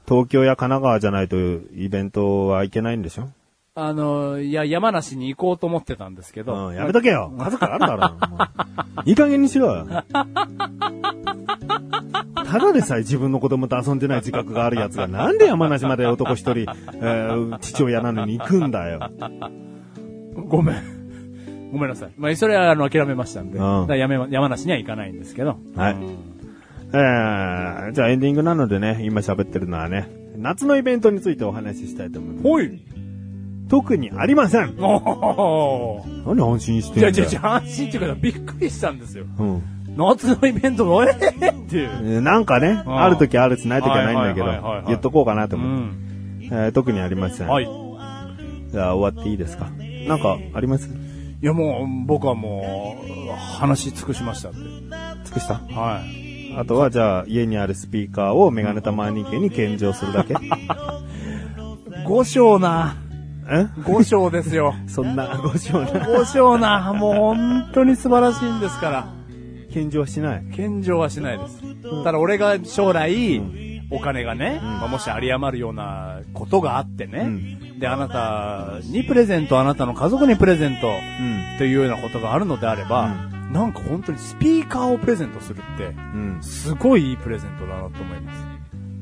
東京や神奈川じゃないとイベントはいけないんでしょあの、いや、山梨に行こうと思ってたんですけど。うん、やめとけよ。家族あるからなお前。いい加減にしろ よ。ただでさえ自分の子供と遊んでない自覚があるやつが、なんで山梨まで男一人、えー父親なのに行くんだよ。ごめん。ごめんな さい。まあ、それはあの諦めましたんで。うだんからやめま、山梨には行かないんですけど。はいうんえー、じゃあエンディングなのでね、今喋ってるのはね、夏のイベントについてお話ししたいと思います。ほい特にありませんおー何安心していや、るん違だよう違う、安心っていうか、びっくりしたんですよ。うん夏のイベントの、ええっていう。えーなんかね、んある時あるしない時はないんだけはいはいはいはいはどい、言っとこうかなとう思う。ん。えー特にありません。はい。いじゃあ終わっていいですかなんかありますや、もう、僕はもう、話し尽くしましたんで。尽くしたはい。あとはじゃあ家にあるスピーカーをメガネたまに家に献上するだ け五章な、え五章で すよ。そんなごしような。五章な、もう本当に素晴らしいんですから。献上はしない。献上はしないです。ただ俺が将来、お金がね、まあもし有り余るようなことがあってね、うんで、あなたにプレゼント、あなたの家族にプレゼント、うん。というようなことがあるのであれば、なんか本当にスピーカーをプレゼントするっうて、ん。すごいいいプレゼントだなと思いま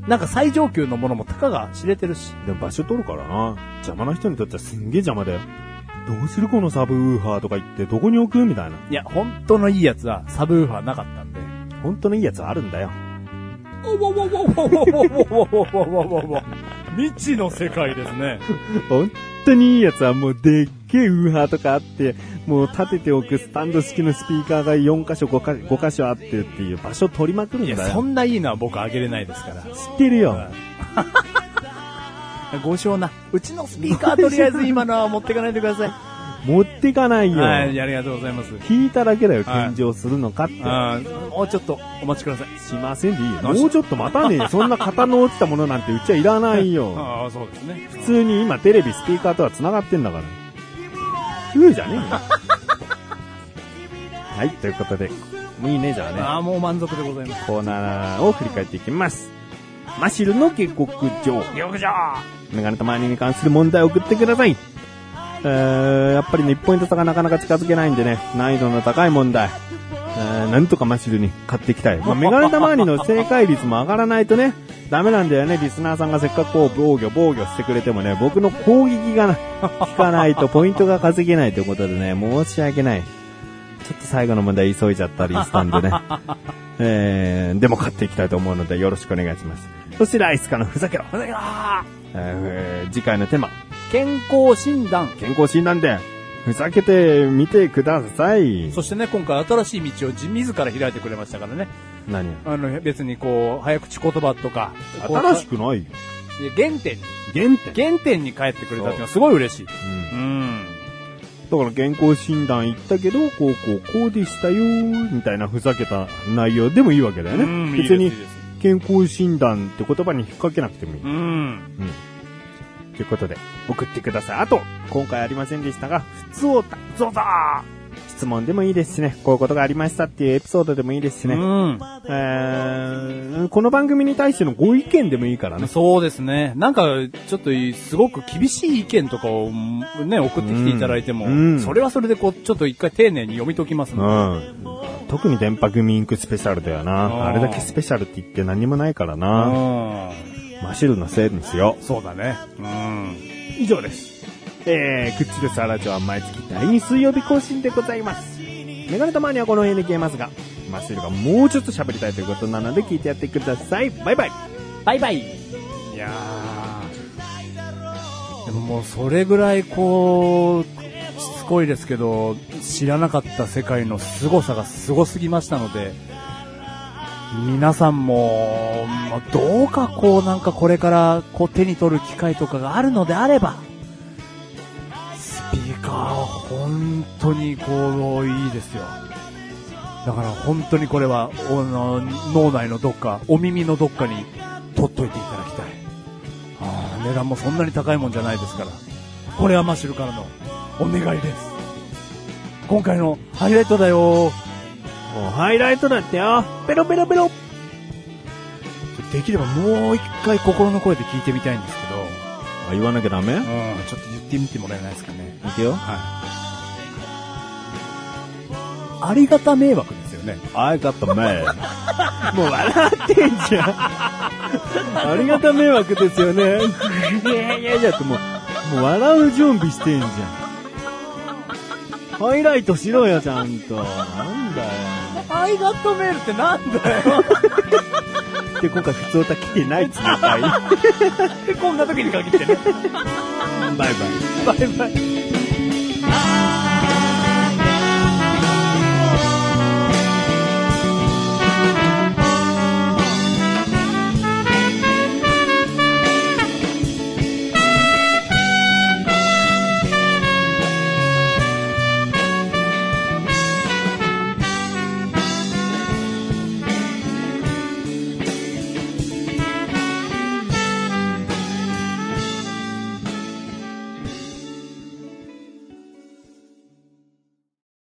す。なんか最上級のものもたかが知れてるし。でも場所取るからな。邪魔な人にとってはすんげえ邪魔だよ。どうするこのサブウーハーとか言ってどこに置くみたいな。いや、本当のいいやつはサブウーファーなかったんで。本当のいいやつあるんだよ。おわわわわわわわわわわわ未知の世界ですね。 本当にいいやつはもうでっけえウーハーとかあって、もう立てておくスタンド式のスピーカーが4箇所5箇所 ,5 箇所あってっていう場所取りまくるんいだや、よ。そんないいのは僕あげれないですから。知ってるよ。ご賞な。うちのスピーカーとりあえず今のは持ってかないでくださ い。持ってかないよ。はい、ありがとうございます。聞いただけだよ、はい献上するのかって。あーもうちょっとお待ちください。しませんでいいよ。どうしもうちょっと待たねえ よ。そんな型の落ちたものなんてうちはいらないよ。ああ、そうですね。普通に今テレビ、スピーカーとは繋がってんだから。うーじゃ ねえよ。はい、ということで、もういいね、じゃあね。ああ、もう満足でございます。コーナーを振り返っていきます。マシルの下克上。よじメガネたまにに関する問題を送ってください。えー、やっぱりね、1ポイント差がなかなか近づけないんでね、難易度の高い問題。えー、なんとかマシルに買っていきたい。まあ、メガネたまにの正解率も上がらないとね、ダメなんだよね。リスナーさんがせっかくこう防御、防御してくれてもね、僕の攻撃がな、効かないとポイントが稼げないということでね、申し訳ない。ちょっと最後の問題急いじゃったりしたんでね。えー、でも買っていきたいと思うのでよろしくお願いします。そしてライスカのふざけろ。ふざけろーえー次回のテーマ、健康診断。健康診断で、ふざけてみてください。そしてね、今回新しい道を自自ら開いてくれましたからね。何あの、別にこう、早口言葉とか。こう新しくないよ。いや原点に、原点。だか原点に帰ってくれたっていうのはすごい嬉しい。うん。ら健康診断行ったけど、こうこうこうでしたよ、みたいなふざけた内容でもいいわけだよね。うん別いいにですいいです健康診断って言葉に引っ掛けなくてもいい。うん。ということで、送ってください。あと、今回ありませんでしたが、ふつおた、ゾザー、質質問でもいいですしね、こういうことがありましたっていうエピソードでもいいですしね、うん。えーこの番組に対してのご意見でもいいからね。そうですね。なんか、ちょっと、すごく厳しい意見とかを、ね、送ってきていただいても、うんそれはそれで、こう、ちょっと一回丁寧に読み解きますうのん。特に電波組インクスペシャルだよな。あーあれだけスペシャルって言って何もないからで。うな。ん。マシルのせいですよ。そうだね。うん。以上です。えー、クッチルサラジオは毎月第2水曜日更新でございます。メガネたまにはこの辺で消えますが、マシルがもうちょっと喋りたいということなので聞いてやってください。バイバイ。バイバイ。いやーでももう、それぐらい、こう、しつこいですけど、知らなかった世界の凄さが凄すぎましたので、皆さんも、まあどうかこうなんかこれからこう手に取る機会とかがあるのであれば、スピーカーは本当にこういいですよ。だから本当にこれはおあの脳内のどっか、お耳のどっかに取っといていただきたい。あー値段もそんなに高いもんじゃないですから。これはマシュルからのお願いです。今回のハイライトだよもうハイライトだってよ。ペロペロペロ。できればもう一回心の声で聞いてみたいんですけど、あ、言わなきゃダメうん、ちょっと言ってみてもらえないですかね。いくよ。はい。ありがた迷惑ですよね。 I got the man. もう笑ってんじゃん。ありがた迷惑ですよね。いやいやいやってもう、もう笑う準備してんじゃん。ハイライトしろよ、ちゃんと。なんだよ。アイガットメールってなんだよで、今回、普通歌来てないっつうのかいバイこんな時に限ってね。バイ。バイバイ。